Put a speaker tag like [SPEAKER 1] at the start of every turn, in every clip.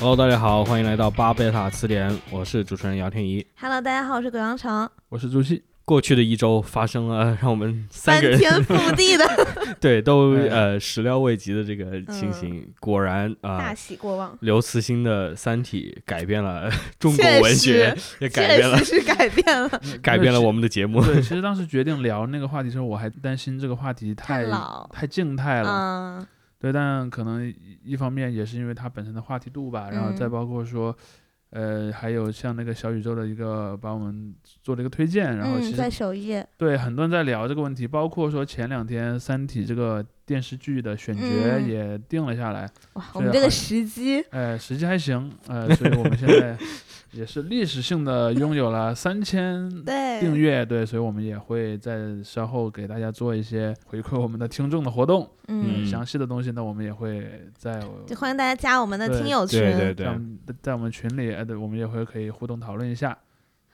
[SPEAKER 1] Hello，大家好，欢迎来到巴贝塔词典，我是主持人姚天怡。
[SPEAKER 2] Hello，大家好，我是葛阳成。
[SPEAKER 3] 我是朱熹，
[SPEAKER 1] 过去的一周发生了 让我们三个人
[SPEAKER 2] 翻天覆地 的
[SPEAKER 1] 对都
[SPEAKER 3] 哎
[SPEAKER 1] 呃始料未及的这个情形，果然啊、
[SPEAKER 2] 嗯大喜过望，
[SPEAKER 1] 刘慈欣的《三体》改变了 中国
[SPEAKER 2] 确
[SPEAKER 1] 文学，也改变 了
[SPEAKER 2] 确实是改变了，
[SPEAKER 1] 改变了
[SPEAKER 3] 我。
[SPEAKER 1] 我们的节目。
[SPEAKER 3] 嗯对，其实当时决定聊那个话题的时候，我还担心这个话题
[SPEAKER 2] 太
[SPEAKER 3] 太
[SPEAKER 2] 老，
[SPEAKER 3] 太静态了。
[SPEAKER 2] 嗯，
[SPEAKER 3] 对，但可能一一方面也是因为它本身的话题度吧，然后再
[SPEAKER 2] 嗯
[SPEAKER 3] 包括说，呃，还有像那个小宇宙的一个把我们做了一个推荐，然后其
[SPEAKER 2] 嗯，
[SPEAKER 3] 实
[SPEAKER 2] 在首页，
[SPEAKER 3] 对很多人在聊这个问题，包括说前两天《三体》这个电视剧的选角
[SPEAKER 2] 嗯
[SPEAKER 3] 也定了下来，
[SPEAKER 2] 哇，
[SPEAKER 3] 这
[SPEAKER 2] 我们
[SPEAKER 3] 好
[SPEAKER 2] 这个
[SPEAKER 3] 像
[SPEAKER 2] 时机，
[SPEAKER 3] 呃，时机还行，呃，所以我们现 在也是历史性的拥有了三千
[SPEAKER 2] 对，
[SPEAKER 3] 订阅，对，所以我们也会在稍后给大家做一些回馈我们的听众的活动，
[SPEAKER 2] 嗯，
[SPEAKER 3] 详细的东西呢，我们也会在我
[SPEAKER 2] 就欢迎大家加我们的
[SPEAKER 3] 对
[SPEAKER 2] 听友 群，
[SPEAKER 1] 对对对
[SPEAKER 3] 在我，们在我们群里，哎，对，我们也会可以互动讨论一下。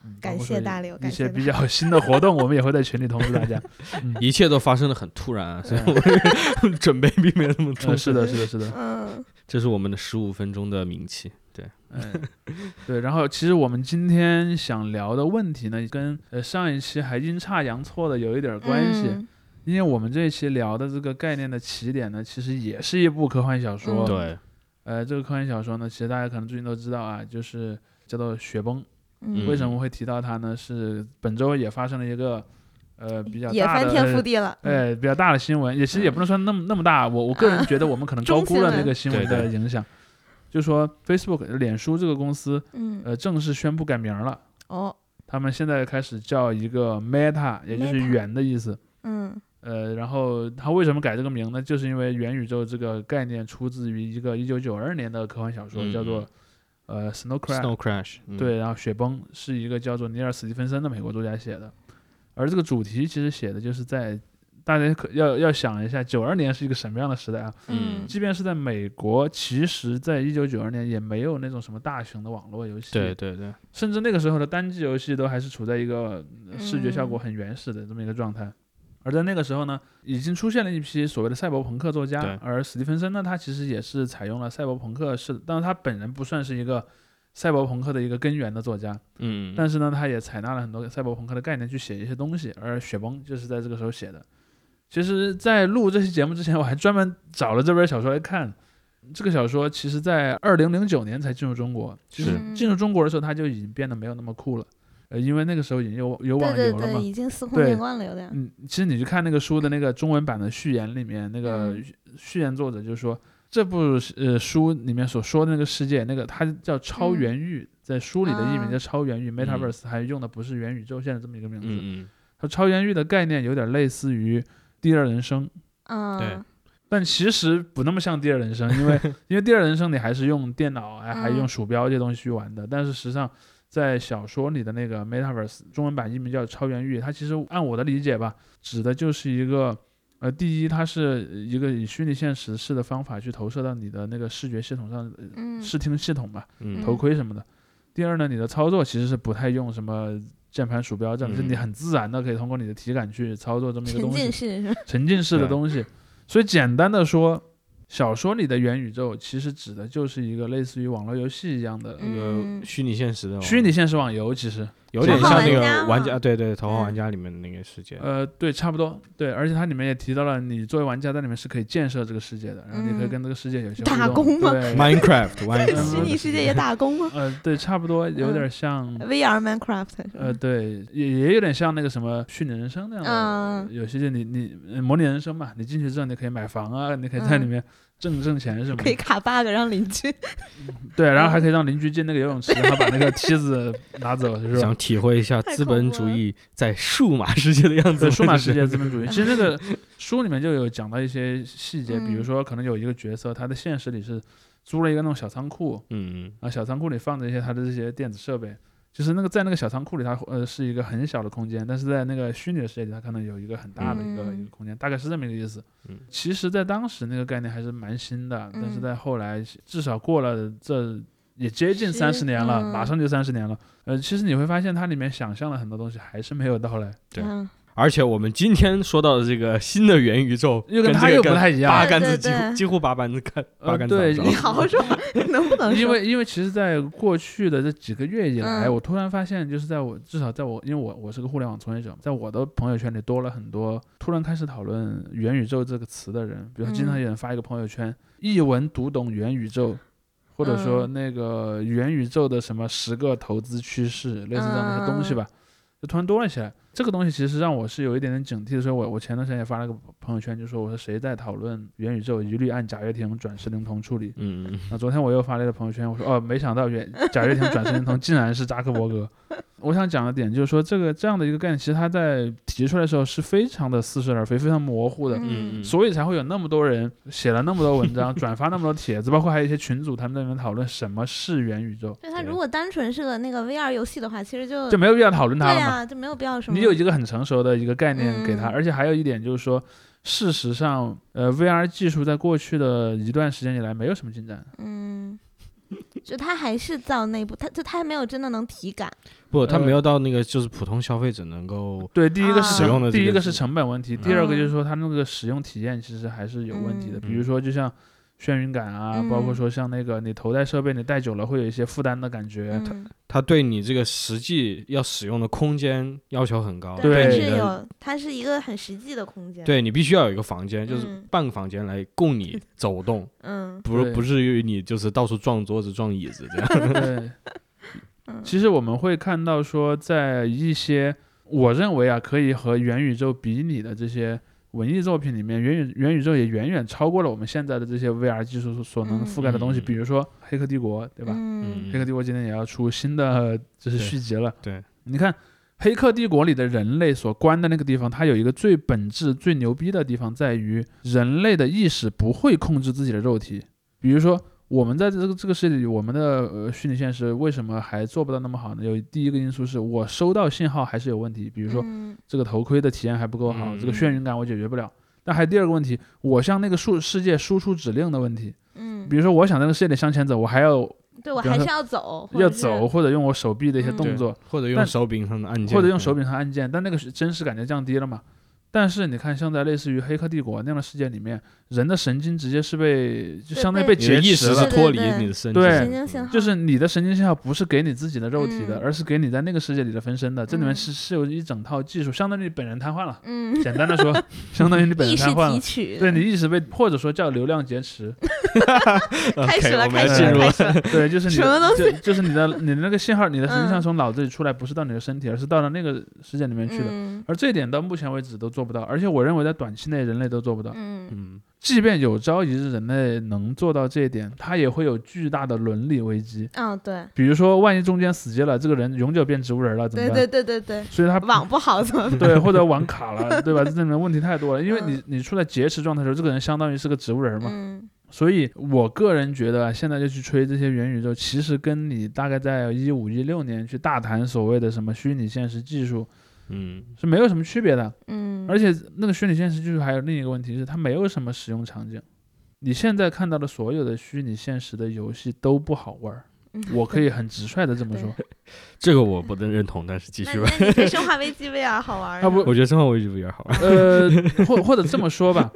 [SPEAKER 3] 嗯
[SPEAKER 2] 感
[SPEAKER 3] 包括
[SPEAKER 2] 谢
[SPEAKER 3] 说
[SPEAKER 2] 大刘
[SPEAKER 3] 一
[SPEAKER 2] 感谢
[SPEAKER 3] 些
[SPEAKER 2] 大
[SPEAKER 3] 比较新的活动，我们也会在群里通 知大家。嗯
[SPEAKER 1] 一切都发生的很突然啊， 所以
[SPEAKER 3] 对
[SPEAKER 1] 我们准备并没有那么充
[SPEAKER 3] 嗯，
[SPEAKER 1] 分。
[SPEAKER 3] 是的，是的，是 的，
[SPEAKER 2] 嗯，
[SPEAKER 1] 这是我们的十五分钟的名气。对，
[SPEAKER 3] 嗯，对。然后，其实我们今天想聊的问题呢，跟呃上一期还阴差阳错的有一点儿关系，
[SPEAKER 2] 嗯
[SPEAKER 3] 因为我们这一期聊的这个概念的起点呢，其实也是一部科幻小说。
[SPEAKER 2] 嗯
[SPEAKER 1] 对，
[SPEAKER 3] 呃，这个科幻小说呢，其实大家可能最近都知道啊，就是叫做《雪崩》。
[SPEAKER 2] 嗯，
[SPEAKER 3] 为什么会提到它呢？是本周也发生了一个，呃，比较
[SPEAKER 2] 也
[SPEAKER 3] 大
[SPEAKER 2] 翻天覆
[SPEAKER 3] 的，
[SPEAKER 2] 地了，嗯，
[SPEAKER 3] 呃，比较大的新闻，也其实也不能说那么那么大。我我个人觉得我们可能
[SPEAKER 2] 中
[SPEAKER 3] 高
[SPEAKER 2] 新
[SPEAKER 3] 估了
[SPEAKER 2] 闻
[SPEAKER 3] 那个新闻
[SPEAKER 1] 对
[SPEAKER 3] 的影响。就说 Facebook 脸书这个公司，
[SPEAKER 2] 嗯，
[SPEAKER 3] 呃，正式宣布改名了，
[SPEAKER 2] 哦，
[SPEAKER 3] 他们现在开始叫一个 Meta，也就是
[SPEAKER 2] Meta
[SPEAKER 3] 圆的意思。
[SPEAKER 2] 嗯，
[SPEAKER 3] 呃，然后它为什么改这个名呢？就是因为元宇宙这个概念出自于一个一九九二年的科幻小说，
[SPEAKER 1] 嗯
[SPEAKER 3] 叫做
[SPEAKER 1] 嗯
[SPEAKER 3] 呃《Snow Crash》。
[SPEAKER 1] Snow Crash，、嗯、
[SPEAKER 3] 对，然后《雪崩》是一个叫做尼尔·斯蒂芬森的美国作家写的，而这个主题其实写的就是在大家可要要想一下，九二年是一个什么样的时代啊？
[SPEAKER 1] 嗯
[SPEAKER 3] 即便是在美国，其实在一九九二年也没有那种什么大型的网络游戏，
[SPEAKER 1] 对，对对，
[SPEAKER 3] 甚至那个时候的单机游戏都还是处在一个呃视觉效果
[SPEAKER 2] 嗯
[SPEAKER 3] 很原始的这么一个状态。而在那个时候呢，已经出现了一批所谓的赛博朋克作
[SPEAKER 1] 对
[SPEAKER 3] 家，而史蒂芬森呢，他其实也是采用了赛博朋克式的，当然他本人不算是一个赛博朋克的一个根源的作家，
[SPEAKER 1] 嗯，
[SPEAKER 3] 但是呢，他也采纳了很多赛博朋克的概念去写一些东西，而《雪崩》就是在这个时候写的。其实，在录这期节目之前，我还专门找了这本小说来看。这个小说其实，在二零零九年才进入中国，就是进入中国的时候，它就已经变得没有那么酷了。呃，因为那个时候已经有有
[SPEAKER 2] 对
[SPEAKER 3] 网
[SPEAKER 2] 对
[SPEAKER 3] 游了
[SPEAKER 2] 对，
[SPEAKER 3] 嘛。
[SPEAKER 2] 已经司空
[SPEAKER 3] 对
[SPEAKER 2] 见惯了，有点，
[SPEAKER 3] 嗯，其实你去看那个书的那个中文版的序言里面，那个
[SPEAKER 2] 嗯
[SPEAKER 3] 序序言作者就说，这部呃书里面所说的那个世界，那个它叫超
[SPEAKER 2] 嗯
[SPEAKER 3] 元域，在书里的译名
[SPEAKER 2] 啊
[SPEAKER 3] 叫超元域 （Metaverse），还用的不是元宇宙现在这么一个名字。
[SPEAKER 1] 嗯嗯，
[SPEAKER 3] 它超元域的概念有点类似于第二人生，
[SPEAKER 2] 嗯，
[SPEAKER 1] 对
[SPEAKER 3] 但其实不那么像第二人生，因为因为第二人生你还是用电脑，哎还还用
[SPEAKER 2] 嗯
[SPEAKER 3] 鼠标这些东西去玩的。但是实际上，在小说里的那个 Metaverse 中文版译名叫超元域，它其实按我的理解吧，指的就是一个呃，第一，它是一个以虚拟现实式的方法去投射到你的那个视觉系统上，呃
[SPEAKER 2] 嗯，
[SPEAKER 3] 视听系统吧，
[SPEAKER 1] 嗯
[SPEAKER 3] 头盔什么的。第二呢，你的操作其实是不太用什么键盘、鼠标这样的，
[SPEAKER 1] 嗯
[SPEAKER 3] 是你很自然的可以通过你的体感去操作这么一个
[SPEAKER 2] 沉
[SPEAKER 3] 东西
[SPEAKER 2] 浸。式是吧，
[SPEAKER 3] 沉浸式的
[SPEAKER 1] 对
[SPEAKER 3] 东西。所以简单的说，小说里的元宇宙其实指的就是一个类似于网络游戏一样的
[SPEAKER 1] 那
[SPEAKER 2] 嗯
[SPEAKER 1] 个虚拟现实的
[SPEAKER 3] 虚拟现实网游，其实
[SPEAKER 1] 有点
[SPEAKER 3] 头号
[SPEAKER 1] 像那
[SPEAKER 2] 玩家
[SPEAKER 1] 个
[SPEAKER 2] 嘛
[SPEAKER 1] 玩家，对对，头号
[SPEAKER 2] 嗯
[SPEAKER 1] 玩家里面的那个世界，
[SPEAKER 3] 呃对，差不多对，而且它里面也提到了，你作为玩家在里面是可以建设这个世界的，然后你可以
[SPEAKER 2] 嗯
[SPEAKER 3] 跟这个世界有一些
[SPEAKER 2] 打
[SPEAKER 3] 互动
[SPEAKER 2] 工吗
[SPEAKER 3] 对
[SPEAKER 1] Minecraft 玩
[SPEAKER 2] 在
[SPEAKER 3] 嗯
[SPEAKER 2] 虚拟世界也打工吗
[SPEAKER 3] 呃对，差不多有点像。
[SPEAKER 2] ？VR Minecraft，是吧
[SPEAKER 3] 呃，对，也也有点像那个什么虚拟人生那样的
[SPEAKER 2] 嗯
[SPEAKER 3] 游戏，就你你呃模拟人生嘛，你进去之后你可以买房啊，你可以在里
[SPEAKER 2] 嗯
[SPEAKER 3] 面挣挣钱什么的，
[SPEAKER 2] 可以卡 bug 让邻 居，
[SPEAKER 3] 对，然后还可以让邻居进那个游泳池，然后把那个梯子拿走，是吧
[SPEAKER 1] 想？体会一下
[SPEAKER 2] 太
[SPEAKER 1] 资
[SPEAKER 2] 恐
[SPEAKER 1] 本
[SPEAKER 2] 怖
[SPEAKER 1] 主
[SPEAKER 2] 了
[SPEAKER 1] 义在数码世界的样子。
[SPEAKER 3] 对，数码世
[SPEAKER 1] 界，
[SPEAKER 3] 界资本主义，其实那个书里面就有讲到一些细节，比如
[SPEAKER 2] 嗯
[SPEAKER 3] 说可能有一个角色，他在现实里是租了一个那种小仓库，
[SPEAKER 1] 嗯
[SPEAKER 3] 啊，小仓库里放着一些他的这些电子设备，就是那个在那个小仓库里它，呃是一个很小的空间，但是在那个虚拟的世界里，它可能有一个很大的一个、一
[SPEAKER 2] 嗯
[SPEAKER 3] 个空间，大概是这么一个意思。
[SPEAKER 1] 嗯
[SPEAKER 3] 其实，在当时那个概念还是蛮新的，但
[SPEAKER 2] 嗯
[SPEAKER 3] 是在后来，至少过了这也接近三
[SPEAKER 2] 十
[SPEAKER 3] 十年了，马
[SPEAKER 2] 嗯
[SPEAKER 3] 上就三十年了。呃，其实你会发现它里面想象的很多东西还是没有到来。
[SPEAKER 1] 对
[SPEAKER 2] 嗯
[SPEAKER 1] 而且我们今天说到的这个新的元宇宙，
[SPEAKER 3] 又跟
[SPEAKER 1] 跟这
[SPEAKER 3] 它
[SPEAKER 1] 个
[SPEAKER 3] 又不太一样
[SPEAKER 1] 八
[SPEAKER 2] 对
[SPEAKER 1] 竿子
[SPEAKER 2] 对
[SPEAKER 1] 几乎
[SPEAKER 2] 对
[SPEAKER 1] 几乎八竿子看
[SPEAKER 3] 呃
[SPEAKER 1] 八竿子打
[SPEAKER 3] 对
[SPEAKER 1] 不着
[SPEAKER 3] 你
[SPEAKER 2] 你好好说，能不能说？
[SPEAKER 3] 因为因为其实，在过去的这几个月以来，
[SPEAKER 2] 嗯
[SPEAKER 3] 我突然发现，就是在我至少在我，因为我我是个互联网从业者嘛，在我的朋友圈里多了很多突然开始讨论元宇宙这个词的人，比如说经常
[SPEAKER 2] 嗯
[SPEAKER 3] 有人发一个朋友圈，一文读懂元宇宙。或者说
[SPEAKER 2] 嗯
[SPEAKER 3] 那个元宇宙的什么十个投资趋势，类似这样的东
[SPEAKER 2] 嗯
[SPEAKER 3] 西吧，就突然多了起来。这个东西其实让我是有一点点警惕的，所以我我前段时间也发了个朋友圈，就说我说谁在讨论元宇宙，一律按贾跃亭转世灵童处理。
[SPEAKER 1] 嗯，
[SPEAKER 3] 那昨天我又发了一个朋友圈，我说哦，没想到远贾跃亭转身通竟然是扎克伯格。 我想讲的点就是说，这个这样的一个概念，其实他在提出来的时候是非常的似是而非，非常模糊的，
[SPEAKER 1] 嗯嗯
[SPEAKER 3] 所以才会有那么多人写了那么多文章，转发那么多帖子，包括还有一些群主他们在里面讨论什么是元宇宙，
[SPEAKER 2] 对它如果单纯是个那个 VR 游戏的话，其实就
[SPEAKER 3] 就没有必要讨
[SPEAKER 2] 嗯
[SPEAKER 3] 论
[SPEAKER 2] 对
[SPEAKER 3] 它了嘛。
[SPEAKER 2] 啊，就没有必要什么。
[SPEAKER 3] 你有一个很成熟的一个概念给他，
[SPEAKER 2] 嗯
[SPEAKER 3] 而且还有一点就是说，事实上，呃，VR 技术在过去的一段时间以来没有什么进展，
[SPEAKER 2] 嗯，就它还是造内部，它就它还没有真的能体感。
[SPEAKER 1] 不，它
[SPEAKER 3] 呃
[SPEAKER 1] 没有到那个就是普通消费者能够
[SPEAKER 3] 对，第一个
[SPEAKER 2] 啊
[SPEAKER 3] 是
[SPEAKER 2] 使
[SPEAKER 1] 用的
[SPEAKER 3] 第
[SPEAKER 1] 这
[SPEAKER 3] 一
[SPEAKER 1] 个
[SPEAKER 3] 个
[SPEAKER 1] 是
[SPEAKER 3] 是成本问题，
[SPEAKER 1] 嗯
[SPEAKER 3] 第二个就是说它那个使用体验其实还是有问题的。
[SPEAKER 2] 嗯
[SPEAKER 3] 比如说，就像眩晕感啊，
[SPEAKER 2] 嗯
[SPEAKER 3] 包括说像那个你头戴设备，你戴久了会有一些负担的感觉。
[SPEAKER 2] 嗯，
[SPEAKER 1] 它对你这个实际要使用的空间要求很高，
[SPEAKER 3] 哦对
[SPEAKER 2] 它
[SPEAKER 1] 你
[SPEAKER 2] 是
[SPEAKER 1] 的
[SPEAKER 2] 有，它是一个很实际的空间。，
[SPEAKER 1] 对你必须要有一个房间，就是
[SPEAKER 2] 嗯
[SPEAKER 1] 半个房间来供 你走动，
[SPEAKER 2] 嗯
[SPEAKER 1] 不
[SPEAKER 3] 对
[SPEAKER 1] 不至于你就是到处撞桌子撞椅子这样。
[SPEAKER 3] 对，
[SPEAKER 2] 嗯，
[SPEAKER 3] 其实我们会看到说，在一些我认为啊可以和元宇宙比拟的这些文艺作品里面，元宇元宇宙也远远超过了我们现在的这些 VR 技术所能
[SPEAKER 2] 嗯
[SPEAKER 3] 覆盖的东西。
[SPEAKER 1] 嗯
[SPEAKER 3] 比如说《黑客帝国》，对吧？
[SPEAKER 2] 嗯
[SPEAKER 1] 嗯
[SPEAKER 3] 《黑客帝国》今天也要出新的， 就
[SPEAKER 1] 对
[SPEAKER 3] 是续集了。
[SPEAKER 1] 对，
[SPEAKER 3] 你看《黑客帝国》里的人类所关的那个地方，它有一个最本质、最牛逼的地方，在于人类的意识不会控制自己的肉体。比如说，我们在这个这个世界里，我们的呃虚拟现实为什么还做不到那么好呢？有第一个因素是我收到信号还是有问题，比
[SPEAKER 2] 比
[SPEAKER 3] 如说
[SPEAKER 2] 嗯
[SPEAKER 3] 这个头盔的体验还不够好，
[SPEAKER 1] 嗯
[SPEAKER 3] 这个眩晕感我解决不了。但还有第二个问题，我向那个数世界输出指令的问题，
[SPEAKER 2] 嗯，
[SPEAKER 3] 比如说我想在这个世界里向前走，我还要
[SPEAKER 2] 对我
[SPEAKER 3] 比
[SPEAKER 2] 还
[SPEAKER 3] 方说
[SPEAKER 2] 是要走，或
[SPEAKER 3] 要
[SPEAKER 2] 者是
[SPEAKER 3] 走，或者用我手臂的一些
[SPEAKER 2] 嗯
[SPEAKER 3] 动作，
[SPEAKER 1] 或者用
[SPEAKER 3] 但
[SPEAKER 1] 手柄上的按键，嗯
[SPEAKER 3] 或者用手柄和按键，但那个是真实感就降低了嘛。但是你看，像在类似于《黑客帝国》那样的世界里面，人的神经直接是被就
[SPEAKER 2] 对
[SPEAKER 3] 相当于
[SPEAKER 1] 对。
[SPEAKER 3] 被
[SPEAKER 2] 被
[SPEAKER 1] 你的
[SPEAKER 3] 劫
[SPEAKER 1] 意
[SPEAKER 3] 持
[SPEAKER 1] 识
[SPEAKER 2] 了
[SPEAKER 1] 是
[SPEAKER 3] 了，
[SPEAKER 2] 对
[SPEAKER 1] 脱离
[SPEAKER 2] 对对
[SPEAKER 1] 你的身体
[SPEAKER 3] 对
[SPEAKER 1] 的，
[SPEAKER 2] 神经 信号，
[SPEAKER 3] 就是你的神经信号不是给你自己的肉体的，
[SPEAKER 2] 嗯
[SPEAKER 3] 而是给你在那个世界里的分身的。这里面
[SPEAKER 2] 嗯
[SPEAKER 3] 是是有一整套技术，相当于你本人瘫痪了。
[SPEAKER 2] 嗯，
[SPEAKER 3] 简单的说，相当于你本 人
[SPEAKER 2] 意识
[SPEAKER 3] 瘫痪
[SPEAKER 2] 提
[SPEAKER 3] 了。
[SPEAKER 2] 取，
[SPEAKER 3] 对你意识被或者说叫流量劫持，
[SPEAKER 2] 开始
[SPEAKER 1] OK，
[SPEAKER 2] 了，
[SPEAKER 1] 我们
[SPEAKER 2] 开
[SPEAKER 1] 要
[SPEAKER 2] 始
[SPEAKER 1] 进
[SPEAKER 2] 了，
[SPEAKER 1] 入
[SPEAKER 2] 开始了，
[SPEAKER 3] 对，就是你
[SPEAKER 2] 什么东
[SPEAKER 3] 就就是你的你的那个信号，你的神经信号
[SPEAKER 2] 嗯
[SPEAKER 3] 从脑子里出来，不是到你的身体，而是到了那个世界里面去的。
[SPEAKER 2] 嗯
[SPEAKER 3] 而这一点到目前为止都做不到，而且我认为在短期内人类都做不到。
[SPEAKER 2] 嗯
[SPEAKER 1] 嗯，
[SPEAKER 3] 即便有朝一日人类能做到这一点，它也会有巨大的伦理危机。
[SPEAKER 2] 嗯，对
[SPEAKER 3] 比如说，万一中间死机了，这个人永久变植物人了，怎么
[SPEAKER 2] 对
[SPEAKER 3] 办？
[SPEAKER 2] 对对对对，
[SPEAKER 3] 所以他
[SPEAKER 2] 网不好怎么办？
[SPEAKER 3] 对，或者网卡了，对 吧？这里面问题太多了，因为
[SPEAKER 2] 嗯
[SPEAKER 3] 你你处在劫持状态的时候，这个人相当于是个植物人嘛。
[SPEAKER 2] 嗯
[SPEAKER 3] 所以我个人觉得，啊，现在就去吹这些元宇宙，其实跟你大概在一五一六年去大谈所谓的什么虚拟现实技术
[SPEAKER 1] 嗯，
[SPEAKER 3] 是没有什么区别的。
[SPEAKER 2] 嗯，
[SPEAKER 3] 而且那个虚拟现实技术还有另一个问题是，它没有什么使用场景。你现在看到的所有的虚拟现实的游戏都不好玩儿，
[SPEAKER 2] 嗯
[SPEAKER 3] 我可以很直率的这么说。
[SPEAKER 1] 这个我不能认同，但是继
[SPEAKER 2] 那
[SPEAKER 1] 续吧。
[SPEAKER 2] 那你对《生化危机 VR》好玩儿
[SPEAKER 3] 要
[SPEAKER 2] 呢？
[SPEAKER 3] 不
[SPEAKER 1] 我觉得生化危机 VR 好玩，
[SPEAKER 3] 呃，或或者这么说吧，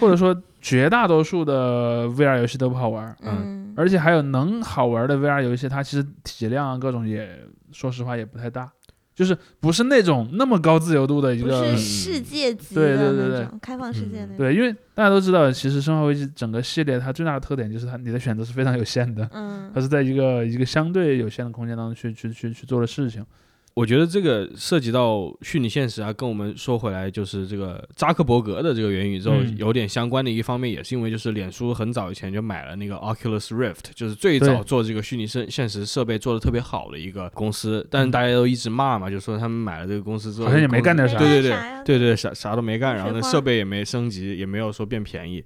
[SPEAKER 3] 或者说绝大多数的 VR 游戏都不好玩儿，
[SPEAKER 2] 嗯，
[SPEAKER 3] 而且还有能好玩的 VR 游戏，它其实体量啊各种也，说实话也不太大，就是不是那种那么高自由度的一
[SPEAKER 2] 不
[SPEAKER 3] 个嗯
[SPEAKER 2] 是世界级
[SPEAKER 3] 对
[SPEAKER 2] 的
[SPEAKER 3] 对对
[SPEAKER 2] 那
[SPEAKER 3] 对
[SPEAKER 2] 种开放世界
[SPEAKER 1] 嗯
[SPEAKER 2] 那种，
[SPEAKER 3] 对，因为大家都知道，其实《生化危机》整个系列它最大的特点就是它你的选择是非常有限的，
[SPEAKER 2] 嗯
[SPEAKER 3] 它是在一个一个相对有限的空间当中去去去去做的事情。
[SPEAKER 1] 我觉得这个涉及到虚拟现实啊，跟我们说回来，就是这个扎克伯格的这个元宇宙
[SPEAKER 3] 嗯
[SPEAKER 1] 有点相关的一方面，也是因为就是脸书很早以前就买了那个 Oculus Rift，就是最早
[SPEAKER 3] 对
[SPEAKER 1] 做这个虚拟现现实设备做的特别好的一个公司，但是大家都一直骂嘛，就说他们买了这个公司之后，
[SPEAKER 3] 嗯好像也没干点啥
[SPEAKER 1] 对对对
[SPEAKER 2] 没干啥呀
[SPEAKER 1] 对对，啥啥都没干，然后呢
[SPEAKER 2] 水花
[SPEAKER 1] 设备也没升级，也没有说变便宜，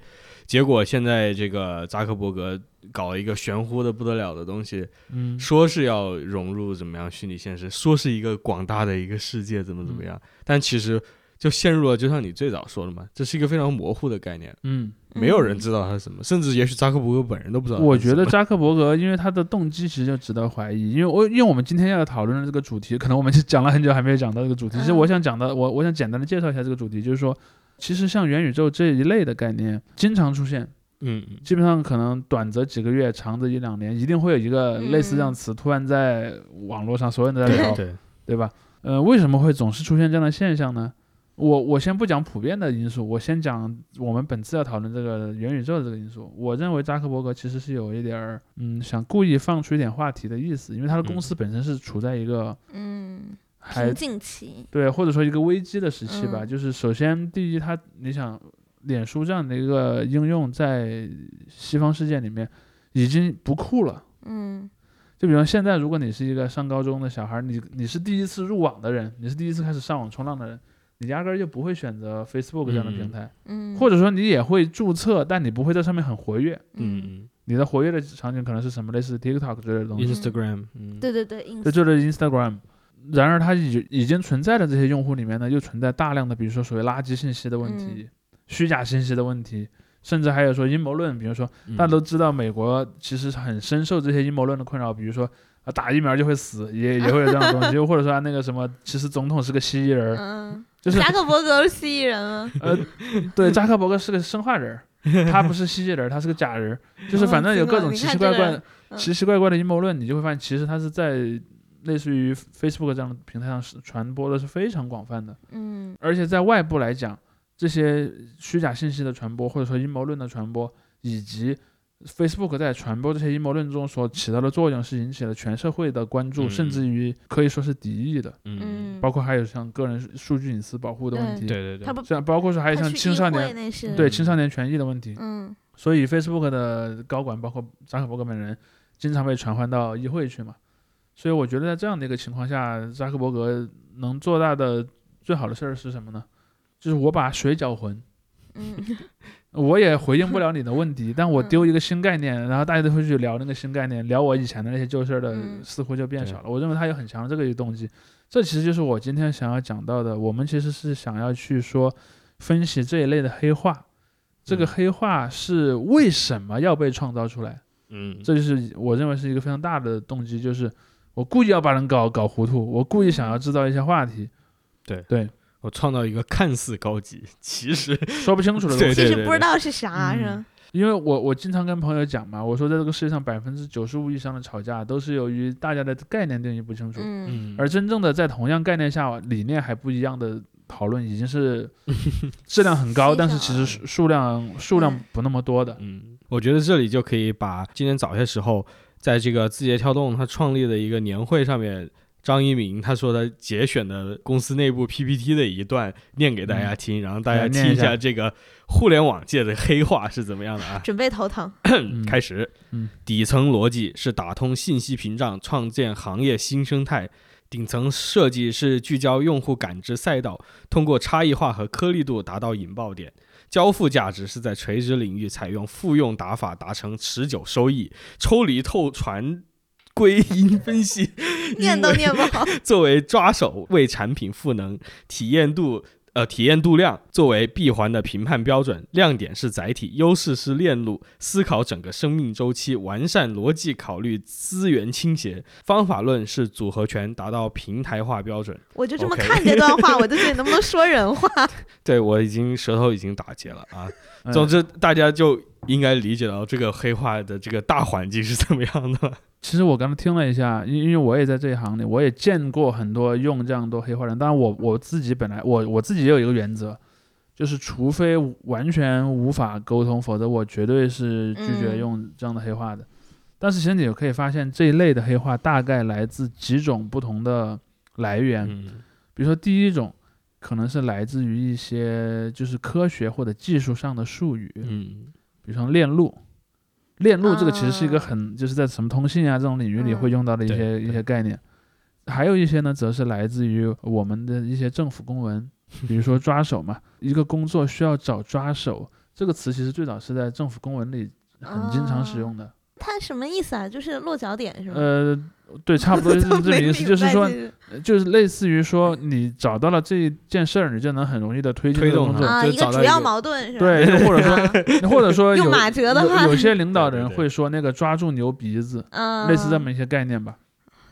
[SPEAKER 1] 结果现在这个扎克伯格搞了一个玄乎的不得了的东西，
[SPEAKER 3] 嗯
[SPEAKER 1] 说是要融入怎么样虚拟现实，说是一个广大的一个世界怎么怎么样，但其实就陷入了就像你最早说的嘛，这是一个非常模糊的概念，
[SPEAKER 3] 嗯，
[SPEAKER 1] 没有人知道它是什么，甚至也许扎克伯格本人都不知道它是什么。
[SPEAKER 3] 我觉得扎克伯格，因为他的动机其实就值得怀疑，因为我因为我们今天要讨论的这个主题，可能我们就讲了很久还没有讲到这个主题。其实
[SPEAKER 2] 嗯
[SPEAKER 3] 我想讲的，我我想简单的介绍一下这个主题，就是说，其实像元宇宙这一类的概念经常出现，
[SPEAKER 1] 嗯，嗯，
[SPEAKER 3] 基本上可能短则几个月，长则一两年，一定会有一个类似这样的词突然在网络上所有人都在聊
[SPEAKER 1] 对，，嗯对
[SPEAKER 3] 对吧？呃，为什么会总是出现这样的现象呢？我我先不讲普遍的因素，我先讲我们本次要讨论这个元宇宙的这个因素。我认为扎克伯格其实是有一点儿，嗯，想故意放出一点话题的意思，因为他的公司本身是处在一个
[SPEAKER 2] 嗯，
[SPEAKER 3] 还、
[SPEAKER 2] 瓶颈期，
[SPEAKER 3] 对或者说一个危机的时期吧。
[SPEAKER 2] 嗯
[SPEAKER 3] 就是首先第一，它你想，脸书这样的一个应用在西方世界里面已经不酷了。
[SPEAKER 2] 嗯
[SPEAKER 3] 就比如现在，如果你是一个上高中的小孩儿，你你是第一次入网的人，你是第一次开始上网冲浪的人，你压根儿就不会选择 Facebook 这样的平台，
[SPEAKER 2] 嗯，
[SPEAKER 3] 或者说你也会注册，但你不会在上面很活跃。
[SPEAKER 2] 嗯，
[SPEAKER 1] 嗯
[SPEAKER 3] 你的活跃的场景可能是什么，类似 TikTok 之类的东西，
[SPEAKER 1] ，Instagram，嗯，
[SPEAKER 2] 对对对，
[SPEAKER 3] 这就是 Instagram。然而，它已已经存在的这些用户里面呢，又存在大量的，比如说所谓垃圾信息的
[SPEAKER 2] 嗯
[SPEAKER 3] 问题、虚假信息的问题，甚至还有说阴谋论，比如说
[SPEAKER 1] 嗯
[SPEAKER 3] 大家都知道，美国其实很深受这些阴谋论的困扰，比如说啊，打疫苗就会死，也也会有这样 的东西，又或者说啊那个什么，其实总统是个蜥蜴人儿，
[SPEAKER 2] 嗯，
[SPEAKER 3] 就是
[SPEAKER 2] 扎克伯格是蜥蜴人啊吗？
[SPEAKER 3] 呃，对，扎克伯格是个生化人儿，他不是蜥蜴人儿，他是个假人儿，
[SPEAKER 2] 哦
[SPEAKER 3] 就是反正有各种奇奇怪怪的、
[SPEAKER 2] 嗯
[SPEAKER 3] 奇奇怪怪的阴谋论，你就会发现，其实他是在类似于 Facebook 这样的平台上是传播的是非常广泛的。
[SPEAKER 2] 嗯
[SPEAKER 3] 而且在外部来讲，这些虚假信息的传播，或者说阴谋论的传播，以及 Facebook 在传播这些阴谋论中所起到的作用，是引起了全社会的关注，
[SPEAKER 1] 嗯
[SPEAKER 3] 甚至于可以说是敌意的。
[SPEAKER 1] 嗯，
[SPEAKER 3] 包括还有像个人数据隐私保护的问
[SPEAKER 1] 对
[SPEAKER 3] 题，
[SPEAKER 1] 对对，
[SPEAKER 2] 他不
[SPEAKER 3] 像包括说还有
[SPEAKER 2] 他
[SPEAKER 3] 像
[SPEAKER 2] 去
[SPEAKER 3] 青
[SPEAKER 2] 议
[SPEAKER 3] 少
[SPEAKER 2] 会
[SPEAKER 3] 年
[SPEAKER 2] 那是，
[SPEAKER 3] 对青少年权益的问题。
[SPEAKER 2] 嗯
[SPEAKER 3] 所以 Facebook 的高管，包括扎克伯格本人，经常被传唤到议会去嘛。所以我觉得在这样的一个情况下，扎克伯格能做大的最好的事儿是什么呢？就是我把水搅浑，
[SPEAKER 2] 嗯
[SPEAKER 3] 我也回应不了你的问题，但我丢一个新概念，然后大家都会去聊那个新概念，聊我以前的那些旧事儿的，
[SPEAKER 2] 嗯
[SPEAKER 3] 似乎就变少了。我认为他有很强的这个动机，这其实就是我今天想要讲到的。我们其实是想要去说分析这一类的黑化，这个
[SPEAKER 1] 嗯
[SPEAKER 3] 黑化是为什么要被创造出来？
[SPEAKER 1] 嗯，
[SPEAKER 3] 这就是我认为是一个非常大的动机，就是我故意要把人搞搞糊涂，我故意想要制造一些话题，
[SPEAKER 1] 我创造一个看似高级，其实
[SPEAKER 3] 说不清楚的东西。
[SPEAKER 1] 对
[SPEAKER 2] 其
[SPEAKER 1] 对
[SPEAKER 2] 实
[SPEAKER 1] 对
[SPEAKER 2] 不知道是啥，
[SPEAKER 3] 嗯
[SPEAKER 2] 是吧？
[SPEAKER 3] 因为我我经常跟朋友讲嘛，我说在这个世界上百分之九十五以上的吵架都是由于大家的概念定义不清楚，
[SPEAKER 2] 嗯
[SPEAKER 1] 嗯，
[SPEAKER 3] 而真正的在同样概念下理念还不一样的讨论，已 经是质量很
[SPEAKER 2] 稀
[SPEAKER 3] 高，
[SPEAKER 2] 少
[SPEAKER 3] 但是其实数数量数量不那么多的。
[SPEAKER 1] 嗯，我觉得这里就可以把今年早些时候在这个字节跳动它创立的一个年会上面，张一鸣他说他节选的公司内部 PPT 的一段念给大家听，然后大家
[SPEAKER 3] 嗯来念
[SPEAKER 1] 听
[SPEAKER 3] 一下
[SPEAKER 1] 下这个互联网界的黑话是怎么样的 啊？
[SPEAKER 2] 准备头疼，，
[SPEAKER 3] 嗯
[SPEAKER 1] 开始，
[SPEAKER 3] 嗯
[SPEAKER 1] 底层逻辑是打通信息屏障，创建行业新生态；顶层设计是聚焦用户感知赛道，通过差异化和颗粒度达到引爆点；交付价值是在垂直领域采用复用打法达成持久收益，抽离透传。归因分析
[SPEAKER 2] 念都
[SPEAKER 1] 因为
[SPEAKER 2] 念不 好。
[SPEAKER 1] 作为抓手为产品赋能，体验度呃体验度量作为闭环的评判标准，亮点是载体，优势是链路，思考整个生命周期，完善逻辑考虑资源倾斜，方法论是组合拳，达到平台化标准。
[SPEAKER 2] 我就这么
[SPEAKER 1] OK
[SPEAKER 2] 看这段话，我就觉得你能不 能说人话？
[SPEAKER 1] 对我已经舌头已经打结了啊！
[SPEAKER 3] 嗯
[SPEAKER 1] 总之，大家就应该理解到这个黑化的这个大环境是怎么样的了。
[SPEAKER 3] 其实我刚才听了一下，因因为我也在这一行里，我也见过很多用这样多黑化人。当然我，我自己本来我我自己也有一个原则，就是除非完全无法沟通，否则我绝对是拒绝
[SPEAKER 2] 嗯
[SPEAKER 3] 用这样的黑化的。但是其实你可以发现，这一类的黑化大概来自几种不同的来源。
[SPEAKER 1] 嗯
[SPEAKER 3] 比如说，第一种可能是来自于一些就是科学或者技术上的术语，
[SPEAKER 1] 嗯
[SPEAKER 3] 比如像链路，链路这个其实是一个
[SPEAKER 2] 啊
[SPEAKER 3] 很就是在什么通信啊这种领域里
[SPEAKER 2] 嗯
[SPEAKER 3] 会用到的一些
[SPEAKER 1] 对
[SPEAKER 3] 一些概念。还有一些呢，则是来自于我们的一些政府公文，比如说抓手嘛，一个工作需要找抓手这个词，其实最早是在政府公文里很经常使用的。呃
[SPEAKER 2] 他什么意思啊？就是落脚点是吗？
[SPEAKER 3] 呃，对，差不多就是这么意思，就是说
[SPEAKER 2] 我都没明白这个
[SPEAKER 3] 呃就是类似于说你找到了这一件事儿，你就能很容易的推进
[SPEAKER 1] 推
[SPEAKER 3] 这个
[SPEAKER 1] 动
[SPEAKER 3] 工
[SPEAKER 1] 对
[SPEAKER 3] 作
[SPEAKER 1] 它，
[SPEAKER 2] 啊，
[SPEAKER 1] 就
[SPEAKER 2] 一个
[SPEAKER 1] 找到
[SPEAKER 2] 主
[SPEAKER 1] 一
[SPEAKER 2] 要
[SPEAKER 1] 个
[SPEAKER 2] 矛盾是吧？
[SPEAKER 3] 对，或者说
[SPEAKER 2] 啊
[SPEAKER 3] 或者说有
[SPEAKER 2] 用马哲的话
[SPEAKER 3] 有有些领导人
[SPEAKER 1] 对对对
[SPEAKER 3] 会说那个抓住牛鼻子，
[SPEAKER 2] 嗯，
[SPEAKER 3] 类似这么一些概念吧。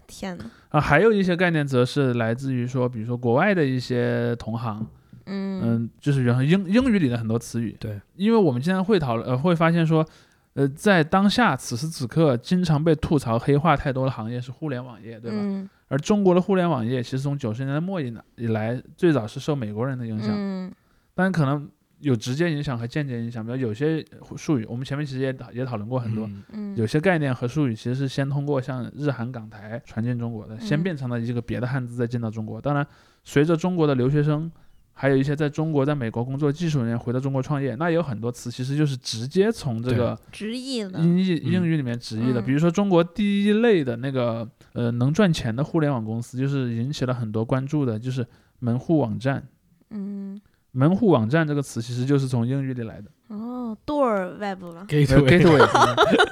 [SPEAKER 2] 天哪，
[SPEAKER 3] 啊，还有一些概念则是来自于说，比如说国外的一些同行，
[SPEAKER 2] 嗯
[SPEAKER 3] 嗯，就是原英英语里的很多词语。
[SPEAKER 1] 对，
[SPEAKER 3] 因为我们经常会讨论，呃，会发现说，呃，在当下此时此刻，经常被吐槽黑化太多的行业是互联网业，对吧？
[SPEAKER 2] 嗯
[SPEAKER 3] 而中国的互联网业其实从九十年代末以来，以来最早是受美国人的影响，
[SPEAKER 2] 嗯
[SPEAKER 3] 但可能有直接影响和间接影响。比如有些术语，我们前面其实也讨也讨论过很多，
[SPEAKER 1] 嗯
[SPEAKER 2] 嗯，
[SPEAKER 3] 有些概念和术语其实是先通过像日韩港台传进中国的，先
[SPEAKER 2] 嗯
[SPEAKER 3] 变成了一个别的汉字再进到中国。当然，随着中国的留学生，还有一些在中国、在美国工作技术人员回到中国创业，那也有很多词其实就是直接从这个
[SPEAKER 2] 直译了，
[SPEAKER 3] 英译
[SPEAKER 1] 嗯
[SPEAKER 3] 英语里面直译的。
[SPEAKER 2] 嗯
[SPEAKER 3] 比如说，中国第一类的那个呃能赚钱的互联网公司，就是引起了很多关注的，就是门户网站。
[SPEAKER 2] 嗯
[SPEAKER 3] 门户网站这个词其实就是从英语里来的
[SPEAKER 2] 哦，door web 了，
[SPEAKER 3] 呃
[SPEAKER 1] ，gateway，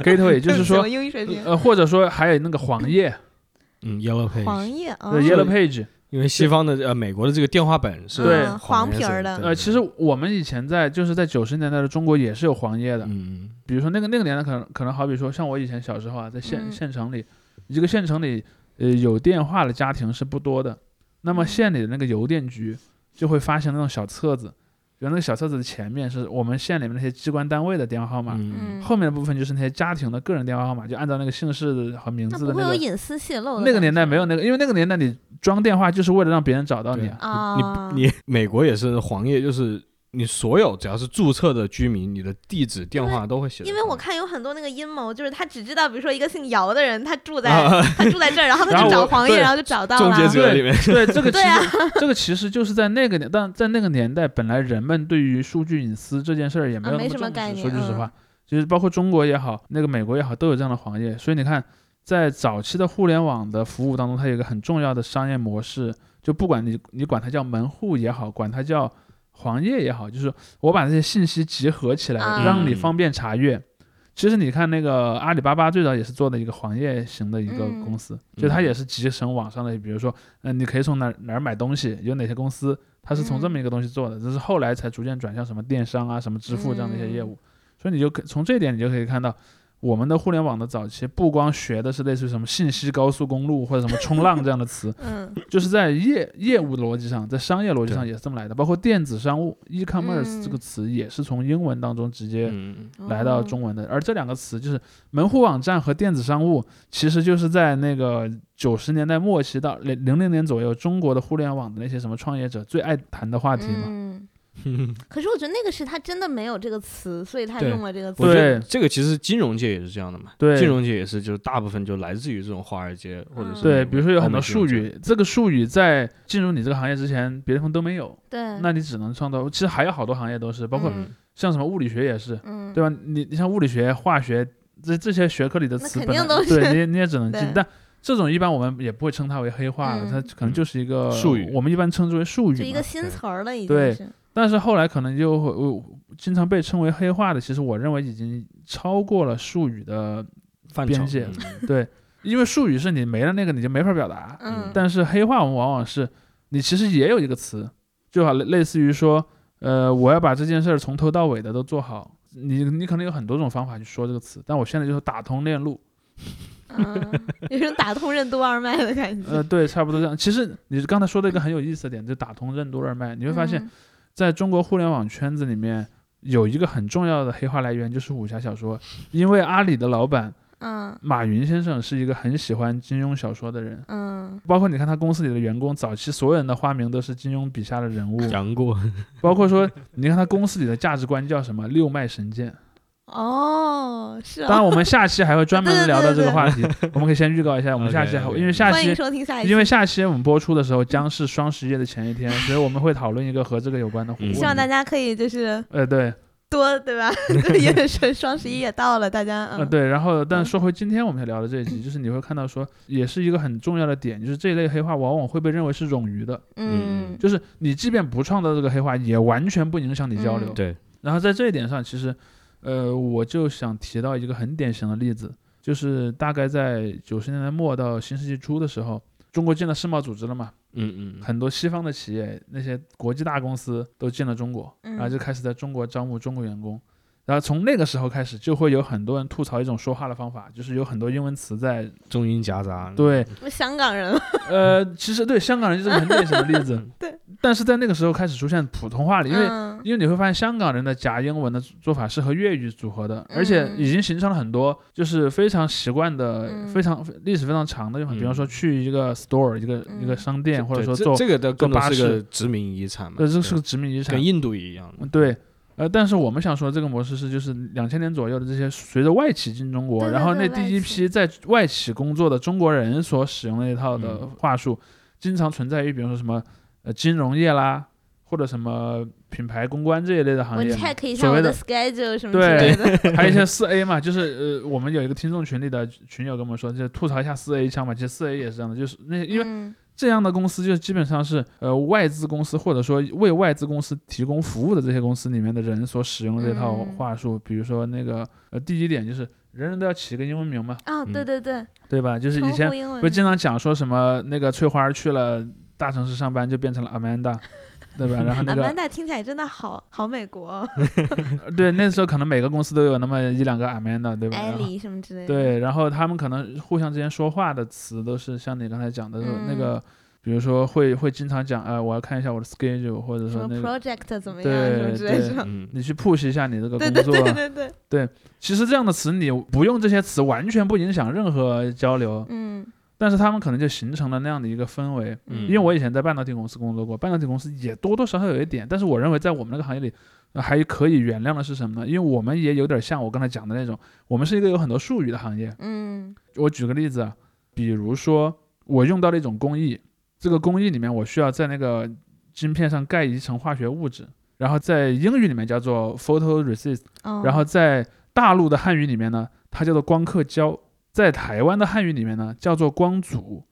[SPEAKER 3] ，gateway，gateway 就是
[SPEAKER 2] 什
[SPEAKER 3] 说
[SPEAKER 2] 么。英语水平？
[SPEAKER 3] 呃，或者说还有那个黄页，
[SPEAKER 1] 嗯，yellow
[SPEAKER 2] 黄
[SPEAKER 1] page，
[SPEAKER 2] 页啊，
[SPEAKER 3] 对
[SPEAKER 1] 也
[SPEAKER 3] Yellow Page，
[SPEAKER 1] 因为西方的呃美国的这个电话本是
[SPEAKER 3] 对
[SPEAKER 1] 黄
[SPEAKER 2] 黄
[SPEAKER 1] 颜
[SPEAKER 2] 皮
[SPEAKER 1] 色
[SPEAKER 2] 儿的
[SPEAKER 1] 对
[SPEAKER 3] 呃，其实我们以前在就是在九十年代的中国也是有黄页的，
[SPEAKER 1] 嗯
[SPEAKER 3] 比如说那个那个年代可能可能好比说像我以前小时候啊，在县、
[SPEAKER 2] 嗯
[SPEAKER 3] 县城里，一个县城里呃有电话的家庭是不多的，那么
[SPEAKER 2] 嗯
[SPEAKER 3] 县里的那个邮电局就会发行那种小册子，比如那个小册子的前面是我们县里面那些机关单位的电话号码。
[SPEAKER 1] 嗯
[SPEAKER 2] 嗯，
[SPEAKER 3] 后面的部分就是那些家庭的个人电话号码，就按照那个姓氏和名
[SPEAKER 2] 那
[SPEAKER 3] 字
[SPEAKER 2] 不
[SPEAKER 3] 的
[SPEAKER 2] 会
[SPEAKER 3] 那
[SPEAKER 2] 有
[SPEAKER 3] 个。
[SPEAKER 2] 隐私泄露的感觉？
[SPEAKER 3] 那个年代没有那个，因为那个年代你装电话就是为了让别人找到你
[SPEAKER 1] 对
[SPEAKER 3] 啊。
[SPEAKER 2] 啊，
[SPEAKER 1] 你你美国也是黄页，就是你所有只要是注册的居民，你的地址、电话都会写在上面。
[SPEAKER 2] 因为
[SPEAKER 3] 嗯
[SPEAKER 2] 我看有很多那个阴谋，就是他只知道，比如说一个姓姚的人，他住在、
[SPEAKER 1] 啊
[SPEAKER 2] 他住在这儿，然后
[SPEAKER 3] 然
[SPEAKER 2] 他
[SPEAKER 3] 后
[SPEAKER 2] 就
[SPEAKER 3] 我
[SPEAKER 2] 找黄页，
[SPEAKER 3] 对
[SPEAKER 2] 然后就找到
[SPEAKER 1] 终
[SPEAKER 2] 了。
[SPEAKER 1] 结者里面，
[SPEAKER 3] 对，这个其
[SPEAKER 2] 对
[SPEAKER 3] 实、
[SPEAKER 2] 啊
[SPEAKER 3] 这个其实就是在那个年，但在那个年代，本来人们对于数据隐私这件事儿也没有
[SPEAKER 2] 啊
[SPEAKER 3] 那
[SPEAKER 2] 没什
[SPEAKER 3] 重
[SPEAKER 2] 么
[SPEAKER 3] 视。
[SPEAKER 2] 概念
[SPEAKER 3] 说句实
[SPEAKER 2] 嗯
[SPEAKER 3] 话，就是包括中国也好，那个美国也好，都有这样的行业。所以你看，在早期的互联网的服务当中，它有一个很重要的商业模式，就不管你你管它叫门户也好，管它叫黄页也好，就是我把这些信息集合起来，
[SPEAKER 2] 啊
[SPEAKER 3] 让你
[SPEAKER 1] 嗯
[SPEAKER 3] 方便查阅。其实你看，那个阿里巴巴最早也是做的一个黄页型的一个
[SPEAKER 2] 嗯，
[SPEAKER 3] 公司，就它也是集成网上的，比如说嗯、你可以从哪儿哪儿买东西，有哪些公司，它是从这么一个东西做的，这是后来才逐渐转向什么电商啊、什么支付这样的一些业务。所以你就可从这一点，你就可以看到，我们的互联网的早期不光学的是类似于什么信息高速公路或者什么冲浪这样的词
[SPEAKER 2] 嗯
[SPEAKER 3] 就是在业业务逻辑上，在商业逻辑上
[SPEAKER 1] 对
[SPEAKER 3] 也是这么来的。包括电子商务 （e-commerce）
[SPEAKER 2] 嗯
[SPEAKER 3] 这个词也是从英文当中直接
[SPEAKER 1] 嗯，
[SPEAKER 3] 来
[SPEAKER 2] 哦
[SPEAKER 3] 到中文的。而这两个词就是门户网站和电子商务，其实就是在那个九十年代末期到零零零年左右，中国的互联网的那些什么创业者最爱谈的话题嘛。
[SPEAKER 2] 嗯， 可是我觉得那个是他真的没有这个词，所以他
[SPEAKER 1] 对
[SPEAKER 2] 用了这个词。
[SPEAKER 1] 我觉得
[SPEAKER 3] 对
[SPEAKER 1] 这个其实金融界也是这样的嘛，
[SPEAKER 3] 对
[SPEAKER 1] 金融界也是，就是大部分就来自于这种华尔街或者是
[SPEAKER 3] 对，比如说有很多
[SPEAKER 1] 欧美金融
[SPEAKER 3] 术
[SPEAKER 1] 界，
[SPEAKER 3] 语，这个术语在进入你这个行业之前，别的地方都没有，
[SPEAKER 2] 对，
[SPEAKER 3] 那你只能创造。其实还有好多行业都是，包括
[SPEAKER 2] 嗯
[SPEAKER 3] 像什么物理学也是，
[SPEAKER 2] 嗯，
[SPEAKER 3] 对吧？你你像物理学、化学这这些学科里的
[SPEAKER 2] 那
[SPEAKER 3] 词
[SPEAKER 2] 肯
[SPEAKER 3] 本来，
[SPEAKER 2] 定都
[SPEAKER 3] 对
[SPEAKER 2] 是
[SPEAKER 3] 你也你也只能记
[SPEAKER 2] 对，
[SPEAKER 3] 但这种一般我们也不会称它为黑化了，
[SPEAKER 2] 嗯
[SPEAKER 3] 它可能就是一个
[SPEAKER 1] 术语
[SPEAKER 3] 我们一般称之为术
[SPEAKER 2] 就
[SPEAKER 3] 语
[SPEAKER 2] 一
[SPEAKER 3] 嘛
[SPEAKER 2] 个。新词儿了，已
[SPEAKER 3] 对
[SPEAKER 2] 经是。
[SPEAKER 3] 但是后来可能就会、呃经常被称为黑化的，其实我认为已经超过了术语的
[SPEAKER 1] 范畴
[SPEAKER 3] 边界
[SPEAKER 1] 嗯
[SPEAKER 3] 对，因为术语是你没了那个你就没法表达，
[SPEAKER 2] 嗯，
[SPEAKER 3] 但是黑化我们往往是你其实也有一个词，就好类类似于说，呃，我要把这件事儿从头到尾的都做好。你你可能有很多种方法去说这个词，但我现在就是打通链路，
[SPEAKER 2] 嗯，有种打通任督二脉的感觉。
[SPEAKER 3] 呃，对，差不多这样。其实你刚才说的一个很有意思的点，就打通任督二脉，你
[SPEAKER 2] 你
[SPEAKER 3] 会发现，在中国互联网圈子里面有一个很重要的黑化来源就是武侠小说，因为阿里的老板
[SPEAKER 2] 嗯
[SPEAKER 3] 马云先生是一个很喜欢金庸小说的人，
[SPEAKER 2] 嗯
[SPEAKER 3] 包括你看他公司里的员工，早期所有人的花名都是金庸笔下的人物，
[SPEAKER 1] 嗯杨过，
[SPEAKER 3] 包括说，你看他公司里的价值观叫什么“六脉神剑
[SPEAKER 2] 哦，”。是
[SPEAKER 3] 当然，
[SPEAKER 2] 哦。
[SPEAKER 3] 我们下期还会专门地聊到这个话题。我们可以先预告一下，我们下期还会，
[SPEAKER 1] OK，OK
[SPEAKER 3] 因为下
[SPEAKER 2] 欢迎
[SPEAKER 3] 期，
[SPEAKER 2] 收听下一期
[SPEAKER 3] 因，为下期我们播出的时候将是双十一的前一天，所以我们会讨论一个和这个有关的活
[SPEAKER 1] 嗯
[SPEAKER 2] 希望大
[SPEAKER 3] 动。
[SPEAKER 2] 家可以就是
[SPEAKER 3] 呃，对，
[SPEAKER 2] 多对 吧？对，也是双十一也到了，大家
[SPEAKER 3] 呃，
[SPEAKER 2] 嗯，
[SPEAKER 3] 对，然后但
[SPEAKER 2] 嗯
[SPEAKER 3] 说回今天我们聊的这一集，就是你会看到说，也是一个很重要的点，就是这一类黑话往往会被认为是冗余的，
[SPEAKER 2] 嗯
[SPEAKER 3] 就是你即便不创造这个黑话，也完全不影响你交流。
[SPEAKER 2] 嗯
[SPEAKER 1] 对，
[SPEAKER 3] 然后在这一点上，其实，呃，我就想提到一个很典型的例子，就是大概在九十年代末到新世纪初的时候，中国进了世贸组织了嘛，
[SPEAKER 1] 嗯嗯，
[SPEAKER 3] 很多西方的企业，那些国际大公司都进了中国，
[SPEAKER 2] 嗯
[SPEAKER 3] 然后啊就开始在中国招募中国员工。然后从那个时候开始，就会有很多人吐槽一种说话的方法，就是有很多英文词在
[SPEAKER 1] 中英夹杂，。
[SPEAKER 3] 对，
[SPEAKER 2] 我香港人了，
[SPEAKER 3] 呃，其实对香港人就是个很典型的例子
[SPEAKER 2] 对，
[SPEAKER 3] 但是在那个时候开始出现普通 话了，因为
[SPEAKER 2] 嗯
[SPEAKER 3] 因为你会发现香港人的假英文的做法是和粤语组合的，而且已经形成了很多就是非常习惯的、
[SPEAKER 2] 嗯
[SPEAKER 3] 非常历史非常长的用法，
[SPEAKER 1] 嗯
[SPEAKER 3] 比方说去一个 store 一个、
[SPEAKER 2] 嗯
[SPEAKER 3] 一个商店，或者
[SPEAKER 1] 对
[SPEAKER 3] 说
[SPEAKER 1] 这
[SPEAKER 3] 做，
[SPEAKER 1] 这个的更
[SPEAKER 3] 做
[SPEAKER 1] 多
[SPEAKER 3] 巴
[SPEAKER 1] 是个
[SPEAKER 3] 士
[SPEAKER 1] 殖民遗产嘛，
[SPEAKER 3] 呃，这
[SPEAKER 1] 对
[SPEAKER 3] 是个殖民遗产
[SPEAKER 1] 跟，印度也一样的，
[SPEAKER 3] 对。呃，但是我们想说，这个模式是就是两千年左右的这些随着外企进中国，
[SPEAKER 2] 对对
[SPEAKER 3] 然后那
[SPEAKER 2] 对
[SPEAKER 3] 第一
[SPEAKER 2] 外企
[SPEAKER 3] 批在外企工作的中国人所使用的一套的
[SPEAKER 1] 嗯
[SPEAKER 3] 话术，经常存在于比方说什么呃金融业啦，或者什么品牌公关这一类的行
[SPEAKER 2] 我
[SPEAKER 3] 业。
[SPEAKER 2] check 一下
[SPEAKER 3] 啊所谓
[SPEAKER 2] 我
[SPEAKER 3] 的
[SPEAKER 2] 的 schedule 什么之
[SPEAKER 3] 对
[SPEAKER 2] 类的，
[SPEAKER 3] 还有一些四 A 嘛，就是呃，我们有一个听众群里的群友跟我们说，就吐槽一下四 A 枪嘛。其实四 A 也是这样的，就是那 因为
[SPEAKER 2] 为
[SPEAKER 3] 这样的公司就是基本上是呃外资公司或者说为外资公司提供服务的这些公司里面的人所使用的这套
[SPEAKER 2] 嗯
[SPEAKER 3] 话术。比如说那个呃第一点就是人人都要起一个英文名嘛，
[SPEAKER 2] 哦，对对对，
[SPEAKER 3] 对吧？嗯就是以
[SPEAKER 2] 称
[SPEAKER 3] 前
[SPEAKER 2] 呼英文
[SPEAKER 3] 不是经常讲说什么那个翠花儿去了大城市上班就变成了 Amanda，对吧？然后那
[SPEAKER 2] 阿
[SPEAKER 3] 个
[SPEAKER 2] 曼达啊听起来真的好好美国，
[SPEAKER 3] 对那时候可能每个公司都有那么一两个 Amanda，对吧？
[SPEAKER 2] 艾
[SPEAKER 3] 然后
[SPEAKER 2] 莉什么之类的，
[SPEAKER 3] 对，然后他们可能互相之间说话的词都是像你刚才讲的、那
[SPEAKER 2] 嗯
[SPEAKER 3] 个，比如说会会经常讲，呃，我要看一下我的 schedule，或者
[SPEAKER 2] 什
[SPEAKER 3] 说
[SPEAKER 2] 么
[SPEAKER 3] 那个
[SPEAKER 2] project 怎么样什
[SPEAKER 3] 对
[SPEAKER 2] 么之类
[SPEAKER 3] 对
[SPEAKER 2] 的，
[SPEAKER 1] 嗯，
[SPEAKER 3] 你去 push 一下你这个工
[SPEAKER 2] 对
[SPEAKER 3] 作。啊
[SPEAKER 2] 对对对对，
[SPEAKER 3] 其实这样的词你不用这些词，完全不影响任何交流，
[SPEAKER 2] 嗯
[SPEAKER 3] 但是他们可能就形成了那样的一个氛围。
[SPEAKER 1] 嗯
[SPEAKER 3] 因为我以前在半导体公司工作过，半导体公司也多多少少有一点，但是我认为在我们那个行业里。呃还可以原谅的是什么呢？因为我们也有点像我刚才讲的那种，我们是一个有很多术语的行业，
[SPEAKER 2] 嗯
[SPEAKER 3] 我举个例子，啊，比如说我用到了一种工艺，这个工艺里面我需要在那个晶片上盖一层化学物质，然后在英语里面叫做 photo resist，
[SPEAKER 2] 哦，
[SPEAKER 3] 然后在大陆的汉语里面呢，它叫做光刻胶，在台湾的汉语里面呢叫做光阻。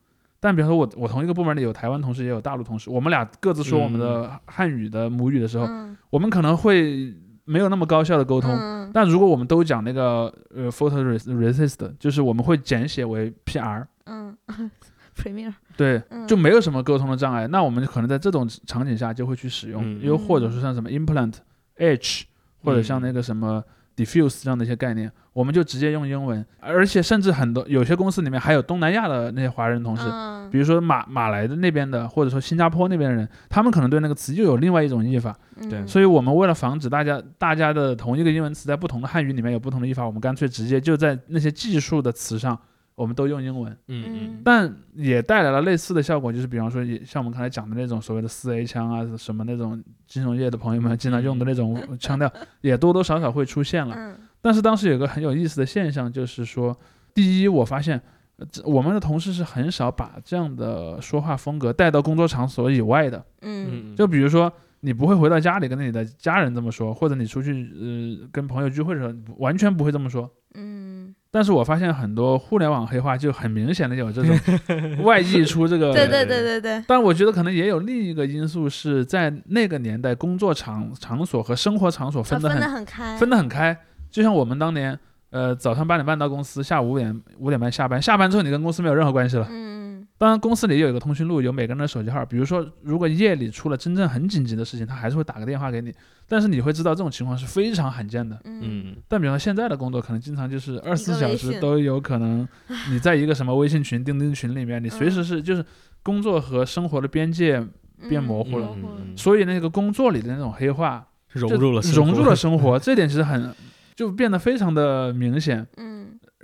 [SPEAKER 3] 但比如说我我同一个部门里有台湾同事也有大陆同事，我们俩各自说我们的汉语的母语的时候，
[SPEAKER 2] 嗯
[SPEAKER 3] 我们可能会没有那么高效的沟通，
[SPEAKER 2] 嗯
[SPEAKER 3] 但如果我们都讲那个呃 photo res- resist，就是我们会简写为 PR，
[SPEAKER 2] 嗯 premier，
[SPEAKER 3] 对，
[SPEAKER 2] 嗯
[SPEAKER 3] 就没有什么沟通的障碍。那我们可能在这种场景下就会去使用，
[SPEAKER 1] 嗯
[SPEAKER 3] 又或者说像什么 implant、edge，或者像
[SPEAKER 1] 嗯
[SPEAKER 3] 那个什么 diffuse 这样的一些概念，我们就直接用英文。而且甚至很多有些公司里面还有东南亚的那些华人同事，
[SPEAKER 2] 嗯
[SPEAKER 3] 比如说马马来的那边的，或者说新加坡那边的人，他们可能对那个词又有另外一种译法。
[SPEAKER 1] 对
[SPEAKER 2] 嗯
[SPEAKER 3] 所以我们为了防止大家大家的同一个英文词在不同的汉语里面有不同的译法，我们干脆直接就在那些技术的词上，我们都用英文，
[SPEAKER 1] 嗯嗯
[SPEAKER 2] 嗯
[SPEAKER 3] 但也带来了类似的效果，就是比方说也像我们刚才讲的那种所谓的四 A 腔啊，什么那种金融业的朋友们经常用的那种腔调，也多多少少会出现了。
[SPEAKER 2] 嗯
[SPEAKER 3] 但是当时有个很有意思的现象，就是说，第一，我发现呃这我们的同事是很少把这样的说话风格带到工作场所以外的。
[SPEAKER 2] 嗯
[SPEAKER 1] 嗯，
[SPEAKER 3] 就比如说，你不会回到家里跟你的家人这么说，或者你出去呃跟朋友聚会的时候，你不完全不会这么说。
[SPEAKER 2] 嗯，
[SPEAKER 3] 但是我发现很多互联网黑话就很明显的有这种外溢出这个。
[SPEAKER 2] 对对对对对，
[SPEAKER 3] 但我觉得可能也有另一个因素是在那个年代，工作场场所和生活场所
[SPEAKER 2] 啊
[SPEAKER 3] 分得
[SPEAKER 2] 分
[SPEAKER 3] 很
[SPEAKER 2] 得很开，
[SPEAKER 3] 分得很开。就像我们当年，呃，早上八点半到公司，下午五点五点半下班，下班之后你跟公司没有任何关系了。
[SPEAKER 2] 嗯
[SPEAKER 3] 当然，公司里有一个通讯录，有每个人的手机号。比如说，如果夜里出了真正很紧急的事情，他还是会打个电话给你。但是你会知道这种情况是非常罕见的。
[SPEAKER 2] 嗯
[SPEAKER 1] 嗯
[SPEAKER 3] 但比方说现在的工作，可能经常就是二十四
[SPEAKER 2] 微
[SPEAKER 3] 小时
[SPEAKER 2] 信
[SPEAKER 3] 都有可能，你在一个什么微信群、钉钉群里面，你随时是就是工作和生活的边界，
[SPEAKER 2] 嗯，
[SPEAKER 3] 变模糊
[SPEAKER 1] 了
[SPEAKER 2] 嗯嗯嗯
[SPEAKER 3] 所以那个工作里的那种黑化
[SPEAKER 1] 融
[SPEAKER 3] 就
[SPEAKER 1] 入了
[SPEAKER 3] 融入了生活， 这点其实很就变得非常的明显。
[SPEAKER 2] 嗯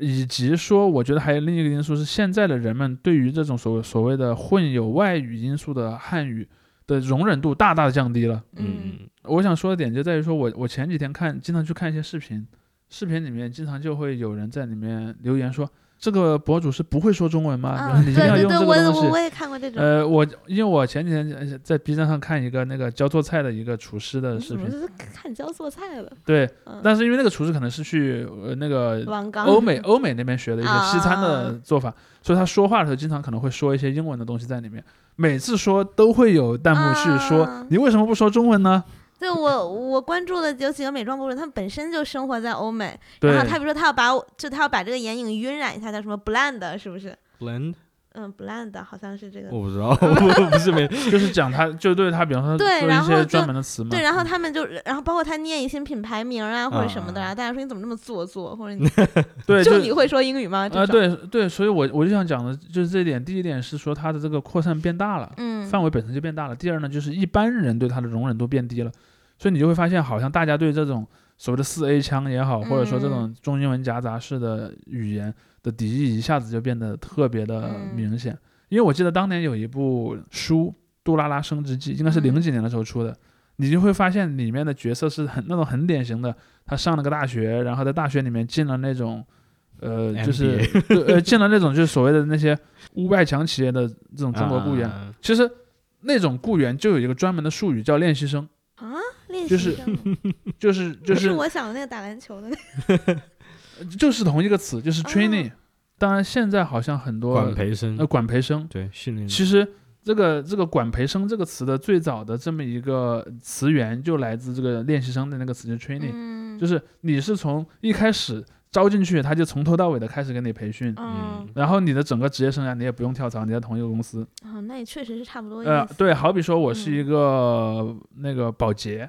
[SPEAKER 3] 以及说，我觉得还有另一个因素是，现在的人们对于这种所所谓的混有外语因素的汉语的容忍度大大的降低了。
[SPEAKER 2] 嗯
[SPEAKER 1] 嗯
[SPEAKER 3] 我想说的点就在于说我我前几天看，经常去看一些视频，视频里面经常就会有人在里面留言说，这个博主是不会说中文吗？然后
[SPEAKER 2] 啊，对
[SPEAKER 3] 你一定要
[SPEAKER 2] 对
[SPEAKER 3] 用
[SPEAKER 2] 对，
[SPEAKER 3] 这
[SPEAKER 2] 我
[SPEAKER 3] 个
[SPEAKER 2] 也
[SPEAKER 3] 东
[SPEAKER 2] 我我
[SPEAKER 3] 西。
[SPEAKER 2] 也看过这种，
[SPEAKER 3] 呃，我因为我前几天呃在 B 站上看一个那个教做菜的一个厨师的
[SPEAKER 2] 你
[SPEAKER 3] 视
[SPEAKER 2] 怎么
[SPEAKER 3] 频，
[SPEAKER 2] 是看教做菜了？
[SPEAKER 3] 对，
[SPEAKER 2] 嗯
[SPEAKER 3] 但是因为那个厨师可能是去呃那个
[SPEAKER 2] 王刚
[SPEAKER 3] 欧美欧美那边学的一些
[SPEAKER 2] 啊
[SPEAKER 3] 西餐的做法，所以他说话的时候经常可能会说一些英文的东西在里面。每次说都会有弹幕去说、
[SPEAKER 2] 啊
[SPEAKER 3] 你为什么不说中文呢？
[SPEAKER 2] 对我我关注的有几个美妆博主，他们本身就生活在欧美，
[SPEAKER 3] 对
[SPEAKER 2] 然后他比如说他要把我就他要把这个眼影晕染一下，叫什么 blend 是不是
[SPEAKER 1] ，blend
[SPEAKER 2] 嗯，Blend 好像是这个。
[SPEAKER 1] 我不知道，我不是没
[SPEAKER 3] 就是讲他，就对他，比方说
[SPEAKER 2] 对
[SPEAKER 3] 说
[SPEAKER 2] 然
[SPEAKER 3] 一
[SPEAKER 2] 后
[SPEAKER 3] 些
[SPEAKER 2] 就
[SPEAKER 3] 专门的词嘛。
[SPEAKER 2] 对，然后他们就，然后包括他念一些品牌名啊或者什么的，
[SPEAKER 3] 啊
[SPEAKER 2] 然后大家说你怎么那么做作，或者你
[SPEAKER 3] 对
[SPEAKER 2] 就
[SPEAKER 3] 就
[SPEAKER 2] 你会说英语吗？
[SPEAKER 3] 啊、
[SPEAKER 2] 这种，
[SPEAKER 3] 对对，所以我我就想讲的就是这一点。第一点是说它的这个扩散变大了，
[SPEAKER 2] 嗯，
[SPEAKER 3] 范围本身就变大了。第二呢，就是一般人对它的容忍度变低了，所以你就会发现，好像大家对这种所谓的四 A 腔也好，或者说这种
[SPEAKER 2] 嗯
[SPEAKER 3] 中英文夹杂式的语言的敌意，一下子就变得特别的
[SPEAKER 2] 嗯
[SPEAKER 3] 明显。因为我记得当年有一部书《杜拉拉升职记》，应该是零
[SPEAKER 2] 嗯
[SPEAKER 3] 几年的时候出的，你就会发现里面的角色是很那种很典型的，他上了个大学，然后在大学里面进了那种。呃，就是对呃，进了那种就是所谓的那些五百强企业的这种嗯中国雇员，
[SPEAKER 1] 啊
[SPEAKER 3] 其实那种雇员就有一个专门的术语叫练 习生，
[SPEAKER 2] 啊，练
[SPEAKER 3] 就
[SPEAKER 2] 习
[SPEAKER 3] 是
[SPEAKER 2] 生
[SPEAKER 3] 就是 就
[SPEAKER 2] 不是
[SPEAKER 3] 是
[SPEAKER 2] 我想的那个打篮球的那个，
[SPEAKER 3] 就是同一个词，就是 trainee。当
[SPEAKER 2] 哦
[SPEAKER 3] 然，现在好像很多
[SPEAKER 1] 管培生嗯
[SPEAKER 3] 呃，管培生，
[SPEAKER 1] 对训练
[SPEAKER 3] 其实这个这个管培生这个词的最早的这么一个词源就来自这个练习生的那个词，就是 trainee，
[SPEAKER 2] 嗯，
[SPEAKER 3] 就是你是从一开始招进去，他就从头到尾的开始给你培训。
[SPEAKER 2] 嗯，
[SPEAKER 3] 然后你的整个职业生涯你也不用跳槽，你在同一个公司。
[SPEAKER 2] 哦，那也确嗯实是差不多意
[SPEAKER 3] 呃
[SPEAKER 2] 思，，
[SPEAKER 3] 对，好比说我是一个、那个保洁，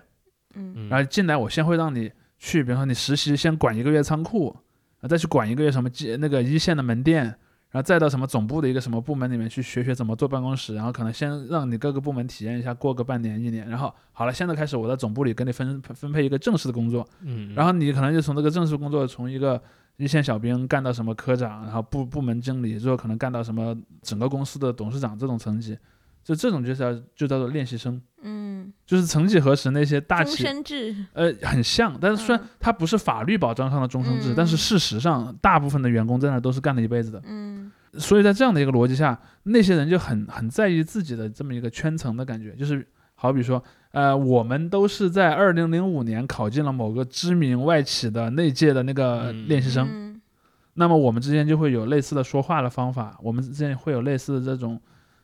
[SPEAKER 2] 嗯
[SPEAKER 1] 嗯
[SPEAKER 3] 然后进来我先会让你去，比方说你实习先管一个月仓库，然后再去管一个月什么街那个一线的门店，然后再到什么总部的一个什么部门里面去学学怎么做办公室，然后可能先让你各个部门体验一下，过个半年一年，然后好了，现在开始我在总部里给你分分配一个正式的工作，
[SPEAKER 1] 嗯，
[SPEAKER 3] 然
[SPEAKER 1] 后
[SPEAKER 3] 后你可能就从这个正式工作从一个。一线小兵干到什么科长，然后部部门经理，最后可能干到什么整个公司的董事长这种层级，就这种就叫就叫做练习生，
[SPEAKER 2] 嗯，
[SPEAKER 3] 就是曾几何时那些大
[SPEAKER 2] 终
[SPEAKER 3] 企
[SPEAKER 2] 身制，
[SPEAKER 3] 呃，很像，但是虽然
[SPEAKER 2] 嗯
[SPEAKER 3] 它不是法律保障上的终身
[SPEAKER 2] 嗯
[SPEAKER 3] 制，但是事实上，大部分的员工在那都是干了一辈子的。
[SPEAKER 2] 嗯
[SPEAKER 3] 所以在这样的一个逻辑下，那些人就很很在意自己的这么一个圈层的感觉，就是好比说，呃，我们都是在二零零五年考进了某个知名外企的那届的那个
[SPEAKER 1] 嗯
[SPEAKER 3] 练习生，
[SPEAKER 2] 嗯
[SPEAKER 3] 那么我们之间就会有类似的说话的方法，我们之间会有类似的这种，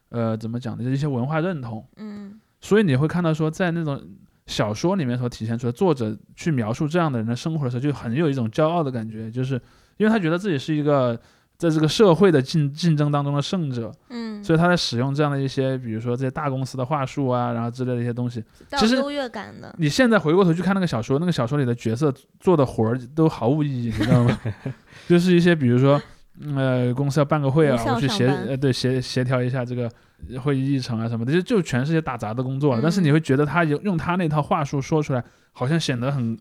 [SPEAKER 3] 呃，怎么讲呢，就是一些文化认同。
[SPEAKER 2] 嗯
[SPEAKER 3] 所以你会看到说，在那种小说里面所体现出来，作者去描述这样的人的生活的时候，就很有一种骄傲的感觉，就是因为他觉得自己是一个在这个社会的竞竞争当中的胜者，
[SPEAKER 2] 嗯，
[SPEAKER 3] 所以他在使用这样的一些，比如说这些大公司的话术啊，然后之类的一些东西。
[SPEAKER 2] 到
[SPEAKER 3] 其实
[SPEAKER 2] 优越感的，
[SPEAKER 3] 你现在回过头去看那个小说，那个小说里的角色做的活儿都毫无意义，你知道吗？ 就是一些比如说，嗯呃，公司要办个会啊
[SPEAKER 2] 无，效
[SPEAKER 3] 我去
[SPEAKER 2] 上
[SPEAKER 3] 协
[SPEAKER 2] 班
[SPEAKER 3] 呃对协协调一下这个会议议程啊什么的，就就全是些打杂的工作了。啊但是
[SPEAKER 2] 嗯
[SPEAKER 3] 你会觉得他有用他那套话术说出来，好像显得很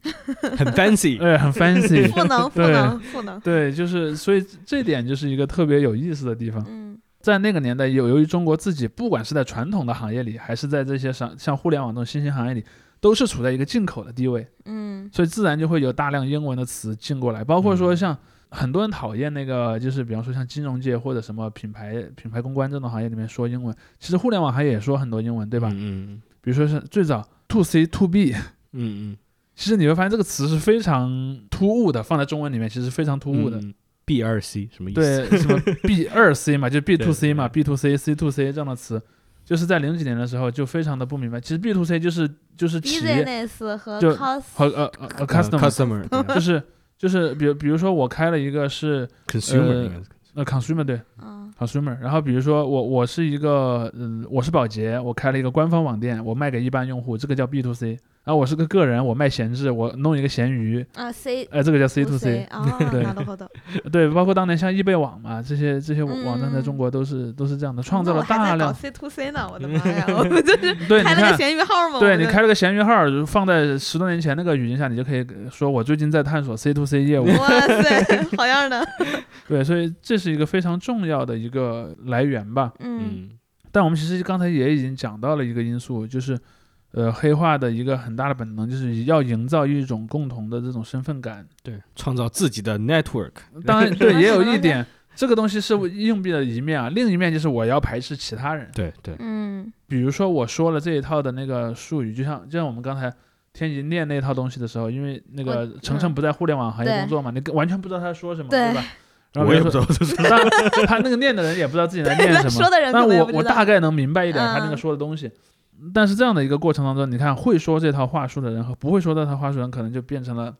[SPEAKER 1] 很 fancy，
[SPEAKER 3] 呃很 fancy。
[SPEAKER 2] 赋能赋
[SPEAKER 3] 对
[SPEAKER 2] 能赋能，
[SPEAKER 3] 对，就是所以这点就是一个特别有意思的地方。
[SPEAKER 2] 嗯
[SPEAKER 3] 在那个年代，由由于中国自己不管是在传统的行业里，还是在这些像像互联网这种新兴行业里，都是处在一个进口的地位。
[SPEAKER 2] 嗯
[SPEAKER 3] 所以自然就会有大量英文的词进过来，包括说
[SPEAKER 1] 嗯
[SPEAKER 3] 像很多人讨厌那个，就是比方说像金融界或者什么品牌品牌公关这种行业里面说英文，其实互联网行业也说很多英文，对吧？
[SPEAKER 1] 嗯
[SPEAKER 3] 比如说是最早 to C to B，
[SPEAKER 1] 嗯嗯
[SPEAKER 3] 其实你会发现这个词是非常突兀的，放在中文里面其实非常突兀的。
[SPEAKER 1] 嗯 B 二 C 什么意思？啊
[SPEAKER 3] 对，什么 B 二 C 嘛，就是 B to C 嘛
[SPEAKER 1] 对
[SPEAKER 3] ，B to C、C to C 这样的词，就是在零几年的时候就非常的不明白。其实 B to C 就是就是企业
[SPEAKER 2] ，business 和
[SPEAKER 3] 就
[SPEAKER 2] cos，
[SPEAKER 3] 和呃呃呃 customer
[SPEAKER 1] customer 对
[SPEAKER 3] 就是就是比如比如说我开了一个是
[SPEAKER 1] consumer
[SPEAKER 3] 呃
[SPEAKER 1] 应该是
[SPEAKER 3] 呃 consumer 对
[SPEAKER 2] 嗯
[SPEAKER 3] consumer，然后比如说我我是一个嗯我是保洁，我开了一个官方网店，我卖给一般用户，这个叫 B to C，然后我是个个人，我卖闲置，我弄一个闲鱼，
[SPEAKER 2] 啊 C
[SPEAKER 3] 呃这个叫 C to
[SPEAKER 2] C，
[SPEAKER 3] C，
[SPEAKER 2] 哦，
[SPEAKER 3] 对
[SPEAKER 2] 拿到活动，
[SPEAKER 3] 对，包括当年像易贝网嘛，这些这些网
[SPEAKER 2] 嗯
[SPEAKER 3] 网站在中国都是都是这样的，创造
[SPEAKER 2] 那
[SPEAKER 3] 了
[SPEAKER 2] 我还
[SPEAKER 3] 大
[SPEAKER 2] 在搞
[SPEAKER 3] 量
[SPEAKER 2] C to C 呢，我的妈 呀，我们就是
[SPEAKER 3] 对你
[SPEAKER 2] 开了个
[SPEAKER 3] 看。
[SPEAKER 2] 闲鱼号嘛，
[SPEAKER 3] 对
[SPEAKER 2] 我
[SPEAKER 3] 你
[SPEAKER 2] 就
[SPEAKER 3] 开了个闲鱼号，就放在十多年前那个语境下，你就可以说我最近在探索 C to C 业务，
[SPEAKER 2] 哇塞， 好样的！
[SPEAKER 3] 对，所以这是一个非常重要的一个来源吧。
[SPEAKER 2] 嗯
[SPEAKER 1] 嗯
[SPEAKER 3] 但我们其实刚才也已经讲到了一个因素，就是，呃，黑化的一个很大的本能就是要营造一种共同的这种身份感。
[SPEAKER 1] 对，创造自己的 network，
[SPEAKER 3] 当然，对，
[SPEAKER 2] 嗯
[SPEAKER 3] 也有一点，这个东西是硬币的一面啊，另一面就是我要排斥其他人。
[SPEAKER 1] 对对，
[SPEAKER 2] 嗯
[SPEAKER 3] 比如说我说了这一套的那个术语，就像就像我们刚才。天一念那套东西的时候，因为那个
[SPEAKER 2] 我
[SPEAKER 3] 程程不在互联网行业
[SPEAKER 2] 对
[SPEAKER 3] 工作嘛，你跟完全不知道他说什么，
[SPEAKER 2] 对
[SPEAKER 3] 对吧？然后
[SPEAKER 1] 我
[SPEAKER 3] 比
[SPEAKER 1] 也
[SPEAKER 3] 如
[SPEAKER 1] 不
[SPEAKER 3] 说
[SPEAKER 1] 知道这 是
[SPEAKER 3] 当然，他那个念的人也不知道自己在念什么，
[SPEAKER 2] 说的人
[SPEAKER 3] 但
[SPEAKER 2] 可能也
[SPEAKER 3] 我
[SPEAKER 2] 不知
[SPEAKER 3] 我
[SPEAKER 2] 道
[SPEAKER 3] 大概能明白一点他那个
[SPEAKER 2] 嗯
[SPEAKER 3] 说的东西。但是这样的一个过程当中，你看会说这套话术的人和不会说这套话术的人，可能就变成了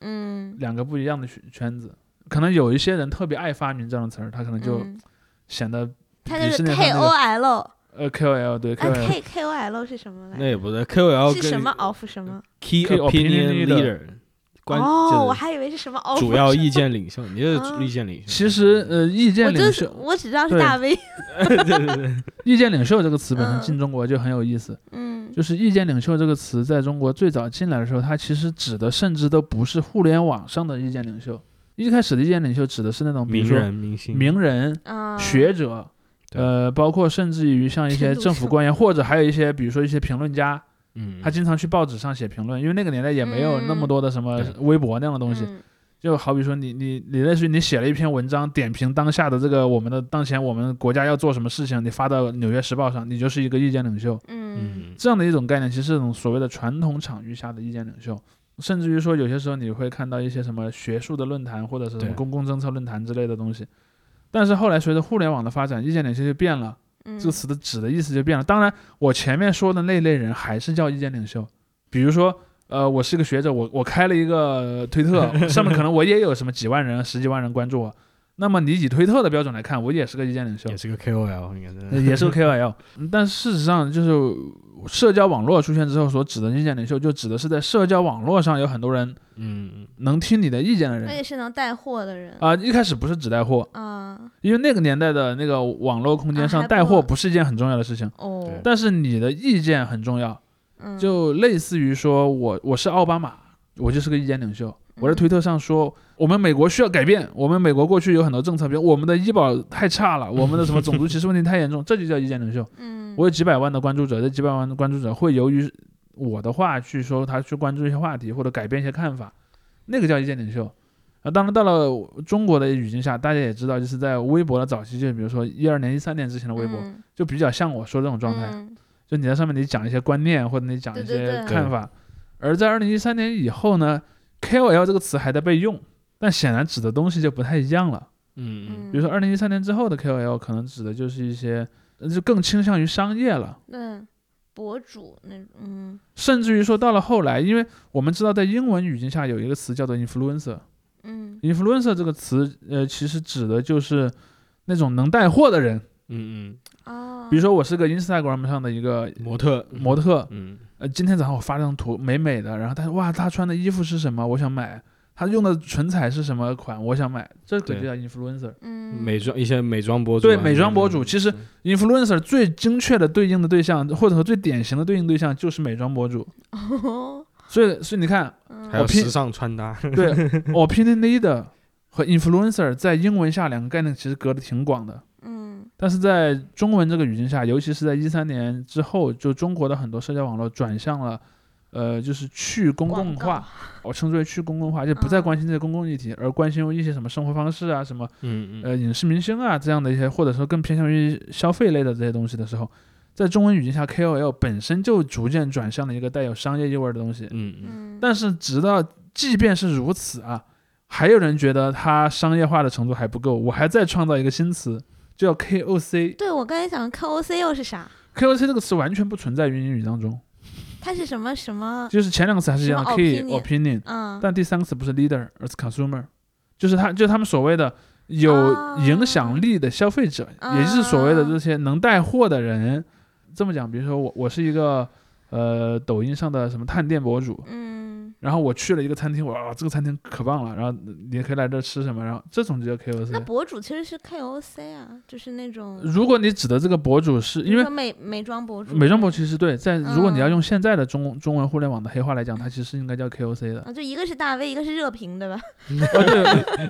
[SPEAKER 2] 嗯，
[SPEAKER 3] 两个不一样的圈圈子。可能有一些人特别爱发明这样的词儿，他可能就
[SPEAKER 2] 嗯
[SPEAKER 3] 显得
[SPEAKER 2] 它
[SPEAKER 3] 迪
[SPEAKER 2] 就
[SPEAKER 3] 士
[SPEAKER 2] 是
[SPEAKER 3] 尼它
[SPEAKER 2] K
[SPEAKER 3] 那
[SPEAKER 2] O
[SPEAKER 3] 个
[SPEAKER 2] L，
[SPEAKER 3] 呃，KOL 对
[SPEAKER 2] 那
[SPEAKER 3] KOL，
[SPEAKER 2] K K O L 是什么来
[SPEAKER 1] 那
[SPEAKER 2] 着？
[SPEAKER 1] 也不对，KOL
[SPEAKER 2] 是
[SPEAKER 1] 跟
[SPEAKER 2] 什么 of 什么？
[SPEAKER 1] key
[SPEAKER 3] Key
[SPEAKER 1] opinion
[SPEAKER 3] opinion leader
[SPEAKER 1] leader，关
[SPEAKER 2] 哦，我
[SPEAKER 1] 就
[SPEAKER 2] 还以为是什么 of
[SPEAKER 1] 是主要意见 领袖，你就是
[SPEAKER 2] 啊
[SPEAKER 1] 意见领袖。
[SPEAKER 3] 其实呃，意见
[SPEAKER 2] 我
[SPEAKER 3] 领
[SPEAKER 2] 就是
[SPEAKER 3] 袖，
[SPEAKER 2] 我只知道是
[SPEAKER 3] 对
[SPEAKER 2] 大 V，
[SPEAKER 1] 对 对对，
[SPEAKER 3] 意见领袖这个词本身
[SPEAKER 2] 嗯
[SPEAKER 3] 进中国就很有意思。
[SPEAKER 2] 嗯，
[SPEAKER 3] 就是意见领袖这个词在中国最早进来的时候，它其实指的甚至都不是互联网上的意见领袖，一开始的意见领袖指的是那种比如
[SPEAKER 1] 名
[SPEAKER 3] 说
[SPEAKER 1] 人明星，
[SPEAKER 3] 名人、
[SPEAKER 2] 啊，
[SPEAKER 3] 学者，
[SPEAKER 1] 对
[SPEAKER 3] 呃，包括甚至于像一些
[SPEAKER 2] 深度
[SPEAKER 3] 政府
[SPEAKER 2] 上
[SPEAKER 3] 官员，或者还有一些比如说一些评论家，
[SPEAKER 1] 嗯，
[SPEAKER 3] 他经常去报纸上写评论，因为那个年代也没有那么
[SPEAKER 2] 嗯
[SPEAKER 3] 多的什么
[SPEAKER 1] 对
[SPEAKER 3] 微博那样的东西，
[SPEAKER 2] 嗯
[SPEAKER 3] 就好比说你你你类似于你写了一篇文章点评当下的这个我们的当前我们国家要做什么事情，你发到《纽约时报》上，你就是一个意见领袖。
[SPEAKER 2] 嗯
[SPEAKER 1] 嗯
[SPEAKER 3] 这样的一种概念，其实是一种所谓的传统场域下的意见领袖，甚至于说有些时候你会看到一些什么学术的论坛或者是什
[SPEAKER 1] 对
[SPEAKER 3] 么公共政策论坛之类的东西。但是后来随着互联网的发展，意见领袖就变了，
[SPEAKER 2] 嗯，
[SPEAKER 3] 这个词的指的意思就变了。当然，我前面说的那类人还是叫意见领袖，比如说。呃，我是一个学者，我我开了一个推特，上面可能我也有什么几万人、十几万人关注我。那么你以推特的标准来看，我也是个意见领袖
[SPEAKER 1] 也，是个 KOL，应该是
[SPEAKER 3] 呃也是个 KOL，嗯 但事实上就是社交网络出现之后所指的意见领袖，就指的是在社交网络上有很多人
[SPEAKER 1] 嗯，
[SPEAKER 3] 能听你的意见的
[SPEAKER 2] 那
[SPEAKER 3] 人
[SPEAKER 2] 也是能带货的人
[SPEAKER 3] 啊、一开始不是只带货，
[SPEAKER 2] 啊，
[SPEAKER 3] 因为那个年代的那个网络空间
[SPEAKER 2] 啊
[SPEAKER 3] 上
[SPEAKER 2] 还
[SPEAKER 3] 带
[SPEAKER 2] 不
[SPEAKER 3] 货不是一件很重要的事情，
[SPEAKER 2] 哦，
[SPEAKER 3] 但是你的意见很重要，
[SPEAKER 2] 嗯
[SPEAKER 3] 就类似于说我我是奥巴马，我就是个意见领袖。
[SPEAKER 2] 嗯
[SPEAKER 3] 我在推特上说，我们美国需要改变，我们美国过去有很多政策，比如我们的医保太差了，我们的什么种族歧视问题太严重，这就叫意见领袖。
[SPEAKER 2] 嗯，
[SPEAKER 3] 我有几百万的关注者，这几百万的关注者会由于我的话去说他去关注一些话题或者改变一些看法，那个叫意见领袖。啊，当然到了中国的语境下，大家也知道，就是在微博的早期，就比如说一二年、一三年之前的微博，
[SPEAKER 2] 嗯
[SPEAKER 3] 就比较像我说这种状态，
[SPEAKER 2] 嗯
[SPEAKER 3] 就你在上面你讲一些观念或者你讲一
[SPEAKER 2] 对对
[SPEAKER 3] 些
[SPEAKER 2] 对
[SPEAKER 3] 看法，而在二零一三年以后呢，KOL 这个词还在被用，但显然指的东西就不太一样了。
[SPEAKER 1] 嗯嗯
[SPEAKER 3] 比如说二零一三年之后的 KOL 可能指的就是一些呃就更倾向于商业了。
[SPEAKER 2] 嗯，博主那种嗯
[SPEAKER 3] 甚至于说到了后来，因为我们知道在英文语境下有一个词叫做 influencer。
[SPEAKER 2] 嗯
[SPEAKER 3] influencer 这个词，呃，其实指的就是那种能带货的人。
[SPEAKER 1] 嗯
[SPEAKER 2] 哦，
[SPEAKER 3] 比如说，我是个 Instagram 上的一个
[SPEAKER 1] 嗯，模特，
[SPEAKER 3] 模特，
[SPEAKER 1] 嗯
[SPEAKER 3] 呃，今天早上我发了张图，美美的，然后他说哇，他穿的衣服是什么，我想买。他用的唇彩是什么款，我想买。这个就
[SPEAKER 1] 对
[SPEAKER 3] 叫 influencer。
[SPEAKER 2] 嗯
[SPEAKER 1] 美妆一些美妆博主啊，嗯
[SPEAKER 3] 对美妆博主，其实 influencer 最精确的对应的对象，或者说最典型的对应对象就是美妆博主。
[SPEAKER 2] 哦，
[SPEAKER 3] 所以，所以你看，
[SPEAKER 1] 还
[SPEAKER 2] 嗯
[SPEAKER 1] 有
[SPEAKER 3] 我拼
[SPEAKER 1] 时尚穿 搭，
[SPEAKER 3] 对，opinion leader 和 influencer 在英文下两个概念其实隔得挺广的，
[SPEAKER 2] 嗯
[SPEAKER 3] 但是在中文这个语境下，尤其是在一三年之后，就中国的很多社交网络转向了，呃，就是去公共
[SPEAKER 2] 广告
[SPEAKER 3] 化，我称之为去公共化，就不再
[SPEAKER 2] 嗯
[SPEAKER 3] 关心这些公共议题，而关心一些什么生活方式啊，什么
[SPEAKER 1] 嗯嗯
[SPEAKER 3] 呃影视明星啊这样的一些，或者说更偏向于消费类的这些东西的时候。在中文语境下，KOL 本身就逐渐转向了一个带有商业意味儿的东西，
[SPEAKER 1] 嗯嗯，
[SPEAKER 2] 嗯，
[SPEAKER 3] 但是直到即便是如此啊，还有人觉得它商业化的程度还不够，我还在创造一个新词，就叫 KOC。
[SPEAKER 2] 对我刚才想 K O C 又是 啥？
[SPEAKER 3] KOC 这个词完全不存在于英语当中，
[SPEAKER 2] 它是什么什么？
[SPEAKER 3] 就是前两个词还是一样的
[SPEAKER 2] 什么
[SPEAKER 3] key
[SPEAKER 2] opinion
[SPEAKER 3] opinion，
[SPEAKER 2] 嗯，
[SPEAKER 3] 但第三个词不是 leader 而是 consumer，就是他就是他们所谓的有影响力的消费者，
[SPEAKER 2] 啊
[SPEAKER 3] 也就是所谓的这些能带货的人。这么讲，比如说我我是一个呃抖音上的什么探店博主，
[SPEAKER 2] 嗯，
[SPEAKER 3] 然后我去了一个餐厅，哇，这个餐厅可棒了，然后你可以来这儿吃什么，然后这种就叫
[SPEAKER 2] 那
[SPEAKER 3] KOC。
[SPEAKER 2] 博主其实是 K O C 啊，就是那种
[SPEAKER 3] 如果你指的这个博主是
[SPEAKER 2] 比
[SPEAKER 3] 因
[SPEAKER 2] 如
[SPEAKER 3] 为
[SPEAKER 2] 说美美妆博主，
[SPEAKER 3] 美妆博主其实对，在
[SPEAKER 2] 嗯
[SPEAKER 3] 如果你要用现在的中中文互联网的黑话来讲，它其实应该叫 KOC 的。
[SPEAKER 2] 啊，就一个是大 V，一个是热评，对吧？
[SPEAKER 3] 啊，对，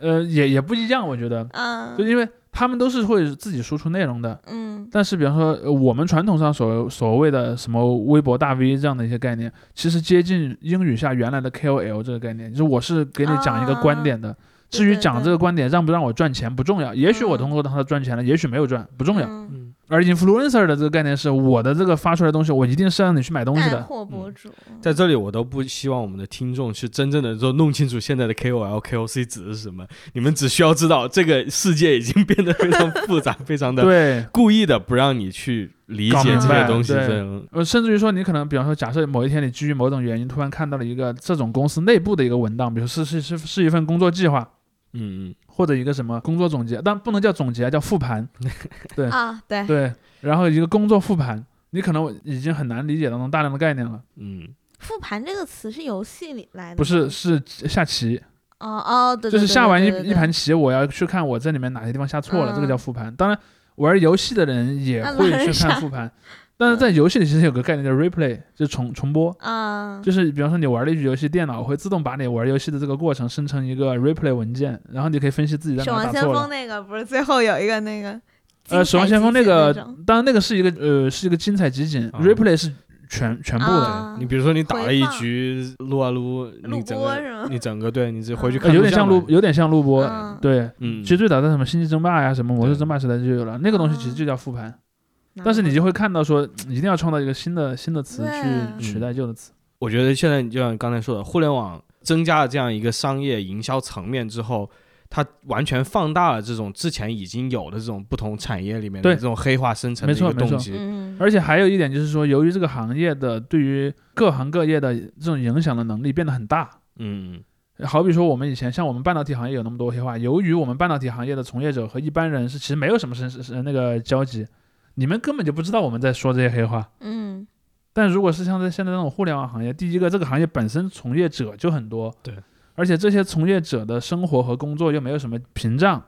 [SPEAKER 3] 呃，也也不一样，我觉得，
[SPEAKER 2] 嗯
[SPEAKER 3] 就因为他们都是会自己输出内容的。
[SPEAKER 2] 嗯
[SPEAKER 3] 但是，比方说，呃我们传统上所所谓的什么微博大 V 这样的一些概念，其实接近英语下原来的 KOL 这个概念，就是我是给你讲一个观点的。
[SPEAKER 2] 啊对
[SPEAKER 3] 至于
[SPEAKER 2] 对
[SPEAKER 3] 讲
[SPEAKER 2] 对
[SPEAKER 3] 这个观点让不让我赚钱不重要，也许我
[SPEAKER 2] 嗯
[SPEAKER 3] 通过它赚钱了，也许没有赚不重要。
[SPEAKER 2] 嗯
[SPEAKER 1] 嗯
[SPEAKER 3] 而 influencer 的这个概念是我的这个发出来的东西，我一定是让你去买东西
[SPEAKER 2] 带
[SPEAKER 3] 的。嗯
[SPEAKER 2] 货博主，
[SPEAKER 1] 在这里我都不希望我们的听众去真正的说弄清楚现在的 KOL、KOC 指的是什么，你们只需要知道这个世界已经变得非常复杂，非常的
[SPEAKER 3] 对，
[SPEAKER 1] 故意的不让你去理
[SPEAKER 3] 搞
[SPEAKER 1] 解
[SPEAKER 2] 明
[SPEAKER 1] 这些
[SPEAKER 2] 白
[SPEAKER 1] 东西，
[SPEAKER 3] 对
[SPEAKER 1] 这
[SPEAKER 3] 呃，甚至于说，你可能比方说，假设某一天你基于某种原因突然看到了一个这种公司内部的一个文档，比如是是是是一份工作计划，
[SPEAKER 1] 嗯嗯，
[SPEAKER 3] 或者一个什么工作总结，但不能叫总结啊，叫复盘。对
[SPEAKER 2] 啊，对，
[SPEAKER 3] 对，然后一个工作复盘，你可能已经很难理解当中大量的概念了。
[SPEAKER 1] 嗯，
[SPEAKER 2] 复盘这个词是游戏里来的吗，
[SPEAKER 3] 不是，是下棋，
[SPEAKER 2] 哦哦，对，
[SPEAKER 3] 就
[SPEAKER 2] 对
[SPEAKER 3] 是
[SPEAKER 2] 对
[SPEAKER 3] 下
[SPEAKER 2] 对
[SPEAKER 3] 完一
[SPEAKER 2] 对对
[SPEAKER 3] 一盘棋，我要去看我这里面哪些地方下错了，这个叫
[SPEAKER 2] 嗯
[SPEAKER 3] 复盘。当然，玩游戏的人也
[SPEAKER 2] 那
[SPEAKER 3] 会
[SPEAKER 2] 狼人
[SPEAKER 3] 去看
[SPEAKER 2] 杀
[SPEAKER 3] 复盘，但是在游戏里其实有个概念叫 replay，就是重重播。
[SPEAKER 2] 啊，
[SPEAKER 3] 就是比方说你玩了一局游戏，电脑会自动把你玩游戏的这个过程生成一个 replay 文件，然后你可以分析自己在
[SPEAKER 2] 守
[SPEAKER 3] 哪
[SPEAKER 2] 望
[SPEAKER 3] 打
[SPEAKER 2] 先
[SPEAKER 3] 错
[SPEAKER 2] 锋
[SPEAKER 3] 了。
[SPEAKER 2] 那个不是最后有一个那个
[SPEAKER 3] 呃，守望先锋
[SPEAKER 2] 那
[SPEAKER 3] 那个，当然那个是一个呃是一个精彩集锦、
[SPEAKER 1] 啊
[SPEAKER 3] r e p l a y 是全全部的，
[SPEAKER 2] 啊
[SPEAKER 1] 你比如说你打
[SPEAKER 2] 回
[SPEAKER 1] 了一
[SPEAKER 2] 放
[SPEAKER 1] 局撸啊撸，你
[SPEAKER 2] 录
[SPEAKER 1] 整
[SPEAKER 2] 播
[SPEAKER 1] 个
[SPEAKER 2] 是吗？
[SPEAKER 1] 你整个对你自己回去
[SPEAKER 2] 嗯
[SPEAKER 1] 看
[SPEAKER 3] 呃有
[SPEAKER 1] 录
[SPEAKER 3] 点像
[SPEAKER 1] 嘛
[SPEAKER 3] 录，有点像录播。
[SPEAKER 2] 嗯
[SPEAKER 3] 对，
[SPEAKER 1] 嗯，
[SPEAKER 3] 其实最早在什么星际争霸呀、什么魔兽
[SPEAKER 1] 对
[SPEAKER 3] 争霸时代就有了，那个东西其实
[SPEAKER 2] 啊
[SPEAKER 3] 就叫复盘，但是你就会看到说，嗯一定要创造一个新的新的词
[SPEAKER 2] 对
[SPEAKER 1] 嗯
[SPEAKER 3] 去取代旧的词。
[SPEAKER 1] 我觉得现在你就像你刚才说的，互联网增加了这样一个商业营销层面之后，它完全放大了这种之前已经有的这种不同产业里面的
[SPEAKER 3] 对
[SPEAKER 1] 这种黑化生成的
[SPEAKER 3] 没
[SPEAKER 1] 一
[SPEAKER 3] 错
[SPEAKER 1] 个
[SPEAKER 3] 没错
[SPEAKER 1] 动机。
[SPEAKER 2] 嗯，
[SPEAKER 3] 而且还有一点就是说，由于这个行业的对于各行各业的这种影响的能力变得很大，
[SPEAKER 1] 嗯
[SPEAKER 3] 好比说，我们以前像我们半导体行业有那么多黑话，由于我们半导体行业的从业者和一般人是其实没有什么深深呃那个交集，你们根本就不知道我们在说这些黑话。
[SPEAKER 2] 嗯
[SPEAKER 3] 但如果是像在现在那种互联网行业，第一个这个行业本身从业者就很多，
[SPEAKER 1] 对，
[SPEAKER 3] 而且这些从业者的生活和工作又没有什么屏障，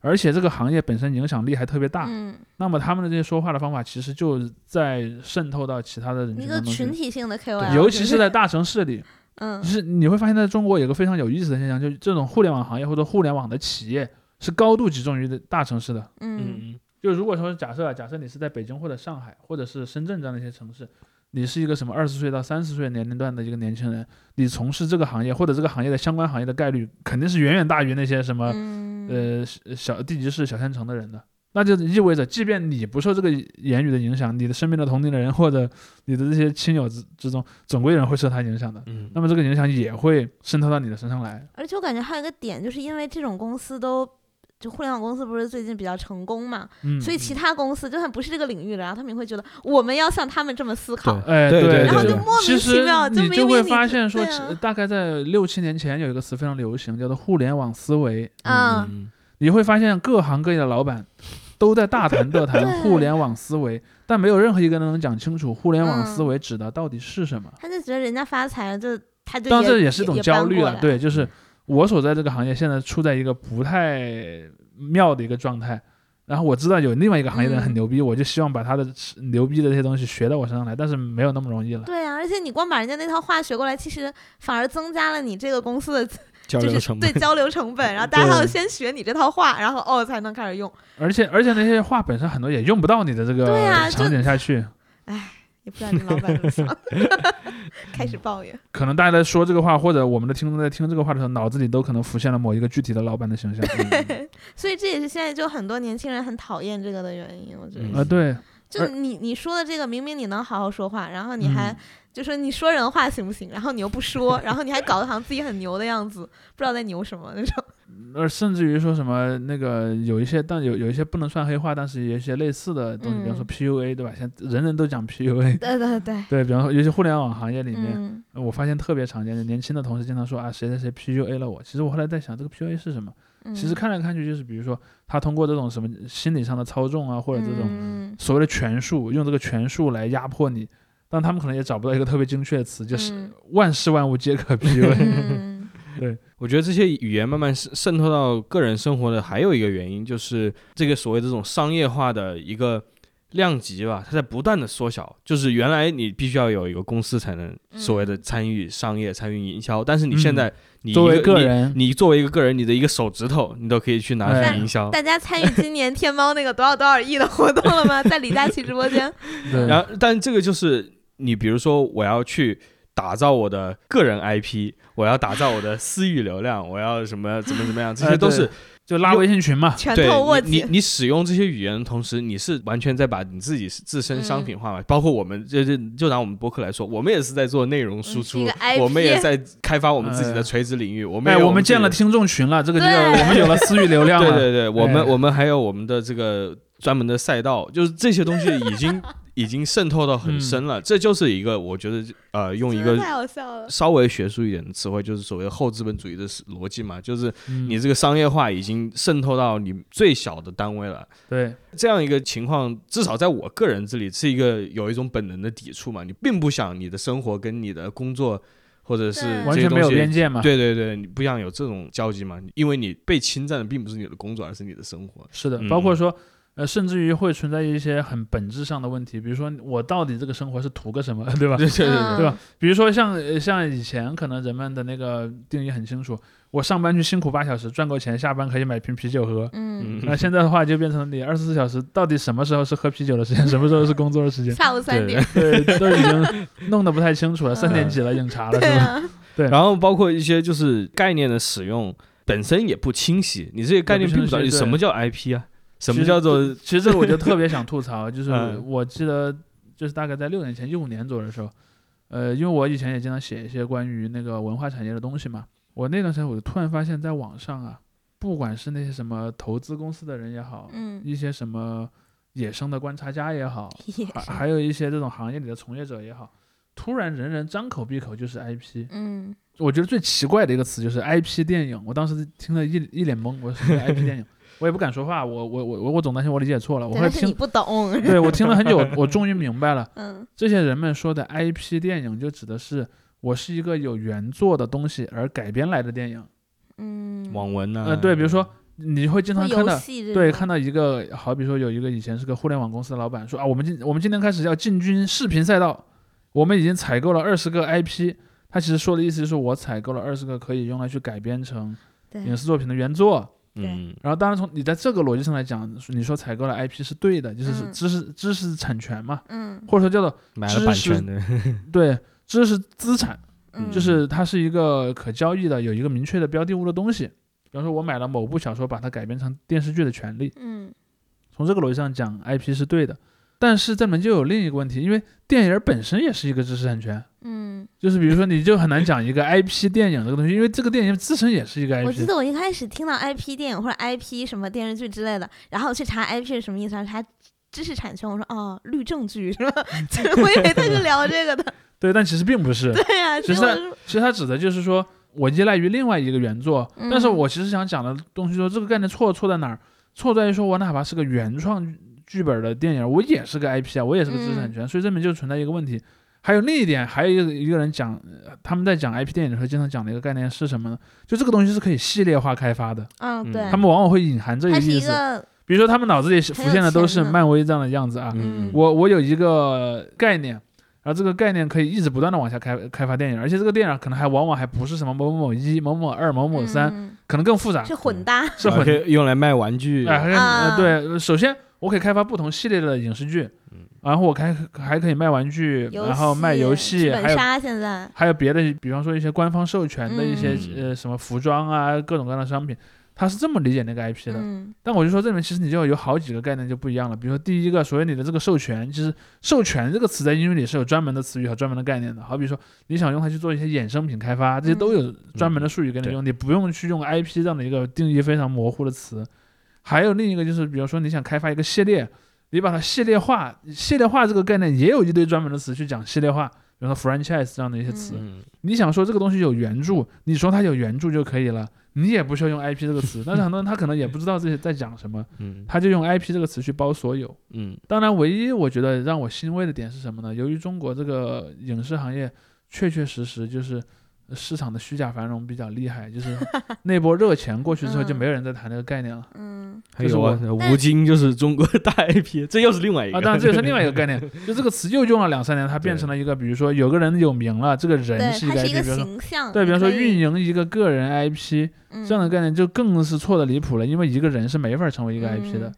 [SPEAKER 3] 而且这个行业本身影响力还特别大，
[SPEAKER 2] 嗯，
[SPEAKER 3] 那么他们的这些说话的方法其实就在渗透到其他的人
[SPEAKER 2] 一
[SPEAKER 3] 群
[SPEAKER 2] 个
[SPEAKER 3] 当中
[SPEAKER 2] 群
[SPEAKER 3] 去，
[SPEAKER 2] 体啊性的 KOL，
[SPEAKER 3] 尤其
[SPEAKER 2] 就是
[SPEAKER 3] 在大 城市里。
[SPEAKER 2] 嗯
[SPEAKER 3] 就是你会发现在中国有个非常有意思的现象，就是这种互联网行业或者互联网的企业是高度集中于的大城市的。
[SPEAKER 2] 嗯
[SPEAKER 1] 嗯
[SPEAKER 3] 就如果说假设啊，假设你是在北京或者上海或者是深圳这样的一些城市，你是一个什么二十岁到三十岁年龄段的一个年轻人，你从事这个行业或者这个行业的相关行业的概率肯定是远远大于那些什么、
[SPEAKER 2] 嗯
[SPEAKER 3] 呃小小地级市、小县城的人的。那就意味着，即便你不受这个言语的影响，你的身边的同龄的人或者你的这些亲友之之中，总归有人会受他影响的。
[SPEAKER 1] 嗯
[SPEAKER 3] 那么这个影响也会渗透到你的身上来。
[SPEAKER 2] 而且我感觉还有一个点，就是因为这种公司都。就互联网公司不是最近比较成功嘛，
[SPEAKER 3] 嗯，
[SPEAKER 2] 所以其他公司就算不是这个领域的，然后他们也会觉得我们要像他们这么思考。
[SPEAKER 3] 哎，
[SPEAKER 1] 对对
[SPEAKER 3] 对
[SPEAKER 1] 然后就
[SPEAKER 2] 莫
[SPEAKER 3] 其
[SPEAKER 2] 名其
[SPEAKER 3] 实
[SPEAKER 2] 妙就
[SPEAKER 3] 你
[SPEAKER 2] 明
[SPEAKER 3] 就
[SPEAKER 2] 明
[SPEAKER 3] 会
[SPEAKER 2] 你
[SPEAKER 3] 发
[SPEAKER 2] 知
[SPEAKER 3] 现说，
[SPEAKER 2] 对
[SPEAKER 3] 其
[SPEAKER 2] 啊
[SPEAKER 3] 大概在六七年前有一个词非常流行，叫做互联网思维。
[SPEAKER 2] 嗯，
[SPEAKER 1] 嗯
[SPEAKER 3] 你会发现各行各业的老板都在大谈特谈
[SPEAKER 2] 对
[SPEAKER 3] 互联网思维，但没有任何一个人能讲清楚互联网
[SPEAKER 2] 嗯
[SPEAKER 3] 思维指的到底是什么。
[SPEAKER 2] 他就觉得人家发财了，就他就
[SPEAKER 3] 当然，这
[SPEAKER 2] 也
[SPEAKER 3] 也是一种焦虑了。，对，就是
[SPEAKER 1] 嗯
[SPEAKER 3] 我所在这个行业现在处在一个不太妙的一个状态。然后我知道有另外一个行业的人很
[SPEAKER 2] 嗯
[SPEAKER 3] 牛逼，我就希望把他的牛逼的这些东西学到我身上来，但是没有那么容易了。
[SPEAKER 2] 对啊，而且你光把人家那套话学过来，其实反而增加了你这个公司的
[SPEAKER 1] 交
[SPEAKER 2] 就
[SPEAKER 1] 流
[SPEAKER 2] 是
[SPEAKER 1] 成
[SPEAKER 2] 对
[SPEAKER 1] 本。
[SPEAKER 2] 交流成 本，然后大家还要
[SPEAKER 3] 对
[SPEAKER 2] 先学你这套话，然后哦才能开始用，
[SPEAKER 3] 而且而且那些话本身很多也用不到你的这
[SPEAKER 2] 对
[SPEAKER 3] 个
[SPEAKER 2] 啊
[SPEAKER 3] 场
[SPEAKER 2] 就
[SPEAKER 3] 景下去。
[SPEAKER 2] 也不知道你老板怎么 想，开
[SPEAKER 3] 嗯
[SPEAKER 2] 始抱怨。
[SPEAKER 3] 可能大家在说这个话，或者我们的听众在听这个话的时候，脑子里都可能浮现了某一个具体的老板 的形象。
[SPEAKER 1] 嗯
[SPEAKER 2] 所以这也是现在就很多年轻人很讨厌这个的原因，我觉
[SPEAKER 1] 嗯
[SPEAKER 2] 得。
[SPEAKER 3] 啊，对，
[SPEAKER 2] 就
[SPEAKER 3] 而
[SPEAKER 2] 你你说的这个，明明你能好好说话，然后你
[SPEAKER 3] 嗯
[SPEAKER 2] 还就说你说人话行不行？然后你又不说，然后你还搞得好像自己很牛的样子，不知道在牛什么那种。
[SPEAKER 3] 而甚至于说什么那个有一些，但有有一些不能算黑话，但是有一些类似的东西，比方说
[SPEAKER 2] 嗯
[SPEAKER 3] PUA，对吧？现在人人都讲 PUA，
[SPEAKER 2] 对对对，
[SPEAKER 3] 对，比方说尤其互联网行业里面，
[SPEAKER 2] 嗯
[SPEAKER 3] 呃我发现特别常见的，年轻的同事经常说啊，谁谁谁 PUA 了我。其实我后来在想，这个 PUA 是什么？
[SPEAKER 2] 嗯，
[SPEAKER 3] 其实看来看去就是，比如说他通过这种什么心理上的操纵啊，或者这种
[SPEAKER 2] 嗯
[SPEAKER 3] 所谓的权术，用这个权术来压迫你，但他们可能也找不到一个特别精确的词，就是
[SPEAKER 2] 嗯
[SPEAKER 3] 万事万物皆可 PUA。
[SPEAKER 2] 嗯
[SPEAKER 1] 我觉得这些语言慢慢渗渗透到个人生活的还有一个原因，就是这个所谓的这种商业化的一个量级吧，它在不断的缩小。就是原来你必须要有一个公司才能所谓的
[SPEAKER 2] 嗯
[SPEAKER 1] 参与商业、参与营销，但是你现
[SPEAKER 3] 嗯
[SPEAKER 1] 在你
[SPEAKER 3] 作
[SPEAKER 1] 一
[SPEAKER 3] 为个
[SPEAKER 1] 你
[SPEAKER 3] 人，
[SPEAKER 1] 你作为一个个人，你的一个手指头，你都可以去拿
[SPEAKER 3] 哎
[SPEAKER 1] 去营销。
[SPEAKER 2] 嗯 大家参与今年天猫那个多少多少亿的活动了吗？在李佳琦直播间。
[SPEAKER 3] 对
[SPEAKER 1] 然后，但这个就是你，比如说我要去打造我的个人 IP，我要打造我的私域流量，我要什么怎么怎么样，这
[SPEAKER 3] 哎
[SPEAKER 1] 些呃都
[SPEAKER 3] 对
[SPEAKER 1] 是、
[SPEAKER 3] 就拉微信群嘛，
[SPEAKER 2] 拳
[SPEAKER 1] 对
[SPEAKER 2] 头握
[SPEAKER 1] 你你
[SPEAKER 2] 紧。
[SPEAKER 1] 你使用这些语言的同时，你是完全在把你自己自身商
[SPEAKER 2] 嗯
[SPEAKER 1] 品化嘛？包括我们就就就拿我们播客来说，我们也是在做内容输出
[SPEAKER 2] 嗯是一个，IP
[SPEAKER 1] 我们也在开发我们自己的垂直领域，我们
[SPEAKER 3] 哎，
[SPEAKER 1] 也有
[SPEAKER 3] 我们
[SPEAKER 1] 自己
[SPEAKER 3] 建了
[SPEAKER 1] 的
[SPEAKER 3] 听众群了，这个就
[SPEAKER 2] 对
[SPEAKER 3] 叫我们有了私域流量
[SPEAKER 1] 对
[SPEAKER 3] 了。
[SPEAKER 1] 对对，我们、
[SPEAKER 3] 哎
[SPEAKER 1] 我们还有我们的这个专门的赛道，就是这些东西已经已经渗透到
[SPEAKER 3] 嗯
[SPEAKER 1] 很深了。这就是一个我觉得呃，用一
[SPEAKER 2] 真的
[SPEAKER 1] 个
[SPEAKER 2] 太好笑 了。
[SPEAKER 1] 稍微学术一点的词汇，就是所谓的后资本主义的逻辑嘛，就是
[SPEAKER 3] 嗯
[SPEAKER 1] 你这个商业化已经渗透到你最小的单位了。
[SPEAKER 3] 对
[SPEAKER 1] 这样一个情况，至少在我个人这里是一个有一种本能的抵触嘛，你并不想你的生活跟你的工作或者是
[SPEAKER 2] 对
[SPEAKER 1] 这
[SPEAKER 3] 完
[SPEAKER 1] 些
[SPEAKER 3] 全没
[SPEAKER 1] 东
[SPEAKER 3] 有
[SPEAKER 1] 西
[SPEAKER 3] 边界嘛？，
[SPEAKER 1] 对对对，你不想有这种交集嘛，因为你被侵占的并不是你的工作，而是你的生活。
[SPEAKER 3] 是的
[SPEAKER 1] 嗯，
[SPEAKER 3] 包括说。呃，甚至于会存在一些很本质上的问题，比如说我到底这个生活是图个什么， 对吧？
[SPEAKER 1] 对对对
[SPEAKER 2] 嗯
[SPEAKER 3] 对吧？比如说像呃像以前可能人们的那个定义很清楚，我上班去辛苦八小时，赚够钱，下班可以买瓶啤酒喝。
[SPEAKER 2] 嗯，？
[SPEAKER 3] 那现在的话就变成你二十四小时，到底什么时候是喝啤酒的时间，什么时候是工作的时
[SPEAKER 1] 嗯
[SPEAKER 3] 间
[SPEAKER 2] 下午三点，
[SPEAKER 3] 对，都已经弄得不太清楚了。
[SPEAKER 2] 嗯
[SPEAKER 3] 三点几了，饮茶了，
[SPEAKER 2] 对
[SPEAKER 3] 是 吧？
[SPEAKER 2] 啊，
[SPEAKER 3] 对
[SPEAKER 1] 然后包括一些就是概念的使用本身也不清晰，你这些概念并不知道
[SPEAKER 3] 也不清晰对
[SPEAKER 1] 什么叫 IP 啊，什
[SPEAKER 3] 其
[SPEAKER 1] 么
[SPEAKER 3] 实
[SPEAKER 1] 叫做
[SPEAKER 3] 其实这个我就特别想吐槽，就是
[SPEAKER 1] 嗯
[SPEAKER 3] 我记得就是大概在六年前一五年左右的时候，呃，因为我以前也经常写一些关于那个文化产业的东西嘛，我那段时间我就突然发现，在网上啊，不管是那些什么投资公司的人也好，
[SPEAKER 2] 嗯，
[SPEAKER 3] 一些什么野生的观察家也好，
[SPEAKER 2] 也
[SPEAKER 3] 还
[SPEAKER 2] 是，
[SPEAKER 3] 啊还有一些这种行业里的从业者也好，突然人人张口闭口就是 IP，
[SPEAKER 2] 嗯，
[SPEAKER 3] 我觉得最奇怪的一个词就是 IP 电影，我当时听了一一脸懵，我说什么 IP 电影，我也不敢说话，我我我我我总担心我理解错了，我
[SPEAKER 2] 对，
[SPEAKER 3] 会
[SPEAKER 2] 但是你
[SPEAKER 3] 听，
[SPEAKER 2] 不懂，
[SPEAKER 3] 对我听了很久，我终于明白了，
[SPEAKER 2] 嗯
[SPEAKER 3] 这些人们说的 IP 电影就指的是我是一个有原作的东西而改编来的电影，
[SPEAKER 2] 嗯，
[SPEAKER 1] 网文啊呢、
[SPEAKER 3] 呃，对，比如说你会经
[SPEAKER 2] 或
[SPEAKER 3] 常看
[SPEAKER 2] 游
[SPEAKER 3] 到。
[SPEAKER 2] 戏这
[SPEAKER 3] 对，
[SPEAKER 2] 种
[SPEAKER 3] 看到一个，好比说有一个以前是个互联网公司的老板说啊，我们今我们今天开始要进军视频赛道，我们已经采购了二十个 IP。他其实说的意思就是我采购了二十个可以用来去改编成影
[SPEAKER 2] 对，
[SPEAKER 3] 视作品的原作。
[SPEAKER 1] 嗯，
[SPEAKER 3] 然后当然从你在这个逻辑上来讲，你说采购了 IP 是对的，就是
[SPEAKER 2] 嗯
[SPEAKER 3] 知识、知识产权嘛，
[SPEAKER 2] 嗯
[SPEAKER 3] 或者说叫做
[SPEAKER 1] 买了版权的，嗯
[SPEAKER 3] 对知识资产，
[SPEAKER 2] 嗯，
[SPEAKER 3] 就是它是一个可交易的，有一个明确的标的物的东西。比方说，我买了某部小说，把它改编成电视剧的权利。
[SPEAKER 2] 嗯
[SPEAKER 3] 从这个逻辑上讲，IP 是对的。但是这里面就有另一个问题，因为电影本身也是一个知识产权，
[SPEAKER 2] 嗯，
[SPEAKER 3] 就是比如说你就很难讲一个 IP 电影这个东西，因为这个电影自身也是一个
[SPEAKER 2] 我记
[SPEAKER 3] IP。
[SPEAKER 2] 得我一开始听到 IP 电影或者 IP 什么电视剧之类的，然后去查 IP 是什么意思，然后查知识产权，我说哦，律政剧是吧？ 就是我以为他是聊这个的，
[SPEAKER 3] 对，但其实并不是，
[SPEAKER 2] 对呀、
[SPEAKER 3] 其实
[SPEAKER 2] 结果是
[SPEAKER 3] 其实它指的就是说我依赖于另外一个原作，
[SPEAKER 2] 嗯
[SPEAKER 3] 但是我其实想讲的东西说这个概念错错在哪儿？错在于说我哪怕是个原创剧本的电影，我也是个 IP 啊，我也是个知识
[SPEAKER 2] 嗯
[SPEAKER 3] 产权，所以这里面就存在一个问题。还有另一点，还有一个一个人讲，呃他们在讲 IP 电影的时候，经常讲的一个概念是什么呢？就这个东西是可以系列化开发的，
[SPEAKER 2] 嗯，
[SPEAKER 1] 嗯
[SPEAKER 2] 对，
[SPEAKER 3] 他们往往会隐含这
[SPEAKER 2] 它是
[SPEAKER 3] 意
[SPEAKER 2] 一
[SPEAKER 3] 思。
[SPEAKER 2] 个
[SPEAKER 3] 比如说，他们脑子里浮现的都是
[SPEAKER 2] 很有钱的
[SPEAKER 3] 漫威这样的样子啊，
[SPEAKER 1] 嗯，
[SPEAKER 3] 我我有一个概念，然后这个概念可以一直不断的往下开开发电影，而且这个电影可能还往往还不是什么某某某一、某某二、某某三，
[SPEAKER 2] 嗯
[SPEAKER 3] 可能更复杂，
[SPEAKER 2] 是混搭，
[SPEAKER 3] 是
[SPEAKER 1] 还
[SPEAKER 3] 混
[SPEAKER 1] 可以用来卖玩具，
[SPEAKER 3] 哎，还可以
[SPEAKER 2] 啊
[SPEAKER 3] 呃对，首先我可以开发不同系列的影视剧，然后我还还可以卖玩具，
[SPEAKER 2] 游
[SPEAKER 3] 然后卖游戏，
[SPEAKER 2] 剧
[SPEAKER 3] 还
[SPEAKER 2] 本
[SPEAKER 3] 有
[SPEAKER 2] 杀现在，
[SPEAKER 3] 还有别的，比方说一些官方授权的一些、
[SPEAKER 1] 嗯
[SPEAKER 3] 呃什么服装啊，各种各样的商品，他是这么理解那个 IP 的。
[SPEAKER 2] 嗯
[SPEAKER 3] 但我就说这里面其实你就有好几个概念就不一样了。比如说第一个，所谓你的这个授权，其实授权这个词在英语里是有专门的词语和专门的概念的。好比说你想用它去做一些衍生品开发，这些都有专门的术语给你用，你不用去用 IP 这样的一个定义非常模糊的词。还有另一个就是，比如说你想开发一个系列，你把它系列化，系列化这个概念也有一堆专门的词去讲系列化，比如说 franchise 这样的一些词。
[SPEAKER 1] 嗯，
[SPEAKER 3] 你想说这个东西有原著，你说它有原著就可以了，你也不需要用 IP 这个词。但是很多人他可能也不知道这些在讲什么，
[SPEAKER 1] 嗯
[SPEAKER 3] 他就用 IP 这个词去包所有。
[SPEAKER 1] 嗯
[SPEAKER 3] 当然，唯一我觉得让我欣慰的点是什么呢？由于中国这个影视行业确确实实就是呃市场的虚假繁荣比较厉害，就是那波热钱过去之后，就
[SPEAKER 2] 嗯
[SPEAKER 3] 没有人再谈这个概念了。
[SPEAKER 2] 嗯
[SPEAKER 1] 还
[SPEAKER 3] 就是
[SPEAKER 1] 有啊，吴京就是中国大 IP，这 又是另外一个，
[SPEAKER 3] 啊，当然这也是另外一个概念，就这个词又用了两三年，它变
[SPEAKER 1] 对
[SPEAKER 3] 成了一个，比如说有个人有名了，这个人
[SPEAKER 2] 对，
[SPEAKER 3] 一
[SPEAKER 2] 它
[SPEAKER 3] 个
[SPEAKER 2] 是
[SPEAKER 3] IP，
[SPEAKER 2] 一个
[SPEAKER 3] 比如说
[SPEAKER 2] 形象，
[SPEAKER 3] 对，比方说运
[SPEAKER 2] 营
[SPEAKER 3] 营一个个人 IP，这
[SPEAKER 2] 嗯
[SPEAKER 3] 样的概念就更是错的离谱了，因为一个人是没法成为一个 IP 的
[SPEAKER 2] 嗯。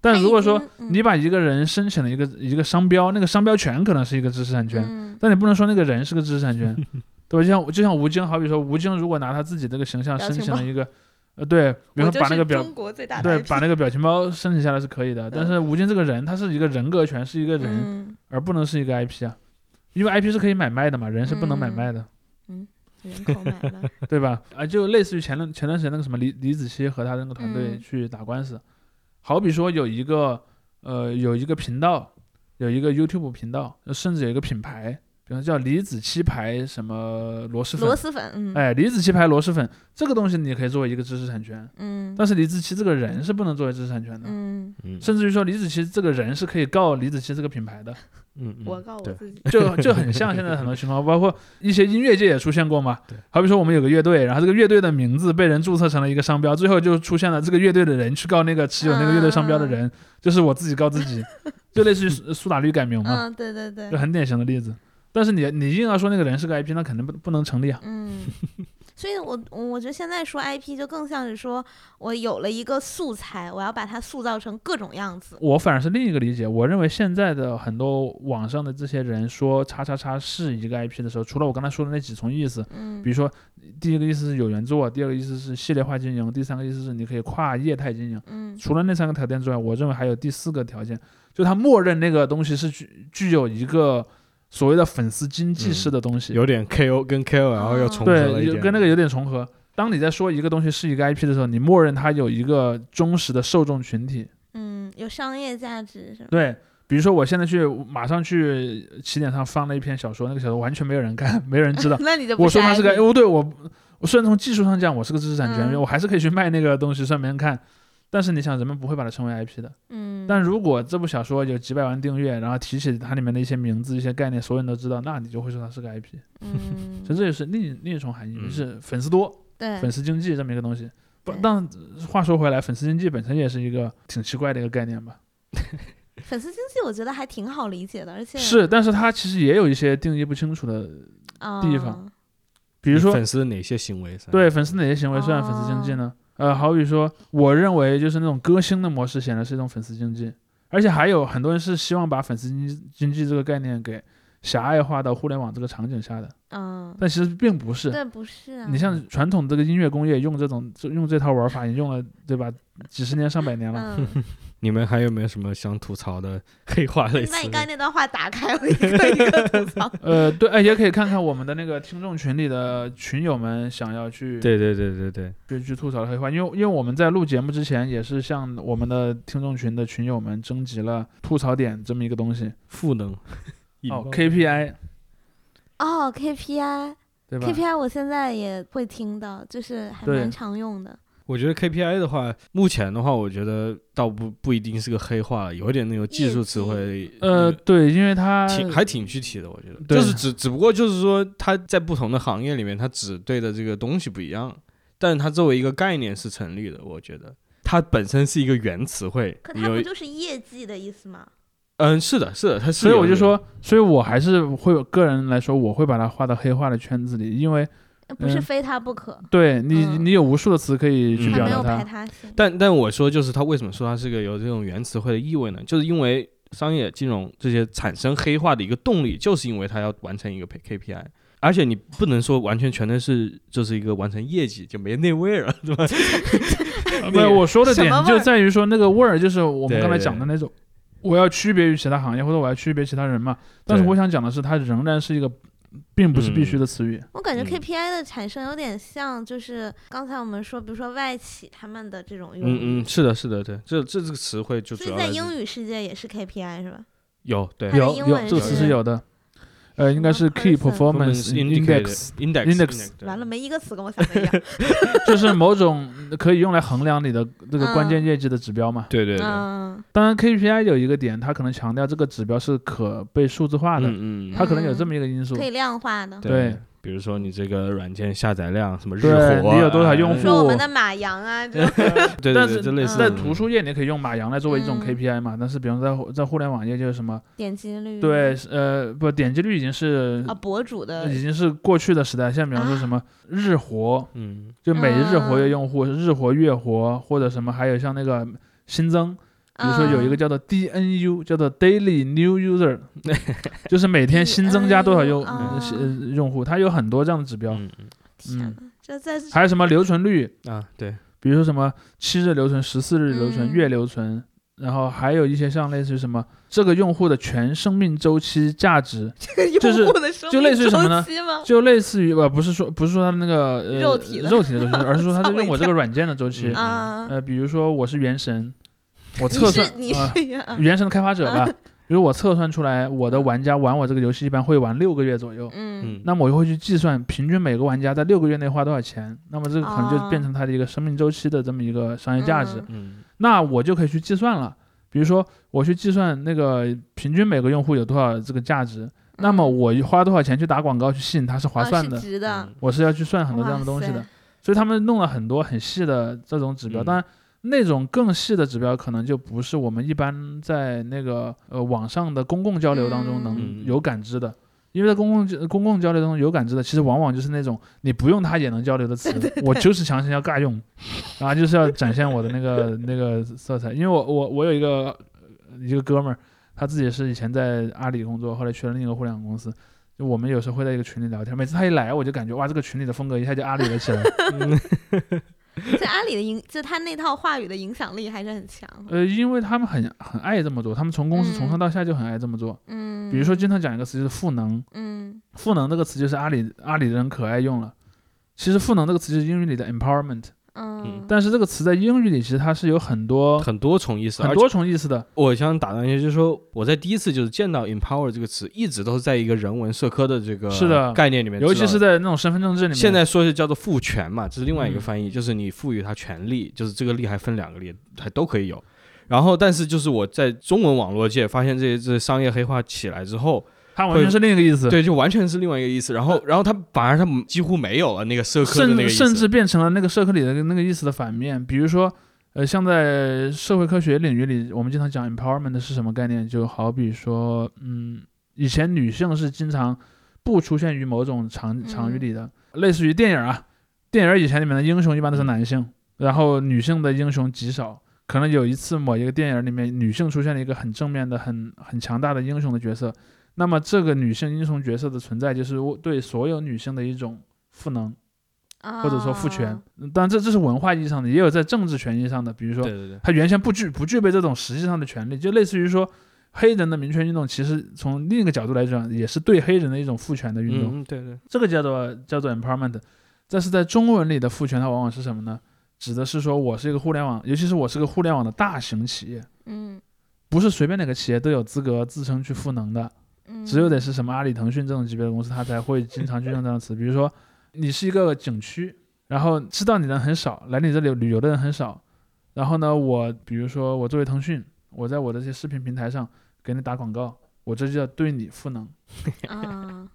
[SPEAKER 3] 但如果说你
[SPEAKER 2] 把
[SPEAKER 3] 把一个人申请了一个一个商标，那个商标权可能是一个知识产权，
[SPEAKER 2] 嗯
[SPEAKER 3] 但你不能说那个人是个知识产 权，对吧？就像就像吴京，好比说吴京如果拿他自己这个形象
[SPEAKER 2] 表
[SPEAKER 3] 申
[SPEAKER 2] 情
[SPEAKER 3] 请
[SPEAKER 2] 包
[SPEAKER 3] 了一个，呃，对，比如
[SPEAKER 2] 我
[SPEAKER 3] 说
[SPEAKER 2] 就啊
[SPEAKER 3] 把
[SPEAKER 2] 是
[SPEAKER 3] 那个表
[SPEAKER 2] 中国最大的
[SPEAKER 3] 对
[SPEAKER 2] IP
[SPEAKER 3] 把那个表情包申请下来是可以的，但是吴京这个人他是一个人格权，是一个人，
[SPEAKER 2] 嗯
[SPEAKER 3] 而不能是一个 IP 啊，因为 IP 是可以买卖的嘛，人是不能买
[SPEAKER 2] 嗯
[SPEAKER 3] 卖的。
[SPEAKER 2] 人口买 卖，
[SPEAKER 3] 对吧？啊，就类似于前段前段时间那个什么李李子柒和他那个团队
[SPEAKER 2] 嗯
[SPEAKER 3] 去打官司，好比说有一个呃有一个频道，有一个 YouTube 频道，甚至有一个品牌，比方叫李子柒牌什么螺蛳粉
[SPEAKER 2] 螺，蛳粉，嗯
[SPEAKER 3] 哎，李子柒牌螺蛳粉这个东西你可以作为一个知识产权，
[SPEAKER 2] 嗯
[SPEAKER 3] 但是李子柒这个人是不能作为知识产权的，
[SPEAKER 2] 嗯，
[SPEAKER 1] 嗯
[SPEAKER 3] 甚至于说李子柒这个人是可以告李子柒这个品牌的，
[SPEAKER 1] 嗯，嗯
[SPEAKER 2] 我告我
[SPEAKER 1] 对
[SPEAKER 2] 自己，
[SPEAKER 3] 就就很像现在很多情况，包括一些音乐界也出现过嘛
[SPEAKER 1] 对。
[SPEAKER 3] 好比说我们有个乐队，然后这个乐队的名字被人注册成了一个商标，最后就出现了这个乐队的人去告那个持有那个乐队商标的
[SPEAKER 2] 啊
[SPEAKER 3] 人，就是我自己告 自己，就类似于苏苏打绿改名嘛，
[SPEAKER 2] 嗯，对对对
[SPEAKER 3] 就，很典型的例子。但是你你硬要说那个人是个 IP，那肯定不不能成立啊。
[SPEAKER 2] 嗯，所以我我觉得现在说 IP 就更像是说我有了一个素材，我要把它塑造成各种样子。
[SPEAKER 3] 我反而是另一个理解，我认为现在的很多网上的这些人说叉叉叉是一个 IP 的时候，除了我刚才说的那几重意思，
[SPEAKER 2] 嗯
[SPEAKER 3] 比如说，第一个意思是有原作，第二个意思是系列化经营，第三个意思是你可以跨业态经营。
[SPEAKER 2] 嗯
[SPEAKER 3] 除了那三个条件之外，我认为还有第四个条件，就它默认那个东西是具具有一个所谓的粉丝经济式的东西，
[SPEAKER 1] 嗯有点 KO 跟 KOL 又重合了
[SPEAKER 3] 哦对，
[SPEAKER 1] 一
[SPEAKER 3] 有
[SPEAKER 1] 点，
[SPEAKER 3] 跟那个有点重合。当你在说一个东西是一个 IP 的时候，你默认它有一个忠实的受众群体。
[SPEAKER 2] 嗯，有商业价值是吧？
[SPEAKER 3] 对，比如说我现在去马上去起点上放了一篇小说，那个小说完全没有人看，没人知道。
[SPEAKER 2] 那你就不
[SPEAKER 3] 我说
[SPEAKER 2] 是
[SPEAKER 3] 它是个，
[SPEAKER 2] IP
[SPEAKER 3] 哦，对我，我虽然从技术上讲我是个知识产权，
[SPEAKER 2] 嗯
[SPEAKER 3] 我还是可以去卖那个东西，让别人看。但是你想，人们不会把它称为 IP 的。
[SPEAKER 2] 嗯，
[SPEAKER 3] 但如果这部小说有几百万订阅，然后提起它里面的一些名字、一些概念，所有人都知道，那你就会说它是个 IP。
[SPEAKER 2] 嗯，
[SPEAKER 3] 所以这就是另另一重含义，就
[SPEAKER 1] 嗯
[SPEAKER 3] 是粉丝多、
[SPEAKER 2] 对，
[SPEAKER 3] 粉丝经济这么一个东西。不
[SPEAKER 2] 对，
[SPEAKER 3] 但话说回来，粉丝经济本身也是一个挺奇怪的一个概念吧。
[SPEAKER 2] 粉丝经济我觉得还挺好理解的，而且
[SPEAKER 3] 是，但是它其实也有一些定义不清楚的，地方，比
[SPEAKER 1] 比
[SPEAKER 3] 如说
[SPEAKER 1] 粉丝哪些行为？
[SPEAKER 3] 对，粉丝哪些行
[SPEAKER 2] 哦
[SPEAKER 3] 为算粉丝经济呢？呃，好比说，我认为就是那种歌星的模式显然是一种粉丝经济，而且还有很多人是希望把粉丝经济经济这个概念给狭隘化到互联网这个场景下的，
[SPEAKER 2] 嗯，
[SPEAKER 3] 但其实并不是。
[SPEAKER 2] 对，不是啊，
[SPEAKER 3] 你像传统这个音乐工业用这种这用这套玩法，已经用了对吧？几十年上百年了。
[SPEAKER 2] 嗯，
[SPEAKER 1] 你们还有没有什么想吐槽的 黑话类似
[SPEAKER 2] 那你
[SPEAKER 1] 的？
[SPEAKER 2] 刚才那段话打开我一个一个吐 槽，
[SPEAKER 3] 呃，对，哎，也可以看看我们的那个听众群里的群友们想要去
[SPEAKER 1] 对对对对对，
[SPEAKER 3] 去去吐槽的黑话，因为因为我们在录节目之前也是向我们的听众群的群友们征集了吐槽点这么一个东西
[SPEAKER 1] 赋能。
[SPEAKER 3] 哦，KPI
[SPEAKER 2] 哦，KPI。
[SPEAKER 3] 对吧
[SPEAKER 2] KPI 我现在也会听到，就是还
[SPEAKER 3] 对
[SPEAKER 2] 蛮常用的。
[SPEAKER 1] 我觉得 KPI 的话，目前的话，我觉得倒不不一定是个黑话，有一点那种技术词汇，
[SPEAKER 3] 呃，对，因为
[SPEAKER 2] 嗯
[SPEAKER 3] 它
[SPEAKER 1] 挺还挺具体的，我觉得，
[SPEAKER 3] 对
[SPEAKER 1] 就是只只不过就是说，它在不同的行业里面，它指对的这个东西不一样，但是它作为一个概念是成立的，我觉得它本身是一个原词汇
[SPEAKER 2] 可，它
[SPEAKER 1] 有
[SPEAKER 2] 不
[SPEAKER 1] 一
[SPEAKER 2] 就是业绩的意思吗？
[SPEAKER 1] 嗯是的是的，它是，
[SPEAKER 3] 所以我就，说，所以我还是会个人来说，我会把它划到黑化的圈子里，因为
[SPEAKER 2] 呃不是
[SPEAKER 3] 嗯
[SPEAKER 2] 非它不可，
[SPEAKER 3] 对你、
[SPEAKER 2] 嗯
[SPEAKER 3] 你有无数的词可以
[SPEAKER 1] 嗯
[SPEAKER 3] 去
[SPEAKER 2] 还
[SPEAKER 3] 表
[SPEAKER 2] 没
[SPEAKER 3] 达
[SPEAKER 2] 有排他
[SPEAKER 3] 它，
[SPEAKER 2] 性。
[SPEAKER 1] 但但我说就是它为什么说它是个有这种原词汇的意味呢？就是因为商业金融这些产生黑化的一个动力，就是因为它要完成一个 K P I。而且你不能说完全全都是就是一个完成业绩就没内味了，对吧？
[SPEAKER 3] 呃没有我说的
[SPEAKER 2] 什
[SPEAKER 3] 点
[SPEAKER 2] 么味儿
[SPEAKER 3] 就在于说那个味儿，就是我们
[SPEAKER 1] 对
[SPEAKER 3] 刚才
[SPEAKER 1] 对
[SPEAKER 3] 讲的那种，我要区别于其他行业，或者我要区别其他人嘛。但是
[SPEAKER 1] 对
[SPEAKER 3] 我想讲的是，它仍然是一个，并不是必须
[SPEAKER 1] 嗯
[SPEAKER 3] 的词语。
[SPEAKER 2] 我感觉
[SPEAKER 1] 嗯
[SPEAKER 2] KPI 的产生有点像，就是刚才我们说，比如说外企他们的这种用语，
[SPEAKER 1] 嗯嗯，是的，是的，对，这这这个词汇就
[SPEAKER 2] 所
[SPEAKER 1] 主
[SPEAKER 2] 以
[SPEAKER 1] 要
[SPEAKER 2] 在
[SPEAKER 1] 来自
[SPEAKER 2] 英语世界也是 KPI 是吧？
[SPEAKER 1] 有对
[SPEAKER 2] 它的
[SPEAKER 3] 有
[SPEAKER 2] 英
[SPEAKER 3] 有
[SPEAKER 2] 文
[SPEAKER 3] 这个词
[SPEAKER 1] 是
[SPEAKER 3] 是有的，呃，应该是 Key
[SPEAKER 2] Person
[SPEAKER 3] Performance Index，
[SPEAKER 1] index
[SPEAKER 3] index
[SPEAKER 2] 完
[SPEAKER 3] 啊
[SPEAKER 2] 了，没一个词跟我想的 一样。
[SPEAKER 3] 就是某种可以用来衡量你的这个
[SPEAKER 2] 嗯
[SPEAKER 3] 关键业绩的指标嘛。
[SPEAKER 1] 对对对，
[SPEAKER 2] 嗯，
[SPEAKER 3] 当然，KPI 有一个点，它可能强调这个指标是可被数字化的，
[SPEAKER 1] 嗯嗯，
[SPEAKER 3] 它可能有这么一个因素
[SPEAKER 2] 可。以量化的。
[SPEAKER 1] 对
[SPEAKER 3] 对，
[SPEAKER 1] 比如说你这个软件下载量什么日
[SPEAKER 3] 对
[SPEAKER 1] 活啊，
[SPEAKER 3] 你有多少用
[SPEAKER 1] 哎
[SPEAKER 3] 户
[SPEAKER 2] 说我们的马洋啊，这种
[SPEAKER 1] 对对
[SPEAKER 3] 但
[SPEAKER 1] 对，
[SPEAKER 3] 是
[SPEAKER 1] 就类似
[SPEAKER 3] 在
[SPEAKER 1] 的
[SPEAKER 3] 图书业，你可以用马洋来作为一种
[SPEAKER 2] 嗯
[SPEAKER 3] KPI 嘛。但是，比方在互在互联网业，就是什么
[SPEAKER 2] 点击率，
[SPEAKER 3] 对，呃，不，点击率已经是
[SPEAKER 2] 啊，博主的
[SPEAKER 3] 已经是过去的时代。现在，比方说
[SPEAKER 2] 啊
[SPEAKER 3] 什么日活，
[SPEAKER 1] 嗯，
[SPEAKER 3] 就每日活跃
[SPEAKER 2] 嗯
[SPEAKER 3] 用户、日活、月活，或者什么，还有像那个新增，比如说有一
[SPEAKER 2] 嗯
[SPEAKER 3] 个叫做 DNU，叫做 Daily New User，就是每天新增加多少用
[SPEAKER 2] DNU
[SPEAKER 3] 呃是呃用户，它有很多这样的指标，
[SPEAKER 1] 嗯嗯
[SPEAKER 2] 天
[SPEAKER 3] 嗯
[SPEAKER 2] 哪，这在
[SPEAKER 3] 还有什么留存率，
[SPEAKER 1] 嗯啊，对，
[SPEAKER 3] 比如说什么七日留存、十四日留存、
[SPEAKER 2] 嗯
[SPEAKER 3] 月留存，然后还有一些像类似于什么这个用户的全生命周期价值，就是
[SPEAKER 2] 用户的生
[SPEAKER 3] 就
[SPEAKER 2] 命
[SPEAKER 3] 类似于什么呢
[SPEAKER 2] 周期 吗？
[SPEAKER 3] 就类似于呃不是说不是说他们那个呃
[SPEAKER 2] 肉体的
[SPEAKER 3] 肉体的周期，而是说
[SPEAKER 2] 吓
[SPEAKER 3] 他
[SPEAKER 2] 我
[SPEAKER 3] 是
[SPEAKER 2] 一
[SPEAKER 3] 用 我这个软件的周期
[SPEAKER 1] 嗯，
[SPEAKER 2] 啊，
[SPEAKER 3] 呃比如说我是原神，
[SPEAKER 2] 你
[SPEAKER 3] 我呃测算
[SPEAKER 2] 是你
[SPEAKER 3] 呃
[SPEAKER 2] 是一个啊嗯
[SPEAKER 3] 原神的开发者吧，比如我测算出来，我的玩家玩我这个游戏一般会玩六个月左右，
[SPEAKER 2] 嗯
[SPEAKER 1] 嗯，
[SPEAKER 3] 那么我就会去计算平均每个玩家在六个月内花多少钱，那么这个可能就
[SPEAKER 2] 哦
[SPEAKER 3] 变成它的一个生命周期的这么一个商业价值。
[SPEAKER 2] 嗯
[SPEAKER 1] 嗯
[SPEAKER 3] 那我就可以去计算了。比如说，我去计算那个平均每个用户有多少这个价
[SPEAKER 2] 嗯
[SPEAKER 3] 值，那么我花多少钱去打广告去吸引它是划
[SPEAKER 2] 啊
[SPEAKER 3] 算的
[SPEAKER 2] 是，值的，
[SPEAKER 1] 嗯
[SPEAKER 3] 我是要去算很多这样的
[SPEAKER 2] 哇
[SPEAKER 3] 东西
[SPEAKER 2] 塞
[SPEAKER 3] 的。所以他们弄了很多很细的这种指标，
[SPEAKER 1] 嗯
[SPEAKER 3] 当然那种更细的指标可能就不是我们一般在那个呃网上的公共交流当
[SPEAKER 1] 嗯
[SPEAKER 3] 中能有感知的。因为在公共交公共交流当中有感知的，其实往往就是那种你不用它也能交流的词，我就是强行要尬用，然后就是要展现我的那个那个色彩。因为我我我有一个一个哥们儿，他自己是以前在阿里工作，后来去了另一个互联网公司。就我们有时候会在一个群里聊天，每次他一来，我就感觉哇，这个群里的风格一下就阿里了起来。
[SPEAKER 1] 嗯
[SPEAKER 3] 嗯
[SPEAKER 2] 这阿里的影，就他那套话语的影响力还是很强。
[SPEAKER 3] 呃，因为他们很很爱这么做，他们从公司
[SPEAKER 2] 嗯
[SPEAKER 3] 从上到下就很爱这么做。
[SPEAKER 2] 嗯，
[SPEAKER 3] 比如说，经常讲一个词就是赋能，
[SPEAKER 2] 嗯
[SPEAKER 3] 赋能这个词就是阿里阿里的人可爱用了。其实赋能这个词就是英语里的 empowerment，
[SPEAKER 2] 嗯，
[SPEAKER 3] 但是这个词在英语里其实它是有很多
[SPEAKER 1] 很多重意思，
[SPEAKER 3] 很
[SPEAKER 1] 而
[SPEAKER 3] 多重意思的。
[SPEAKER 1] 我想打断一下，就是说我在第一次就是见到 empower 这个词，一直都是在一个人文社科的这个
[SPEAKER 3] 是的
[SPEAKER 1] 概念里面知道
[SPEAKER 3] 尤
[SPEAKER 1] 的，
[SPEAKER 3] 其是在那种身份政治里面，
[SPEAKER 1] 现在说是叫做赋权嘛，这是另外一个
[SPEAKER 3] 嗯
[SPEAKER 1] 翻译，就是你赋予它权利，就是这个利还分两个利，还都可以有。然后，但是就是我在中文网络界发现这些这些商业黑化起来之后，
[SPEAKER 3] 它完全是另一个意思，
[SPEAKER 1] 对，就完全是另外一个意思。然后，然后它反而它几乎没有了那个社科的
[SPEAKER 3] 甚
[SPEAKER 1] 那个意
[SPEAKER 3] 至
[SPEAKER 1] 思，
[SPEAKER 3] 甚至变成了那个社科里的那个意思的反面。比如说，呃，像在社会科学领域里，我们经常讲 empowerment 是什么概念，就好比说，嗯，以前女性是经常不出现于某种场场域里的，类似于电影啊，电影以前里面的英雄一般都是男性，然后女性的英雄极少。可能有一次某一个电影里面，女性出现了一个很正面的、很很强大的英雄的角色，那么这个女性英雄角色的存在，就是对所有女性的一种赋能。或者说赋权
[SPEAKER 2] 啊。
[SPEAKER 3] 嗯当然，这这是文化意义上的，也有在政治权益上的。比如
[SPEAKER 1] 对
[SPEAKER 3] 说，
[SPEAKER 1] 对对，
[SPEAKER 3] 他原先不具不具备这种实际上的权利，就类似于说，黑人的民权运动，其实从另一个角度来讲，也是对黑人的一种赋权的运动。
[SPEAKER 1] 嗯，对对，
[SPEAKER 3] 这个叫做叫做 empowerment。但是在中文里的赋权，它往往是什么呢？指的是说我是一个互联网，尤其是我是个互联网的大型企业，
[SPEAKER 2] 嗯
[SPEAKER 3] 不是随便哪个企业都有资格自称去赋能的。
[SPEAKER 2] 嗯，
[SPEAKER 3] 只有得是什么阿里、腾讯这种级别的公司，它才会经常去用这样的词。比如说，你是一个景区，然后知道你的人很少，来你这里旅游的人很少，然后呢，我比如说我作为腾讯，我在我的这些视频平台上给你打广告，我这就叫对你赋能。
[SPEAKER 2] 啊，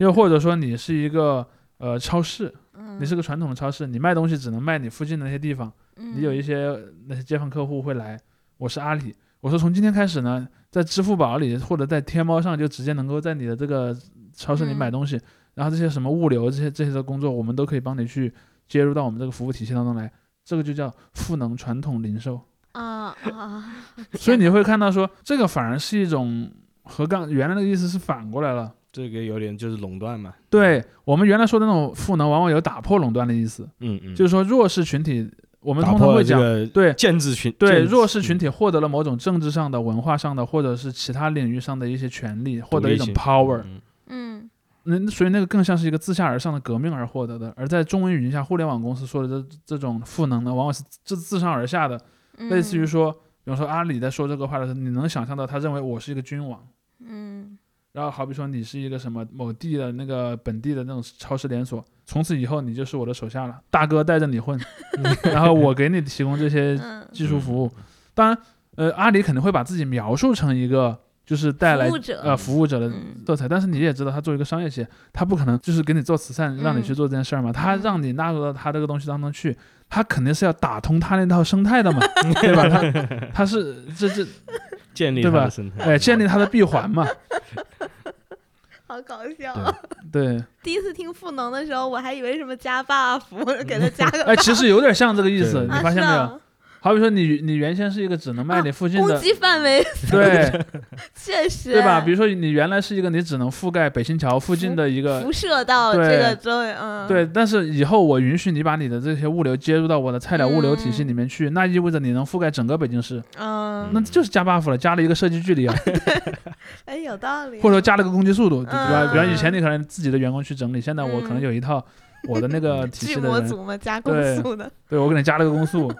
[SPEAKER 3] 又或者说你是一个呃超市，
[SPEAKER 2] 嗯
[SPEAKER 3] 你是个传统的超市，你卖东西只能卖你附近的那些地方，你有一
[SPEAKER 2] 些
[SPEAKER 3] 些那些街坊客户会来，我是阿里，我说从今天开始呢，在支付宝里或者在天猫上就直接能够在你的这个超市里买
[SPEAKER 2] 嗯
[SPEAKER 3] 东西，然后这些什么物流这些这些的工作，我们都可以帮你去接入到我们这个服务体系当中来，这个就叫赋能传统零售。
[SPEAKER 2] 啊啊，
[SPEAKER 3] 所以你会看到说，这个反而是一种和刚原来那个意思是反过来了。
[SPEAKER 1] 这个有点就是垄断嘛，
[SPEAKER 3] 对我们原来说的那种赋能，往往有打破垄断的意思，
[SPEAKER 1] 嗯嗯，
[SPEAKER 3] 就是说弱势群体，我们
[SPEAKER 1] 打
[SPEAKER 3] 通
[SPEAKER 1] 破
[SPEAKER 3] 常
[SPEAKER 1] 了
[SPEAKER 3] 会
[SPEAKER 1] 这
[SPEAKER 3] 讲，
[SPEAKER 1] 个
[SPEAKER 3] 对
[SPEAKER 1] 建制嗯群
[SPEAKER 3] 对弱势群
[SPEAKER 1] 体，
[SPEAKER 3] 体获得了某种政治上的、文化上的，或者是其他领域上的一些权利，获得一种
[SPEAKER 1] 独立性
[SPEAKER 3] power。
[SPEAKER 1] 嗯
[SPEAKER 2] 嗯
[SPEAKER 3] 那所以那个更像是一个自下而上的革命而获得的。而在中文语境下，互联网公司说的这这种赋能呢，往往是自自上而下的，
[SPEAKER 2] 嗯，
[SPEAKER 3] 类似于说，比方说阿里在说这个话的时候，你能想象到他认为我是一个君王。
[SPEAKER 2] 嗯
[SPEAKER 3] 然后好比说你是一个什么某地的那个本地的那种超市连锁，从此以后你就是我的手下了，大哥带着 你混，然后我给你提供这些
[SPEAKER 2] 嗯，
[SPEAKER 3] 技术服务。当然，呃，阿里肯定会把自己描述成一个就是带来
[SPEAKER 2] 服务者
[SPEAKER 3] 呃服务者的
[SPEAKER 2] 嗯
[SPEAKER 3] 色彩，但是你也知道，他作为一个商业企业，他不可能就是给你做慈善，让你
[SPEAKER 2] 嗯
[SPEAKER 3] 去做这件事儿嘛，他让你纳入到他这个东西当中去，他肯定是要打通他那套生 态的嘛，对吧？他他是这这
[SPEAKER 1] 建立
[SPEAKER 3] 对
[SPEAKER 1] 它
[SPEAKER 3] 吧
[SPEAKER 1] 的生态
[SPEAKER 3] 哎建立他的闭环嘛，
[SPEAKER 2] 好搞笑
[SPEAKER 1] 对
[SPEAKER 2] 啊。
[SPEAKER 3] 对，
[SPEAKER 2] 第一次听赋能的时候，我还以为是什么加 buff，给他加个 buff。
[SPEAKER 3] 哎，其实有点像这个意思，
[SPEAKER 1] 对
[SPEAKER 3] 你
[SPEAKER 2] 啊
[SPEAKER 3] 发现没？
[SPEAKER 2] 是
[SPEAKER 3] 有？
[SPEAKER 2] 啊
[SPEAKER 3] 好比说你你原先是一个只能卖你附近
[SPEAKER 2] 攻
[SPEAKER 3] 的，
[SPEAKER 2] 击范围
[SPEAKER 3] 对。
[SPEAKER 2] 确实
[SPEAKER 3] 对吧？比如说你原来是一个你只能覆盖北新桥附近的一个
[SPEAKER 2] 辐，射到这
[SPEAKER 3] 对
[SPEAKER 2] 个周围，嗯，
[SPEAKER 3] 对，但是以后我允许你把你的这些物流接入到我的菜鸟物流体系里面去，那意味着你能覆盖整个北京市，
[SPEAKER 2] 嗯，
[SPEAKER 3] 那就是加 buff 了，加了一个设计距 离啊，
[SPEAKER 2] 哎，有道理，
[SPEAKER 3] 或者说加了个攻击速度，对吧？
[SPEAKER 2] 嗯
[SPEAKER 3] 比方以前你可能自己的员工去整理，现在我可能
[SPEAKER 2] 嗯
[SPEAKER 3] 有一套我的那个体
[SPEAKER 2] 巨
[SPEAKER 3] 系的
[SPEAKER 2] 魔
[SPEAKER 3] 人，
[SPEAKER 2] 族嘛，加攻
[SPEAKER 3] 对
[SPEAKER 2] 速的，
[SPEAKER 3] 对我给你加了个攻速，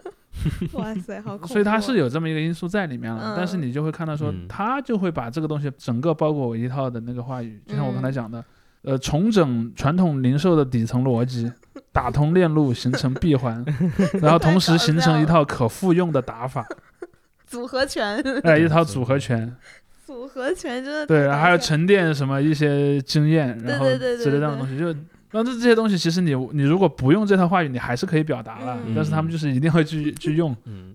[SPEAKER 2] 哇塞，好恐怖！
[SPEAKER 3] 所以它是有这么一个因素在里面了。但是
[SPEAKER 2] 嗯
[SPEAKER 3] 你就会看到说
[SPEAKER 1] 嗯，
[SPEAKER 3] 它就会把这个东西整个包裹为一套的那个话语，就像我刚
[SPEAKER 2] 嗯
[SPEAKER 3] 才讲的，呃，重整传统零售的底层逻辑，打通链路，形成闭环，然后同时形成一套可复用的打法，
[SPEAKER 2] 啊组合拳，
[SPEAKER 3] 哎，一套组合拳。
[SPEAKER 2] 组合拳真的
[SPEAKER 3] 对，
[SPEAKER 2] 太
[SPEAKER 3] 然后
[SPEAKER 2] 搞
[SPEAKER 3] 还有
[SPEAKER 2] 笑
[SPEAKER 3] 沉淀什么一些经验，然后
[SPEAKER 2] 对对对对
[SPEAKER 3] 之类这样的东西，就那这这些东西，其实你你如果不用这套话语，你还是可以表达了，
[SPEAKER 2] 嗯
[SPEAKER 3] 但是他们就是一定会去去用。
[SPEAKER 1] 嗯，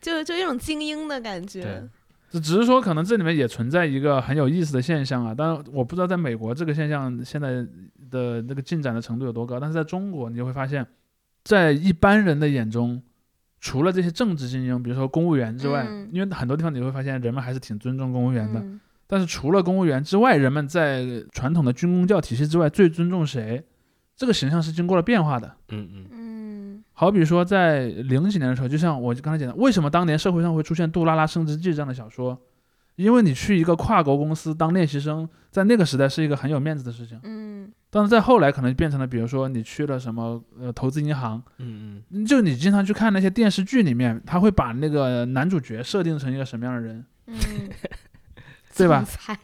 [SPEAKER 2] 就就一种精英的感觉
[SPEAKER 1] 对，
[SPEAKER 3] 只只是说，可能这里面也存在一个很有意思的现象啊，但我不知道在美国这个现象现在的那个进展的程度有多高，但是在中国，你就会发现，在一般人的眼中，除了这些政治精英，比如说公务员之外，
[SPEAKER 2] 嗯
[SPEAKER 3] 因为很多地方你会发现人们还是挺尊重公务员的，
[SPEAKER 2] 嗯
[SPEAKER 3] 但是除了公务员之外，人们在传统的军工教体系之外最尊重谁？这个形象是经过了变化的。
[SPEAKER 1] 嗯嗯
[SPEAKER 2] 嗯
[SPEAKER 3] 好比说，在零几年的时候，就像我刚才讲的，为什么当年社会上会出现《杜拉拉升职记》这样的小说？因为你去一个跨国公司当练习生，在那个时代是一个很有面子的事情。
[SPEAKER 2] 嗯
[SPEAKER 3] 但是在后来可能变成了，比如说你去了什么呃投资银行，
[SPEAKER 1] 嗯
[SPEAKER 3] 就你经常去看那些电视剧里面，他会把那个男主角设定成一个什么样的人？
[SPEAKER 2] 嗯，
[SPEAKER 3] 对吧
[SPEAKER 2] 总裁？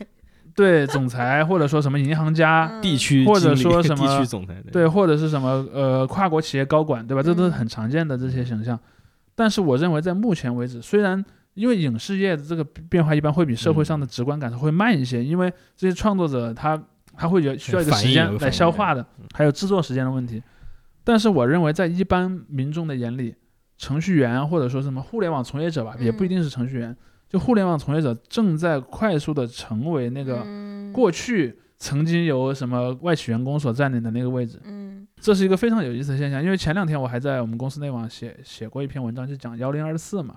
[SPEAKER 3] 对，总裁或者说什么银行家，
[SPEAKER 1] 嗯，地区
[SPEAKER 3] 或者
[SPEAKER 1] 经理
[SPEAKER 3] 说什么
[SPEAKER 1] 地区总裁
[SPEAKER 3] 对，或者是什么呃跨国企业高管，对吧？这都是
[SPEAKER 2] 嗯
[SPEAKER 3] 很常见的这些形象。但是我认为，在目前为止，虽然因为影视业的这个变化一般会比社会上的
[SPEAKER 1] 嗯
[SPEAKER 3] 直观感受会慢一些，因为这些创作者他他会有需要一个
[SPEAKER 1] 反应
[SPEAKER 3] 时
[SPEAKER 1] 有
[SPEAKER 3] 间
[SPEAKER 1] 个
[SPEAKER 3] 来
[SPEAKER 1] 反
[SPEAKER 3] 消
[SPEAKER 1] 应嗯
[SPEAKER 3] 化的，还有制作时间的问题。但是我认为，在一般民众的眼里，程序员或者说什么互联网从业者吧，也不一
[SPEAKER 2] 嗯
[SPEAKER 3] 定是程序员，就互联网从业者正在快速的成为那个
[SPEAKER 2] 个
[SPEAKER 3] 过去曾经由什么外企员工所占领的那个位置。
[SPEAKER 2] 嗯
[SPEAKER 3] 这是一个非常有意思的现象，因为前两天我还在我们公司内网写写过一篇文章，就讲幺零二四嘛，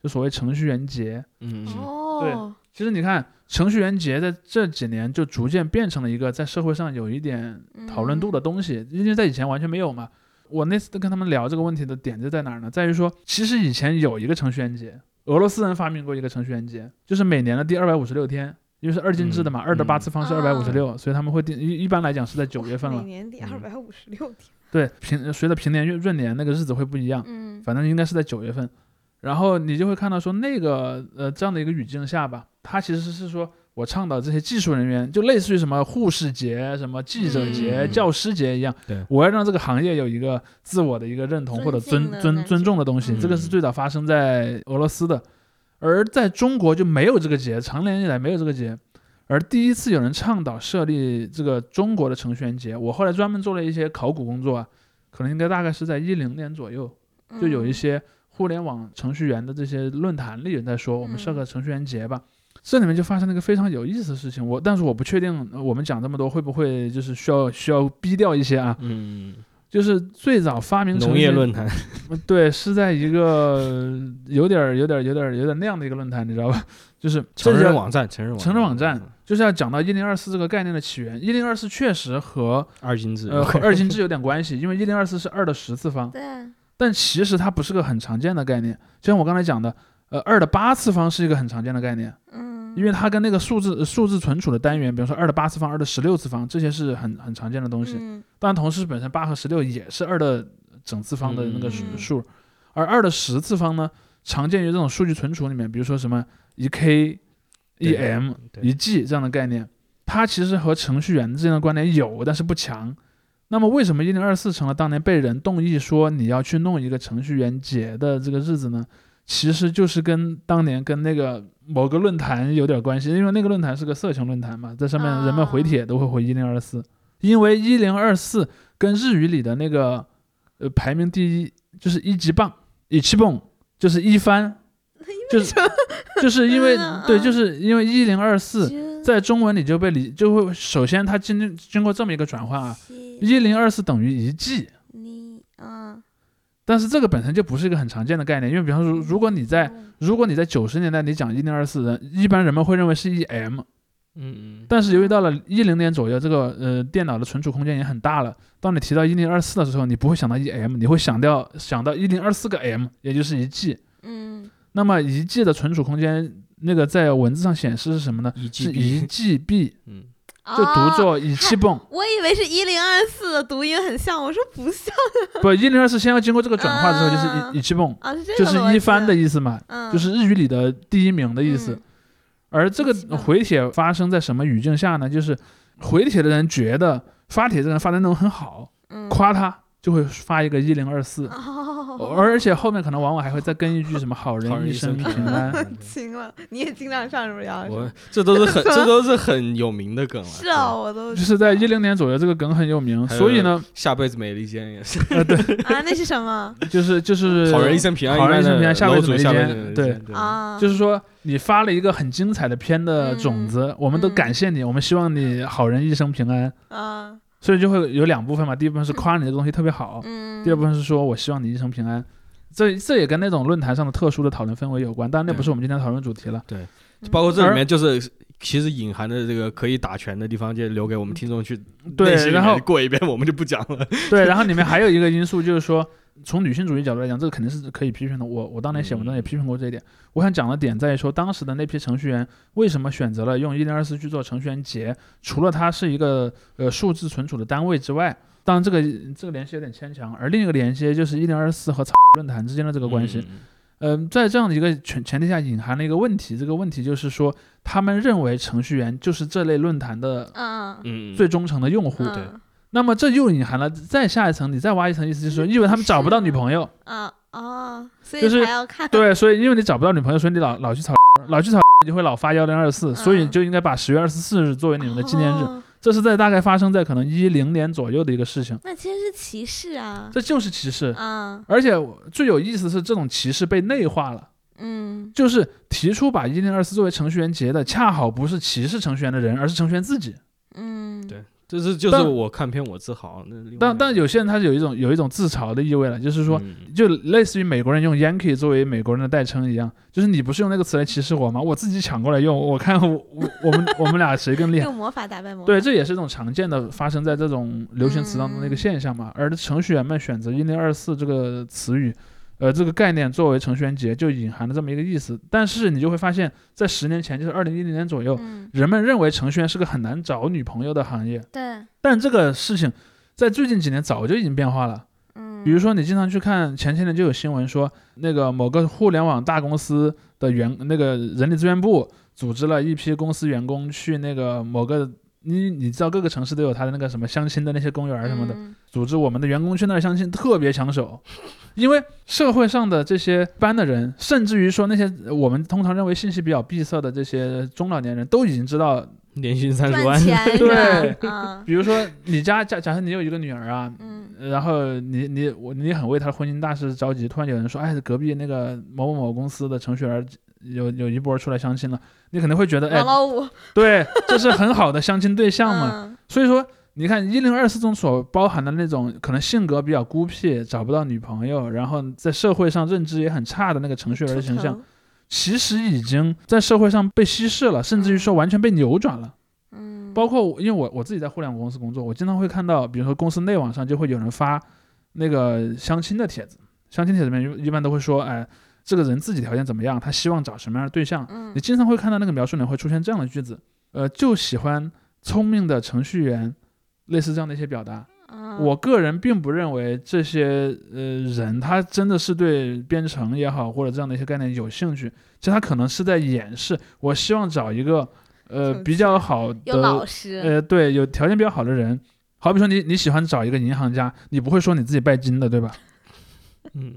[SPEAKER 3] 就所谓程序员节。
[SPEAKER 1] 嗯嗯
[SPEAKER 2] 哦，
[SPEAKER 3] 其实你看，程序员节在这几年就逐渐变成了一个在社会上有一点讨
[SPEAKER 2] 嗯
[SPEAKER 3] 论度的东西，因为在以前完全没有嘛。我那次跟他们聊这个问题的点就在哪儿呢？在于说，其实以前有一个程序员节，俄罗斯人发明过一个程序员节，就是每年的第二百五十六天，因为是二进制的嘛，
[SPEAKER 1] 嗯
[SPEAKER 3] 二的八次方是二百五十六，
[SPEAKER 1] 嗯
[SPEAKER 3] 所以他们会定一一般来讲是在九月份
[SPEAKER 2] 每
[SPEAKER 3] 了。
[SPEAKER 2] 年第
[SPEAKER 1] 嗯
[SPEAKER 2] 二百五十六天，
[SPEAKER 3] 对，平随着平年闰闰年那个日子会不一样，
[SPEAKER 2] 嗯
[SPEAKER 3] 反正应该是在九月份。然后你就会看到说那个呃这样的一个语境下吧，它其实是说我倡导这些技术人员，就类似于什么护士节、什么记者节、
[SPEAKER 1] 嗯
[SPEAKER 3] 教师节一样，
[SPEAKER 1] 对
[SPEAKER 3] 我要让这个行业有一个自我的一个认同
[SPEAKER 2] 尊
[SPEAKER 3] 或者尊
[SPEAKER 2] 敬的
[SPEAKER 3] 尊
[SPEAKER 2] 感
[SPEAKER 3] 尊
[SPEAKER 2] 觉
[SPEAKER 3] 重的东西，
[SPEAKER 2] 嗯
[SPEAKER 3] 这个是最早发生在俄罗斯的，而在中国就没有这个节，长年以来没有这个节。而第一次有人倡导设立这个中国的程序员节，我后来专门做了一些考古工作啊，可能应该大概是在一零年左右，就
[SPEAKER 2] 嗯
[SPEAKER 3] 有一些互联网程序员的这些论坛里人在说，我们设个程序员节吧。这里面就发生了一个非常有意思的事情，我但是我不确定呃我们讲这么多会不会就是需要需要逼掉一些啊？
[SPEAKER 1] 嗯，
[SPEAKER 3] 就是最早发明程
[SPEAKER 1] 农
[SPEAKER 3] 序
[SPEAKER 1] 业
[SPEAKER 3] 员
[SPEAKER 1] 论坛，
[SPEAKER 3] 呃对是在一个呃有点儿有点儿有点儿有点儿那样的一个论坛，你知道吧？就是
[SPEAKER 1] 成
[SPEAKER 3] 这
[SPEAKER 1] 人
[SPEAKER 3] 叫
[SPEAKER 1] 网站，成人网
[SPEAKER 3] 成人网站，就是要讲到一零二四这个概念的起源。一零二四确实和
[SPEAKER 1] 二进制，
[SPEAKER 3] 呃和二进制有点关系，因为一零二四是二的十次方，
[SPEAKER 2] 对，啊
[SPEAKER 3] 但其实它不是个很常见的概念。就像我刚才讲的，呃，二的八次方是一个很常见的概念，
[SPEAKER 2] 嗯，
[SPEAKER 3] 因为它跟那个数字呃数字存储的单元，比如说二的八次方、二的十六次方，这些是很很常见的东西。
[SPEAKER 2] 嗯
[SPEAKER 3] 当然，同时本身八和十六也是二的整次方的那个数
[SPEAKER 2] 嗯
[SPEAKER 3] 数，而二的十次方呢，常见于这种数据存储里面，比如说什么一 k、一
[SPEAKER 1] 对
[SPEAKER 3] E m、
[SPEAKER 1] 对
[SPEAKER 3] 一 g 这样的概念，它其实和程序员之间的关联有，但是不强。那么为什么一零二四成了当年被人动议说你要去弄一个程序员节的这个日子呢？其实就是跟当年跟那个某个论坛有点关系，因为那个论坛是个色情论坛嘛，在上面人们回帖都会回一零二四，因为一零二四跟日语里的那个呃排名第一就是一级棒，一七蹦就是一番，就是就是因为
[SPEAKER 2] 嗯嗯
[SPEAKER 3] 对，就是因为一零二四
[SPEAKER 2] 是
[SPEAKER 3] 在中文里就被理就会首先它经经过这么一个转换啊，一零二四等于一 G，
[SPEAKER 2] 你啊，
[SPEAKER 3] 但是这个本身就不是一个很常见的概念，因为比方说如如果你在
[SPEAKER 2] 嗯
[SPEAKER 3] 如果你在九十年代你讲一零二四人，一般人们会认为是一 M，
[SPEAKER 1] 嗯嗯，
[SPEAKER 3] 但是由于到了一零年左右，这个呃电脑的存储空间也很大了。当你提到一零二四的时候，你不会想到一 M，你会想到想到一零二四个 M，也就是一 G。
[SPEAKER 2] 嗯
[SPEAKER 3] 那么一 G 的存储空间，那个在文字上显示是什么呢？
[SPEAKER 1] 一
[SPEAKER 3] 是一
[SPEAKER 1] GB，
[SPEAKER 3] GB。
[SPEAKER 1] 嗯
[SPEAKER 3] 就读
[SPEAKER 2] 哦。
[SPEAKER 3] 作以 气泵。
[SPEAKER 2] 我以为是一零二四的读音很像，我说不像
[SPEAKER 3] 不，一零二四先要经过这个转化之后，就是以以气泵，
[SPEAKER 2] 啊，是这
[SPEAKER 3] 就
[SPEAKER 2] 个
[SPEAKER 3] 是
[SPEAKER 2] 逻辑
[SPEAKER 3] 一番的，意思嘛，
[SPEAKER 2] 嗯，
[SPEAKER 3] 就是日语里的第一名的意思
[SPEAKER 2] 嗯。
[SPEAKER 3] 而这
[SPEAKER 2] 以气泵
[SPEAKER 3] 个回帖发生在什么语境下呢？就是回帖的人觉得发帖的人发的内容很好，
[SPEAKER 2] 嗯
[SPEAKER 3] 夸他就会发一个一零二四，
[SPEAKER 2] 哦，
[SPEAKER 3] 而且后面可能往往还会再跟一句什么“好
[SPEAKER 1] 好
[SPEAKER 3] 人
[SPEAKER 1] 人
[SPEAKER 3] 一
[SPEAKER 1] 一生
[SPEAKER 3] 生
[SPEAKER 1] 平
[SPEAKER 3] 平安”。
[SPEAKER 1] 安。
[SPEAKER 2] 行了，你也经常上是不是 要？
[SPEAKER 1] 我这都是很这都是很有名的梗了。嗯
[SPEAKER 2] 是啊，我都
[SPEAKER 3] 就是在一零年左右，这个梗很有名，
[SPEAKER 1] 还有
[SPEAKER 3] 所以呢
[SPEAKER 1] 对，，下辈子美利坚也是。
[SPEAKER 2] 啊，那是什么
[SPEAKER 3] 就是就是
[SPEAKER 1] 好人一生平安，
[SPEAKER 3] 好人一生
[SPEAKER 1] 般的
[SPEAKER 3] 平安下辈子
[SPEAKER 1] 楼主
[SPEAKER 3] 美利
[SPEAKER 1] 下
[SPEAKER 3] 坚
[SPEAKER 1] 辈子美利
[SPEAKER 3] 对
[SPEAKER 1] 坚对
[SPEAKER 2] 啊？
[SPEAKER 3] 就是说，你发了一个很精彩的片的种子，我们都
[SPEAKER 2] 嗯
[SPEAKER 3] 感谢你，我们希望你好人一生平安。
[SPEAKER 2] 啊，
[SPEAKER 3] 所以就会有两部分嘛，第一部分是夸你这个东西特别好，
[SPEAKER 2] 嗯，
[SPEAKER 3] 第二部分是说我希望你一生平安。这这也跟那种论坛上的特殊的讨论氛围有关，当然那不是我们今天讨论主题了。
[SPEAKER 2] 嗯
[SPEAKER 1] 包括这里面就是其实隐含的这个可以打拳的地方，就留给我们听众去内心
[SPEAKER 3] 对，
[SPEAKER 1] 里
[SPEAKER 3] 然
[SPEAKER 1] 面
[SPEAKER 3] 后
[SPEAKER 1] 过一遍，我们就不讲了。
[SPEAKER 3] 对，然后里面还有一个因素就是说，从女性主义角度来讲，这个肯定是可以批评的。我我当年写文章也批评过这一点。我想讲的点在于说，当时的那批程序员为什么选择了用一零二四去做程序员节？除了它是一个呃数字存储的单位之外，当然这个这个联系有点牵强。而另一个联系就是一零二四和 X 论坛之间的这个关系。
[SPEAKER 1] 嗯，
[SPEAKER 3] 嗯、在这样的一个前前提下，隐含了一个问题，这个问题就是说，他们认为程序员就是这类论坛的
[SPEAKER 2] 嗯，
[SPEAKER 1] 嗯，
[SPEAKER 3] 最忠诚的用户。
[SPEAKER 1] 对
[SPEAKER 3] 那么这又隐含了再下一层，你再挖一层，意思就是说，因为他们找不到女朋友，
[SPEAKER 2] 啊哦，所以
[SPEAKER 3] 就是
[SPEAKER 2] 还要看
[SPEAKER 3] 对，所以因为你找不到女朋友，所以你老老去吵，老去吵，你就会老发幺零二四，所以就应该把十月二十四日作为你们的纪念日。
[SPEAKER 2] 哦
[SPEAKER 3] 这是在大概发生在可能一零年左右的一个事情，
[SPEAKER 2] 那其实是歧视啊，
[SPEAKER 3] 这就是歧视。
[SPEAKER 2] 嗯
[SPEAKER 3] 而且最有意思的是，这种歧视被内化了，
[SPEAKER 2] 嗯
[SPEAKER 3] 就是提出把一零二四作为程序员节的，恰好不是歧视程序员的人，而是程序员自己。
[SPEAKER 2] 嗯，
[SPEAKER 1] 对这是就是我看片我自豪。那另外
[SPEAKER 3] 但但有些人他是有一种有一种自嘲的意味了，就是说，
[SPEAKER 1] 嗯
[SPEAKER 3] 就类似于美国人用 Yankee 作为美国人的代称一样，就是你不是用那个词来歧视我吗？我自己抢过来用，我看我我我们我们俩谁更厉害？
[SPEAKER 2] 用魔法打败魔法，
[SPEAKER 3] 对，这也是一种常见的发生在这种流行词当中的一
[SPEAKER 2] 嗯
[SPEAKER 3] 个现象嘛。而程序员们选择“一零二四”这个词语，呃，这个概念作为程序员节，就隐含了这么一个意思。但是你就会发现，在十年前，就是二零一零年左右，
[SPEAKER 2] 嗯
[SPEAKER 3] 人们认为程序员是个很难找女朋友的行业，
[SPEAKER 2] 对，
[SPEAKER 3] 但这个事情在最近几年早就已经变化了。
[SPEAKER 2] 嗯，
[SPEAKER 3] 比如说，你经常去看前些年就有新闻说，那个某个互联网大公司的员，那个人力资源部组织了一批公司员工去那个某个，你你知道各个城市都有他的那个什么相亲的那些公园儿什么的，
[SPEAKER 2] 嗯
[SPEAKER 3] 组织我们的员工去那儿相亲，特别抢手，因为社会上的这些班的人，甚至于说那些我们通常认为信息比较闭塞的这些中老年人都已经知道，
[SPEAKER 1] 年薪三十
[SPEAKER 2] 赚
[SPEAKER 1] 万，
[SPEAKER 2] 钱是
[SPEAKER 3] 对
[SPEAKER 2] 吧？啊
[SPEAKER 3] 比如说你家假假设你有一个女儿啊，
[SPEAKER 2] 嗯
[SPEAKER 3] 然后你你我你很为他的婚姻大事着急，突然有人说，哎，隔壁那个某某某公司的程序员有有一波出来相亲了，你可能会觉得， 哎
[SPEAKER 2] 王，老五
[SPEAKER 3] 对，这是很好的相亲对象嘛。
[SPEAKER 2] 嗯
[SPEAKER 3] 所以说，你看一零二四中所包含的那种可能性格比较孤僻、找不到女朋友，然后在社会上认知也很差的那个程序员的
[SPEAKER 2] 出
[SPEAKER 3] 形象，
[SPEAKER 2] 头，
[SPEAKER 3] 其实已经在社会上被稀释了，甚至于说完全被扭转了。
[SPEAKER 2] 嗯，
[SPEAKER 3] 包括我，因为我我自己在互联网公司工作，我经常会看到，比如说公司内网上就会有人发那个相亲的帖子，相亲帖子里面一一般都会说，哎，这个人自己条件怎么样，他希望找什么样的对象。
[SPEAKER 2] 嗯
[SPEAKER 3] 你经常会看到那个描述里面会出现这样的句子，呃，就喜欢聪明的程序员，类似这样的一些表达。
[SPEAKER 2] 嗯
[SPEAKER 3] 我个人并不认为这些呃人他真的是对编程也好或者这样的一些概念有兴趣，其实他可能是在掩饰。我希望找一个呃
[SPEAKER 2] 程序
[SPEAKER 3] 比较好
[SPEAKER 2] 有老
[SPEAKER 3] 的
[SPEAKER 2] 师，
[SPEAKER 3] 呃对有条件比较好的人，好比说你你喜欢找一个银行家，你不会说你自己拜金的对吧？
[SPEAKER 1] 嗯，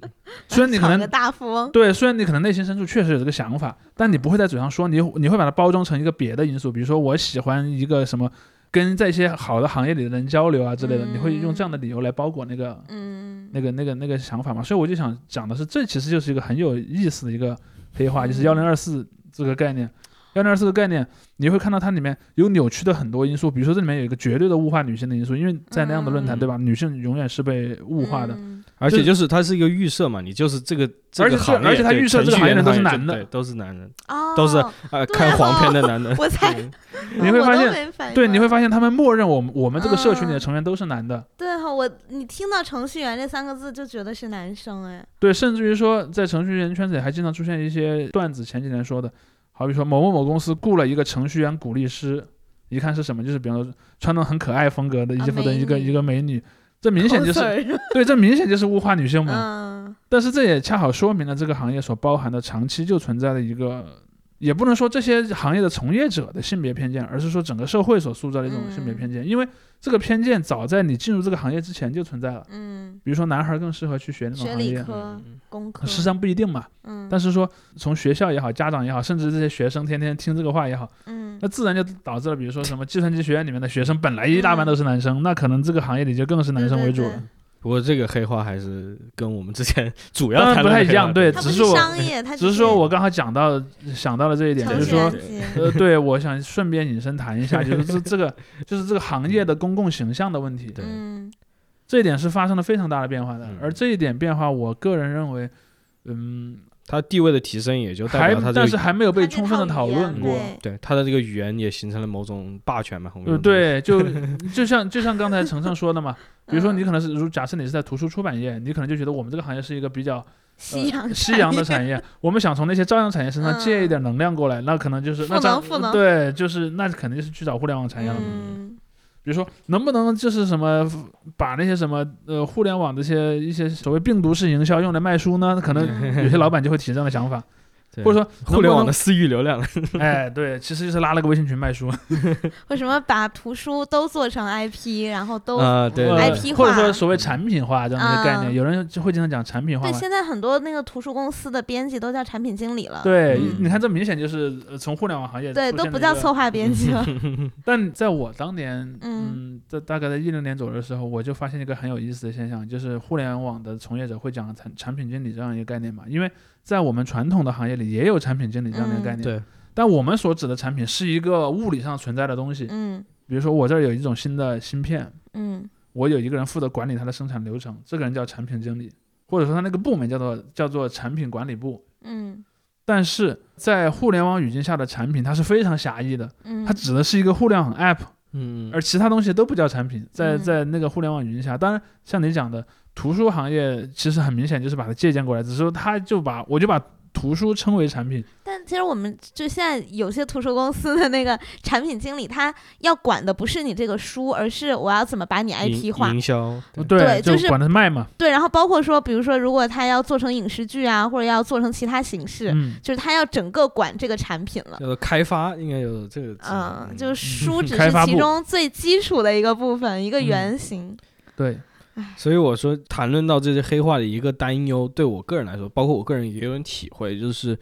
[SPEAKER 3] 虽 然你可
[SPEAKER 2] 炒个
[SPEAKER 3] 能
[SPEAKER 2] 大富翁，
[SPEAKER 3] 对，虽然你可能内心深处确实有这个想法，但你不会在嘴上说，你你会把它包装成一个别的因素，比如说我喜欢一个什么。跟在一些好的行业里的人交流啊之类的，你会用这样的理由来包裹那个
[SPEAKER 2] 嗯，
[SPEAKER 3] 那个那个那个想法嘛，所以我就想讲的是，这其实就是一个很有意思的一个黑话，就是
[SPEAKER 2] 嗯
[SPEAKER 3] 幺零二四这个概念。幺零二四个概念，你会看到它里面有扭曲的很多因素，比如说这里面有一个绝对的物化女性的因素，因为在那样的论坛，
[SPEAKER 1] 嗯
[SPEAKER 3] 对吧？女性永远是被物化的，
[SPEAKER 2] 嗯
[SPEAKER 1] 而且就是它是一个预设嘛，你就是这个这
[SPEAKER 3] 而
[SPEAKER 1] 个
[SPEAKER 3] 且是
[SPEAKER 1] 行业，
[SPEAKER 3] 而且它
[SPEAKER 1] 对
[SPEAKER 3] 预设这个
[SPEAKER 1] 程序员
[SPEAKER 3] 行业都是
[SPEAKER 1] 行业
[SPEAKER 3] 男的
[SPEAKER 1] 对都是男人，
[SPEAKER 2] 哦，
[SPEAKER 1] 都是呃，
[SPEAKER 2] 对
[SPEAKER 1] 看黄
[SPEAKER 2] 哦
[SPEAKER 1] 片的嗯男人，
[SPEAKER 2] 我才
[SPEAKER 1] 对
[SPEAKER 3] 你会
[SPEAKER 2] 我
[SPEAKER 3] 发
[SPEAKER 2] 都
[SPEAKER 3] 现
[SPEAKER 2] 没反应
[SPEAKER 3] 对，
[SPEAKER 2] 过
[SPEAKER 3] 你会发现他们默认我们我们这个社群里
[SPEAKER 2] 嗯
[SPEAKER 3] 的成员都是男的，
[SPEAKER 2] 对哈，我你听到程序员这三个字就觉得是男生哎，
[SPEAKER 3] 对，甚至于说在程序员圈子里还经常出现一些段子，前几年说的，好比说某某某公司雇了一个程序员鼓励师，一看是什么，就是比方说穿那种很可爱风格的衣
[SPEAKER 2] 啊
[SPEAKER 3] 服的一个
[SPEAKER 2] 美女
[SPEAKER 3] 一个美女，这明显就是
[SPEAKER 2] 是
[SPEAKER 3] 对，这明显就是物化女性嘛。
[SPEAKER 2] 嗯
[SPEAKER 3] 但是这也恰好说明了这个行业所包含的长期就存在的一个，也不能说这些行业的从业者的性别偏见，而是说整个社会所塑造的一种性别偏见。
[SPEAKER 2] 嗯
[SPEAKER 3] 因为这个偏见早在你进入这个行业之前就存在了。
[SPEAKER 2] 嗯，
[SPEAKER 3] 比如说，男孩更适合去学那种
[SPEAKER 2] 学
[SPEAKER 3] 行
[SPEAKER 2] 理
[SPEAKER 3] 业，
[SPEAKER 2] 科、
[SPEAKER 1] 嗯
[SPEAKER 2] 工科，
[SPEAKER 3] 实际上不一定嘛。
[SPEAKER 2] 嗯，
[SPEAKER 3] 但是说从学校也好，家长也好，甚至这些学生天天听这个话也好，
[SPEAKER 2] 嗯
[SPEAKER 3] 那自然就导致了，比如说什么计算机学院里面的学生本来一大半都是男生，那可能这个行业里就更是男生为主了。
[SPEAKER 2] 嗯对对对
[SPEAKER 1] 不过这个黑话还是跟我们之前主要
[SPEAKER 3] 当然
[SPEAKER 1] 谈
[SPEAKER 3] 不
[SPEAKER 1] 论的
[SPEAKER 3] 太
[SPEAKER 1] 黑
[SPEAKER 3] 一样
[SPEAKER 1] 话
[SPEAKER 3] 对
[SPEAKER 2] 它
[SPEAKER 3] 只
[SPEAKER 2] 不
[SPEAKER 3] 是我
[SPEAKER 2] 商 业，它
[SPEAKER 3] 只是说我刚好讲到想到了这一点，
[SPEAKER 2] 强
[SPEAKER 3] 就
[SPEAKER 1] 程
[SPEAKER 3] 是
[SPEAKER 1] 序
[SPEAKER 2] 制
[SPEAKER 3] 说
[SPEAKER 1] 员
[SPEAKER 2] 安全
[SPEAKER 3] 呃，对，我想顺便引申谈一下，就是这这个就是这个行业的公共形象的问题，
[SPEAKER 1] 对
[SPEAKER 2] 嗯
[SPEAKER 3] 这一点是发生了非常大的变化的
[SPEAKER 1] 嗯。
[SPEAKER 3] 而这一点变化，我个人认为，嗯，
[SPEAKER 1] 他地位的提升，也就代
[SPEAKER 3] 还
[SPEAKER 1] 表他这
[SPEAKER 3] 但
[SPEAKER 1] 个嗯
[SPEAKER 3] 是还没有被
[SPEAKER 2] 它这
[SPEAKER 3] 充分的
[SPEAKER 2] 套
[SPEAKER 3] 讨
[SPEAKER 2] 语言
[SPEAKER 3] 论过。
[SPEAKER 2] 对
[SPEAKER 1] 对他的这个语言也形成了某种霸权嘛，我们
[SPEAKER 3] 呃，
[SPEAKER 1] 说，
[SPEAKER 3] 对，就 就像就像刚才程程说的嘛，比如说
[SPEAKER 2] 嗯
[SPEAKER 3] 你可能是如假设你是在图书出版业，你可能就觉得我们这个行业是一个比较
[SPEAKER 2] 西洋
[SPEAKER 3] 呃、
[SPEAKER 2] 产
[SPEAKER 3] 西 洋
[SPEAKER 2] 业嗯
[SPEAKER 3] 的产业，我们想从那些朝阳产业身上借一点能量过来，那可能就是那
[SPEAKER 2] 赋
[SPEAKER 3] 咱
[SPEAKER 2] 能赋能
[SPEAKER 3] 对，就是那肯定是去找互联网产业了嘛。
[SPEAKER 2] 嗯
[SPEAKER 3] 比如说，能不能就是什么把那些什么呃互联网这些一些所谓病毒式营销用来卖书呢？可能
[SPEAKER 2] 嗯
[SPEAKER 3] 有些老板就会提这样的想法，
[SPEAKER 1] 对
[SPEAKER 3] 或者说
[SPEAKER 1] 互联网的
[SPEAKER 3] 能
[SPEAKER 1] 私域流量，
[SPEAKER 3] 不能哎对，其实就是拉了个微信群卖书，
[SPEAKER 2] 为什么把图书都做成 IP，然后都
[SPEAKER 1] 啊，对嗯
[SPEAKER 3] 呃
[SPEAKER 1] 对
[SPEAKER 2] IP 化
[SPEAKER 3] 或者说所谓产品化这样的一个概念，
[SPEAKER 2] 嗯
[SPEAKER 3] 有人就会经常讲产品化
[SPEAKER 2] 对，
[SPEAKER 3] 嘛。
[SPEAKER 2] 现在很多那个图书公司的编辑都叫产品经理了，
[SPEAKER 3] 对，
[SPEAKER 1] 嗯
[SPEAKER 3] 你看这明显就是呃从互联网行业
[SPEAKER 2] 啊对，
[SPEAKER 3] 出
[SPEAKER 2] 都
[SPEAKER 3] 现
[SPEAKER 2] 不
[SPEAKER 3] 的一
[SPEAKER 2] 叫
[SPEAKER 3] 个
[SPEAKER 2] 策划编辑了，
[SPEAKER 3] 但在我当年，
[SPEAKER 2] 嗯
[SPEAKER 3] 嗯，在大概在一零年左右的时候，我就发现一个很有意思的现象，就是互联网的从业者会讲产产品经理这样一个概念嘛，因为在我们传统的行业里也有产品经理这样的一个
[SPEAKER 2] 嗯
[SPEAKER 3] 概念，
[SPEAKER 1] 对，
[SPEAKER 3] 但我们所指的产品是一个物理上存在的东西，
[SPEAKER 2] 嗯
[SPEAKER 3] 比如说我这儿有一种新的芯片，
[SPEAKER 2] 嗯
[SPEAKER 3] 我有一个人负责管理它的生产流程，这个人叫产品经理，或者说他那个部门叫做叫做产品管理部。
[SPEAKER 2] 嗯
[SPEAKER 3] 但是在互联网语境下的产品，它是非常狭义的，
[SPEAKER 2] 嗯，
[SPEAKER 3] 它指的是一个互联网 app，
[SPEAKER 1] 嗯，
[SPEAKER 3] 而其他东西都不叫产品，在
[SPEAKER 2] 嗯
[SPEAKER 3] 在那个互联网语境下，当然像你讲的，图书行业其实很明显就是把它借鉴过来，只是说它就把我就把图书称为产品，
[SPEAKER 2] 但其实我们就现在有些图书公司的那个 产品经理，他要管的不是你这个书，而是我要怎么把你
[SPEAKER 1] 营
[SPEAKER 2] IP 化
[SPEAKER 1] 营。销，对
[SPEAKER 2] 对就
[SPEAKER 3] 就是管它卖嘛，
[SPEAKER 2] 对，然后包括说，比如说，如果他要做成影视剧啊，或者要做成其他形式，
[SPEAKER 3] 嗯，
[SPEAKER 2] 就是他要整个管这个产品了。
[SPEAKER 1] 叫做开发，应该有这个词，，
[SPEAKER 2] 嗯，就是是 书只
[SPEAKER 3] 开
[SPEAKER 2] 是
[SPEAKER 3] 发
[SPEAKER 2] 其
[SPEAKER 3] 部
[SPEAKER 2] 中最基础的一个部分，一个
[SPEAKER 3] 嗯
[SPEAKER 2] 原型。
[SPEAKER 3] 对，
[SPEAKER 1] 所以我说谈论到这些黑话的一个担忧，对我个人来说，包括我个人也有点体会，就是。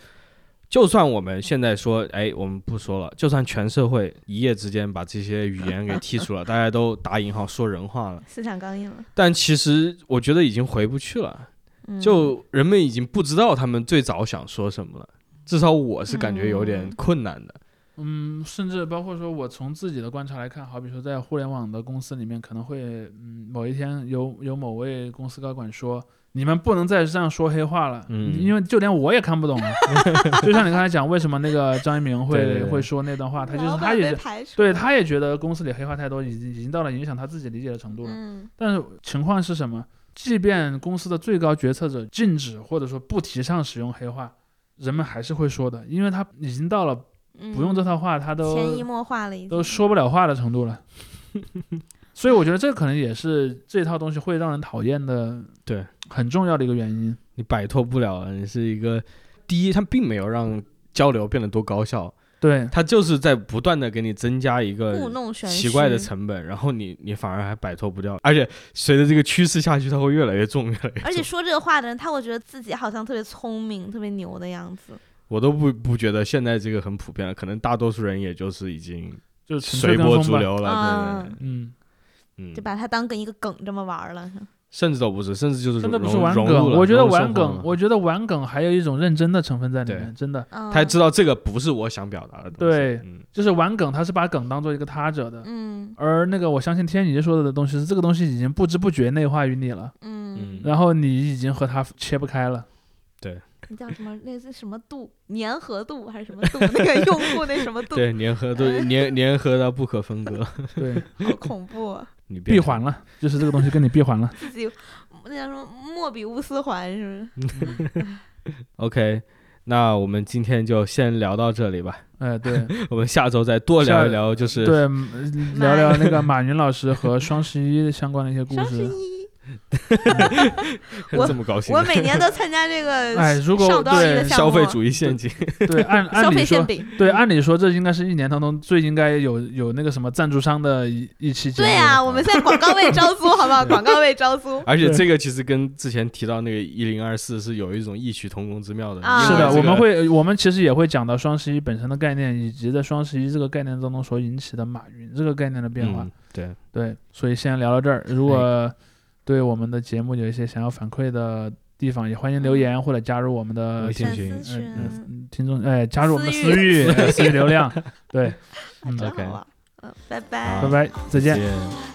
[SPEAKER 1] 就算我们现在说，哎，我们不说了。就算全社会一夜之间把这些语言给剔除了，大家都打引号说人话了，
[SPEAKER 2] 思想刚硬了。
[SPEAKER 1] 但其实我觉得已经回不去了。
[SPEAKER 2] 嗯、
[SPEAKER 1] 就人们已经不知道他们最早想说什么了，至少我是感觉有点困难的。
[SPEAKER 3] 嗯，甚至包括说我从自己的观察来看，好比说在互联网的公司里面，可能会，嗯，某一天有有某位公司高管说。你们不能再这样说黑话了，
[SPEAKER 1] 嗯
[SPEAKER 3] 因为就连我也看不懂啊。 就像你刚才讲，为什么那个张一鸣会
[SPEAKER 1] 对对对
[SPEAKER 3] 会说那段话，他就
[SPEAKER 2] 老
[SPEAKER 3] 是
[SPEAKER 2] 板
[SPEAKER 3] 他也
[SPEAKER 2] 被
[SPEAKER 3] 是
[SPEAKER 2] 排除
[SPEAKER 3] 对，
[SPEAKER 2] 了
[SPEAKER 3] 他也觉得公司里黑话太多，已经已经到了影响他自己理解的程度了。
[SPEAKER 2] 嗯
[SPEAKER 3] 但是情况是什么？即便公司的最高决策者禁止或者说不提倡使用黑话，人们还是会说的，因为他已经到了
[SPEAKER 2] 嗯
[SPEAKER 3] 不用这套话他都、
[SPEAKER 2] 潜移默嗯化了已经，
[SPEAKER 3] 都说不了话的程 度了。所以我觉得这可能也是这套东西会让人讨厌的，
[SPEAKER 1] 对，
[SPEAKER 3] 很重要的一个原因。
[SPEAKER 1] 你摆脱不了，你是一个第一，它并没有让交流变得多高效，
[SPEAKER 3] 对，
[SPEAKER 1] 它就是在不断的给你增加一
[SPEAKER 2] 故
[SPEAKER 1] 个
[SPEAKER 2] 弄玄虚，
[SPEAKER 1] 奇怪的成本，然后你你反而还摆脱不掉，而且随着这个趋势下去，它会越来越重，越来越重。
[SPEAKER 2] 而且说这个话的人，他会觉得自己好像特别聪明、特别牛的样子。
[SPEAKER 1] 我都不不觉得现在这个很普遍了，可能大多数人也就是已经
[SPEAKER 3] 就纯粹
[SPEAKER 1] 随波
[SPEAKER 3] 跟风
[SPEAKER 1] 逐
[SPEAKER 3] 吧。
[SPEAKER 1] 流
[SPEAKER 2] 啊
[SPEAKER 1] 了，对对对，
[SPEAKER 3] 嗯，
[SPEAKER 1] 嗯
[SPEAKER 2] 就，把它当跟一个梗这么玩儿了。
[SPEAKER 1] 甚至都不是，甚至就是
[SPEAKER 3] 真的不是
[SPEAKER 1] 融
[SPEAKER 3] 玩
[SPEAKER 1] 融
[SPEAKER 3] 梗，
[SPEAKER 1] 入了
[SPEAKER 3] 我觉得
[SPEAKER 1] 融入生
[SPEAKER 3] 玩
[SPEAKER 1] 活
[SPEAKER 3] 梗
[SPEAKER 1] 了，
[SPEAKER 3] 我觉得玩梗还有一种认真的成分在里
[SPEAKER 1] 对
[SPEAKER 3] 面，真的
[SPEAKER 2] 嗯，
[SPEAKER 1] 他知道这个不是我想表达的东西。
[SPEAKER 3] 对
[SPEAKER 1] 嗯，
[SPEAKER 3] 就是玩梗，他是把梗当做一个他者的。
[SPEAKER 2] 嗯
[SPEAKER 3] 而那个，我相信天怡说的东西是这个东西已经不知不觉内化于你了，
[SPEAKER 2] 嗯，
[SPEAKER 1] 嗯
[SPEAKER 3] 然后你已经和它切不开了。
[SPEAKER 2] 那叫什么？那是什么度？粘合度还是什么度？那个用户那什么 度？
[SPEAKER 1] 对，粘合对粘粘合到不可分割，
[SPEAKER 3] 对，
[SPEAKER 2] 好恐怖啊！
[SPEAKER 1] 你变
[SPEAKER 3] 闭环了，就是这个东西跟你闭环了。
[SPEAKER 2] 自己那叫什么莫比乌斯环是不是？
[SPEAKER 1] OK。那我们今天就先聊到这里吧，
[SPEAKER 3] 哎，对
[SPEAKER 1] 我们下周再多聊
[SPEAKER 3] 下
[SPEAKER 1] 一聊，就是
[SPEAKER 3] 对，嗯聊聊那个马云老师和双十一相关的一些故
[SPEAKER 2] 双十
[SPEAKER 3] 事。
[SPEAKER 2] 一，我
[SPEAKER 1] 这么高兴
[SPEAKER 2] 我
[SPEAKER 1] 的，
[SPEAKER 2] 每年都参加这 个
[SPEAKER 3] 哎如果
[SPEAKER 2] 上多少亿的
[SPEAKER 3] 对
[SPEAKER 2] 项
[SPEAKER 1] 消费
[SPEAKER 2] 目啊
[SPEAKER 1] 主义陷阱，，
[SPEAKER 3] 对，按
[SPEAKER 2] 消
[SPEAKER 3] 按
[SPEAKER 2] 费
[SPEAKER 3] 理
[SPEAKER 2] 馅
[SPEAKER 3] 说，
[SPEAKER 2] 饼，
[SPEAKER 3] 对，按理说这应该是一年当中最应该有有那个什么赞助商的一一期节目。
[SPEAKER 2] 对啊呀、我们在广告位招租，好不好？广告位招 租
[SPEAKER 1] 而且
[SPEAKER 3] 对
[SPEAKER 1] 这个其实跟之前提到那个一零二四是有一种异曲同工之妙的，
[SPEAKER 2] 啊
[SPEAKER 1] 因
[SPEAKER 3] 是
[SPEAKER 1] 为
[SPEAKER 3] 的，
[SPEAKER 1] 这
[SPEAKER 3] 我们
[SPEAKER 1] 个嗯
[SPEAKER 3] 会，我们其实也会讲到双十一本身的概念，以及在双十一这个概念当中所引起的马云这个概念的变化。
[SPEAKER 1] 嗯哎对，
[SPEAKER 3] 对，所以先聊到这儿。如果对我们的节目有一些想要反馈的地方，也欢迎
[SPEAKER 2] 嗯
[SPEAKER 3] 留言或者加入我们的
[SPEAKER 1] 微信
[SPEAKER 2] 粉
[SPEAKER 1] 群
[SPEAKER 2] 丝
[SPEAKER 3] 嗯
[SPEAKER 2] 群，
[SPEAKER 3] 嗯嗯听众，哎，加入我们的
[SPEAKER 2] 私
[SPEAKER 3] 私 域，哎私域流量。对，
[SPEAKER 2] 啊
[SPEAKER 3] 嗯
[SPEAKER 2] 真
[SPEAKER 1] ，OK
[SPEAKER 2] 好玩。嗯，拜 拜
[SPEAKER 1] 好
[SPEAKER 3] 拜拜，再见。
[SPEAKER 1] 见。